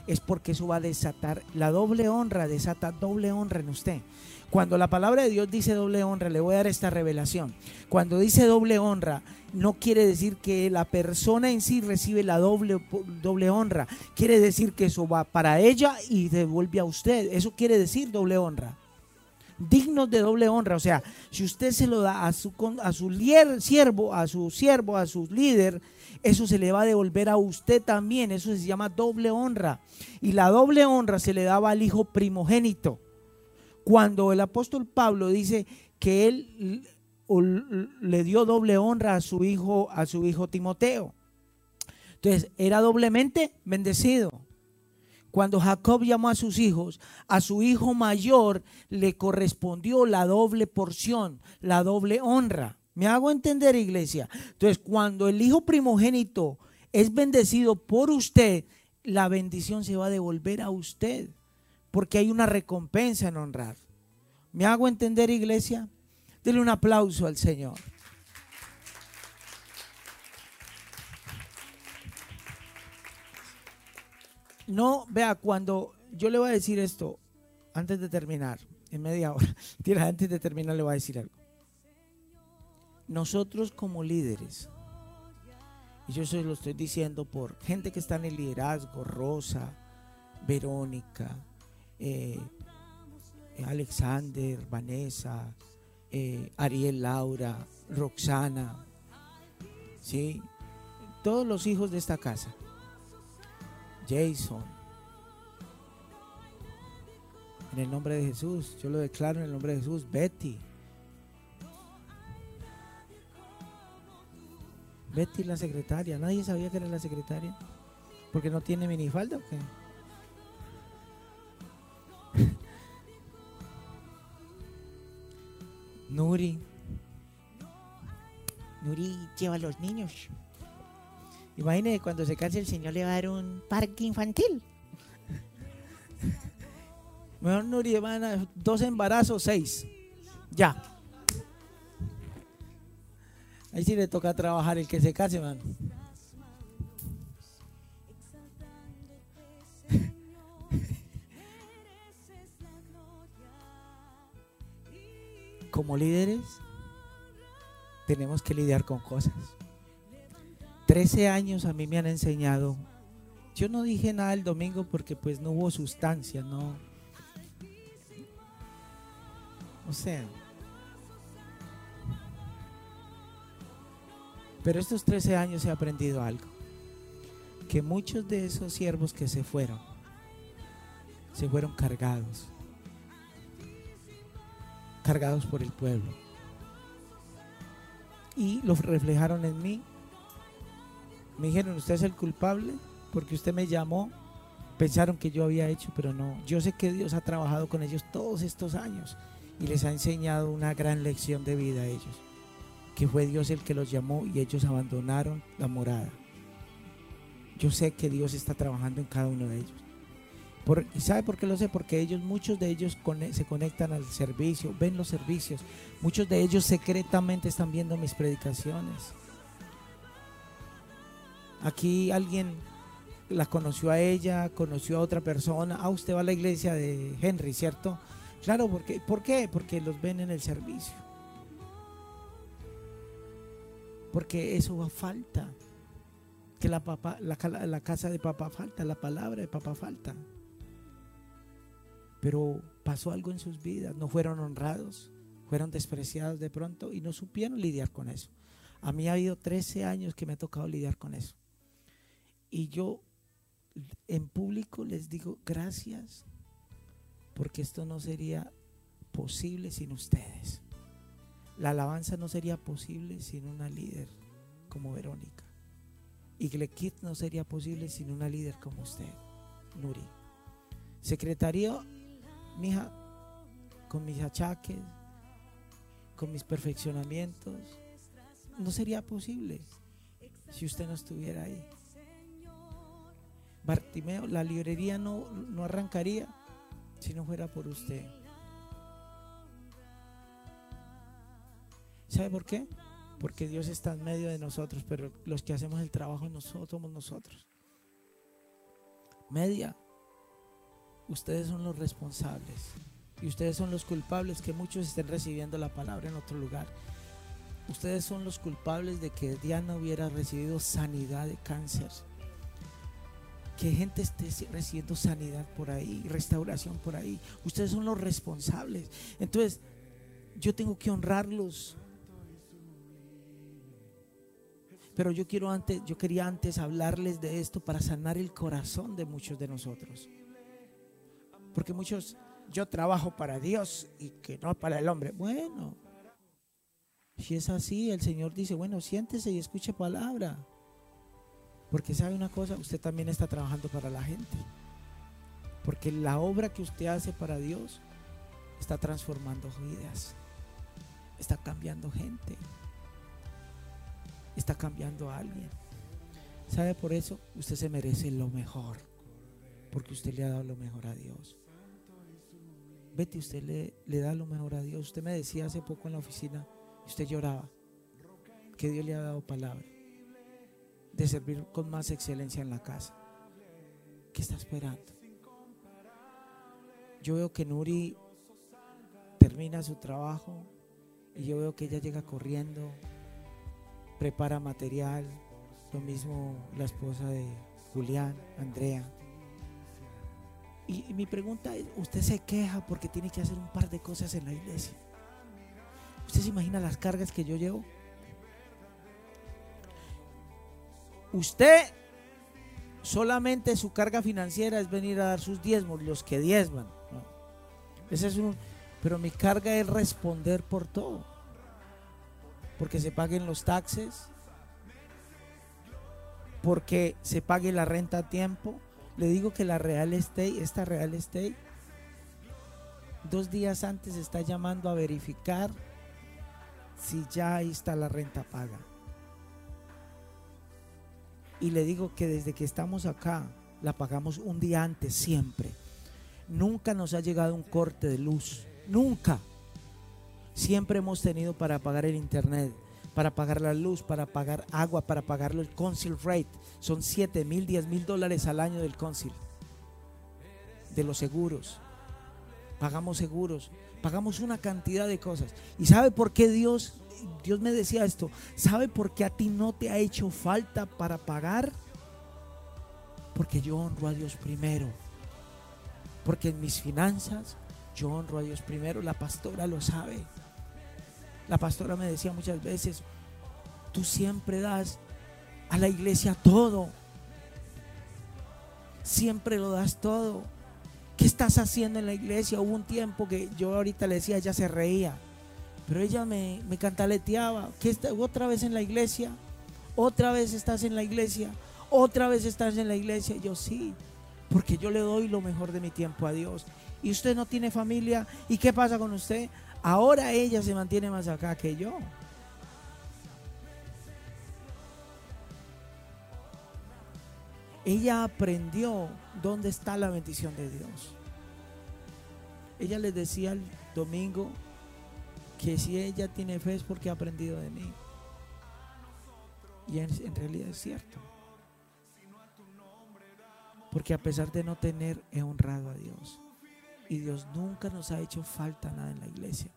S2: Es porque eso va a desatar la doble honra, desata doble honra en usted. Cuando la palabra de Dios dice doble honra, le voy a dar esta revelación. Cuando dice doble honra, no quiere decir que la persona en sí recibe la doble, doble honra. Quiere decir que eso va para ella y devuelve a usted. Eso quiere decir doble honra. Dignos de doble honra. O sea, si usted se lo da a su, con- a su lier- siervo, a su siervo, a su líder, eso se le va a devolver a usted también. Eso se llama doble honra. Y la doble honra se le daba al hijo primogénito. Cuando el apóstol Pablo dice que él l- o l- le dio doble honra a su hijo, a su hijo Timoteo. Entonces, era doblemente bendecido. Cuando Jacob llamó a sus hijos, a su hijo mayor le correspondió la doble porción, la doble honra. ¿Me hago entender, iglesia? Entonces, cuando el hijo primogénito es bendecido por usted, la bendición se va a devolver a usted, porque hay una recompensa en honrar. ¿Me hago entender, iglesia? Dele un aplauso al Señor. No, vea, cuando yo le voy a decir esto, antes de terminar, en media hora, mentira, antes de terminar le voy a decir algo. Nosotros como líderes, y yo se lo estoy diciendo por gente que está en el liderazgo, Rosa, Verónica, eh, Alexander, Vanessa, eh, Ariel, Laura, Roxana, ¿sí? todos los hijos de esta casa. Jason. En el nombre de Jesús, yo lo declaro en el nombre de Jesús, Betty. Betty la secretaria, nadie sabía que era la secretaria. Porque no tiene minifalda o qué? Nuri.
S6: Nuri lleva a los niños. Imagínese cuando se canse el Señor le va a dar un parque infantil.
S2: Mejor Nuri, van a- dos embarazos, seis. Ya. Ahí sí le toca trabajar el que se case, mano. Como líderes, tenemos que lidiar con cosas. Trece años a mí me han enseñado. Yo no dije nada el domingo porque pues no hubo sustancia, no. O sea. Pero estos 13 años he aprendido algo. Que muchos de esos siervos que se fueron, se fueron cargados. Cargados por el pueblo. Y los reflejaron en mí. Me dijeron, usted es el culpable porque usted me llamó. Pensaron que yo había hecho, pero no. Yo sé que Dios ha trabajado con ellos todos estos años y les ha enseñado una gran lección de vida a ellos, que fue Dios el que los llamó y ellos abandonaron la morada. Yo sé que Dios está trabajando en cada uno de ellos. Por- ¿Y sabe por qué lo sé? Porque ellos, muchos de ellos cone- se conectan al servicio, ven los servicios. Muchos de ellos secretamente están viendo mis predicaciones. Aquí alguien la conoció a ella, conoció a otra persona. Ah, usted va a la iglesia de Henry, ¿cierto? Claro, porque, ¿por qué? Porque los ven en el servicio. Porque eso va- falta. Que la, papá- la, cala- la casa de papá falta, la palabra de papá falta. Pero pasó algo en sus vidas, no fueron honrados, fueron despreciados de pronto y no supieron lidiar con eso. A mí ha habido 13 años que me ha tocado lidiar con eso. Y yo en público les digo gracias porque esto no sería posible sin ustedes. La alabanza no sería posible sin una líder como Verónica. Y Glekid no sería posible sin una líder como usted, Nuri. Secretario, mija, con mis achaques, con mis perfeccionamientos, no sería posible si usted no estuviera ahí. Bartimeo, la librería no, no arrancaría si no fuera por usted. ¿Sabe por qué? Porque Dios está en medio de nosotros, pero los que hacemos el trabajo nosotros somos nosotros. Media, ustedes son los responsables y ustedes son los culpables que muchos estén recibiendo la palabra en otro lugar. Ustedes son los culpables de que Diana hubiera recibido sanidad de cáncer que gente esté si- recibiendo sanidad por ahí, restauración por ahí. Ustedes son los responsables. Entonces, yo tengo que honrarlos. Pero yo quiero antes, yo quería antes hablarles de esto para sanar el corazón de muchos de nosotros. Porque muchos, yo trabajo para Dios y que no para el hombre. Bueno, si es así, el Señor dice, bueno, siéntese y escuche palabra. Porque sabe una cosa, usted también está trabajando para la gente. Porque la obra que usted hace para Dios está transformando vidas. Está cambiando gente. Está cambiando a alguien. ¿Sabe por eso? Usted se merece lo mejor. Porque usted le ha dado lo mejor a Dios. Betty, usted le, le da lo mejor a Dios. Usted me decía hace poco en la oficina, y usted lloraba, que Dios le ha dado palabra de servir con más excelencia en la casa. ¿Qué está esperando? Yo veo que Nuri termina su trabajo y yo veo que ella llega corriendo, prepara material, lo mismo la esposa de Julián, Andrea. Y, y mi pregunta es, usted se queja porque tiene que hacer un par de cosas en la iglesia. ¿Usted se imagina las cargas que yo llevo? Usted solamente su carga financiera es venir a dar sus diezmos, los que diezman. ¿no? Ese es un, pero mi carga es responder por todo. Porque se paguen los taxes, porque se pague la renta a tiempo. Le digo que la real estate, esta real estate, dos días antes está llamando a verificar si ya ahí está la renta paga y le digo que desde que estamos acá la pagamos un día antes siempre. Nunca nos ha llegado un corte de luz, nunca. Siempre hemos tenido para pagar el internet, para pagar la luz, para pagar agua, para pagar el council rate. Son 7 mil, 10 mil dólares al año del council, de los seguros. Pagamos seguros, pagamos una cantidad de cosas. ¿Y sabe por qué Dios, Dios me decía esto? ¿Sabe por qué a ti no te ha hecho falta para pagar? Porque yo honro a Dios primero. Porque en mis finanzas yo honro a Dios primero. La pastora lo sabe. La pastora me decía muchas veces, tú siempre das a la iglesia todo. Siempre lo das todo. ¿Qué estás haciendo en la iglesia? Hubo un tiempo que yo ahorita le decía, ella se reía. Pero ella me, me cantaleteaba, que está, otra vez en la iglesia, otra vez estás en la iglesia, otra vez estás en la iglesia. Y Yo sí, porque yo le doy lo mejor de mi tiempo a Dios. Y usted no tiene familia, ¿y qué pasa con usted? Ahora ella se mantiene más acá que yo. Ella aprendió dónde está la bendición de Dios. Ella les decía el domingo que si ella tiene fe es porque ha aprendido de mí. Y en, en realidad es cierto. Porque a pesar de no tener, he honrado a Dios. Y Dios nunca nos ha hecho falta nada en la iglesia.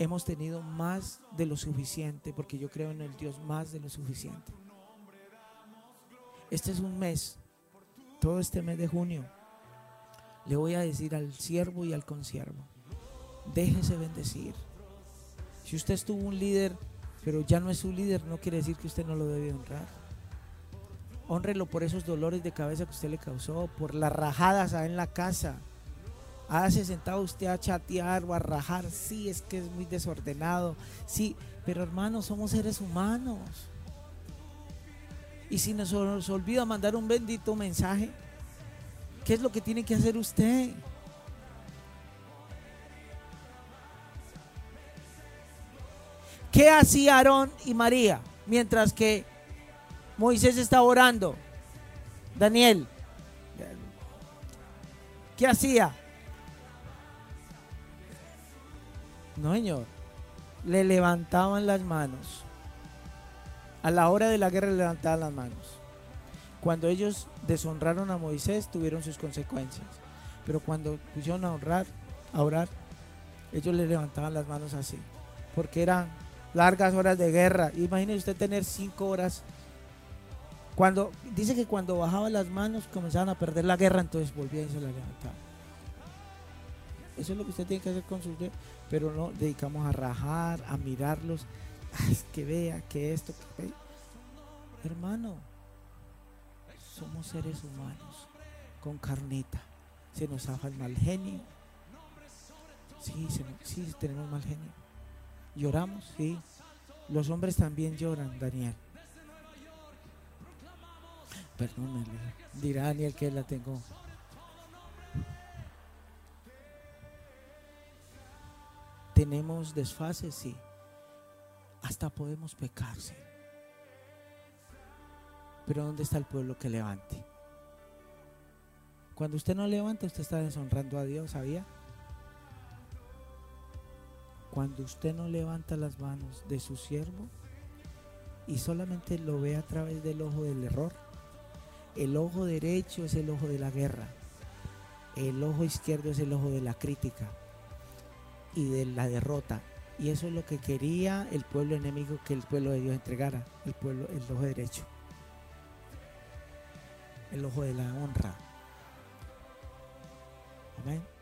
S2: Hemos tenido más de lo suficiente, porque yo creo en el Dios más de lo suficiente. Este es un mes, todo este mes de junio. Le voy a decir al siervo y al consiervo, déjese bendecir. Si usted estuvo un líder, pero ya no es su líder, no quiere decir que usted no lo debe honrar. Honrelo por esos dolores de cabeza que usted le causó, por las rajadas ahí en la casa. Hágase sentado usted a chatear o a rajar. Sí, es que es muy desordenado. Sí, pero hermanos, somos seres humanos. Y si nos, nos olvida mandar un bendito mensaje, ¿qué es lo que tiene que hacer usted? ¿Qué hacía Aarón y María mientras que Moisés está orando? Daniel, ¿qué hacía? No, señor. Le levantaban las manos. A la hora de la guerra le levantaban las manos. Cuando ellos deshonraron a Moisés, tuvieron sus consecuencias. Pero cuando pusieron a honrar, a orar, ellos le levantaban las manos así. Porque eran largas horas de guerra. Imagine usted tener cinco horas. Cuando dice que cuando bajaba las manos comenzaban a perder la guerra, entonces volvían y se la levantaban. Eso es lo que usted tiene que hacer con sus de- pero no dedicamos a rajar, a mirarlos, "Ay, que vea, que esto, que ve-". Hermano, somos seres humanos con carnita. Se nos zafa el mal genio. Sí, se nos- sí, tenemos mal genio. Lloramos, sí. Los hombres también lloran, Daniel. Perdóname, dirá Daniel que la tengo. Tenemos desfases, sí. Hasta podemos pecarse. Pero ¿dónde está el pueblo que levante? Cuando usted no levanta, usted está deshonrando a Dios, ¿sabía? Cuando usted no levanta las manos de su siervo y solamente lo ve a través del ojo del error, el ojo derecho es el ojo de la guerra, el ojo izquierdo es el ojo de la crítica y de la derrota. Y eso es lo que quería el pueblo enemigo que el pueblo de Dios entregara, el pueblo, el ojo derecho, el ojo de la honra. Amén.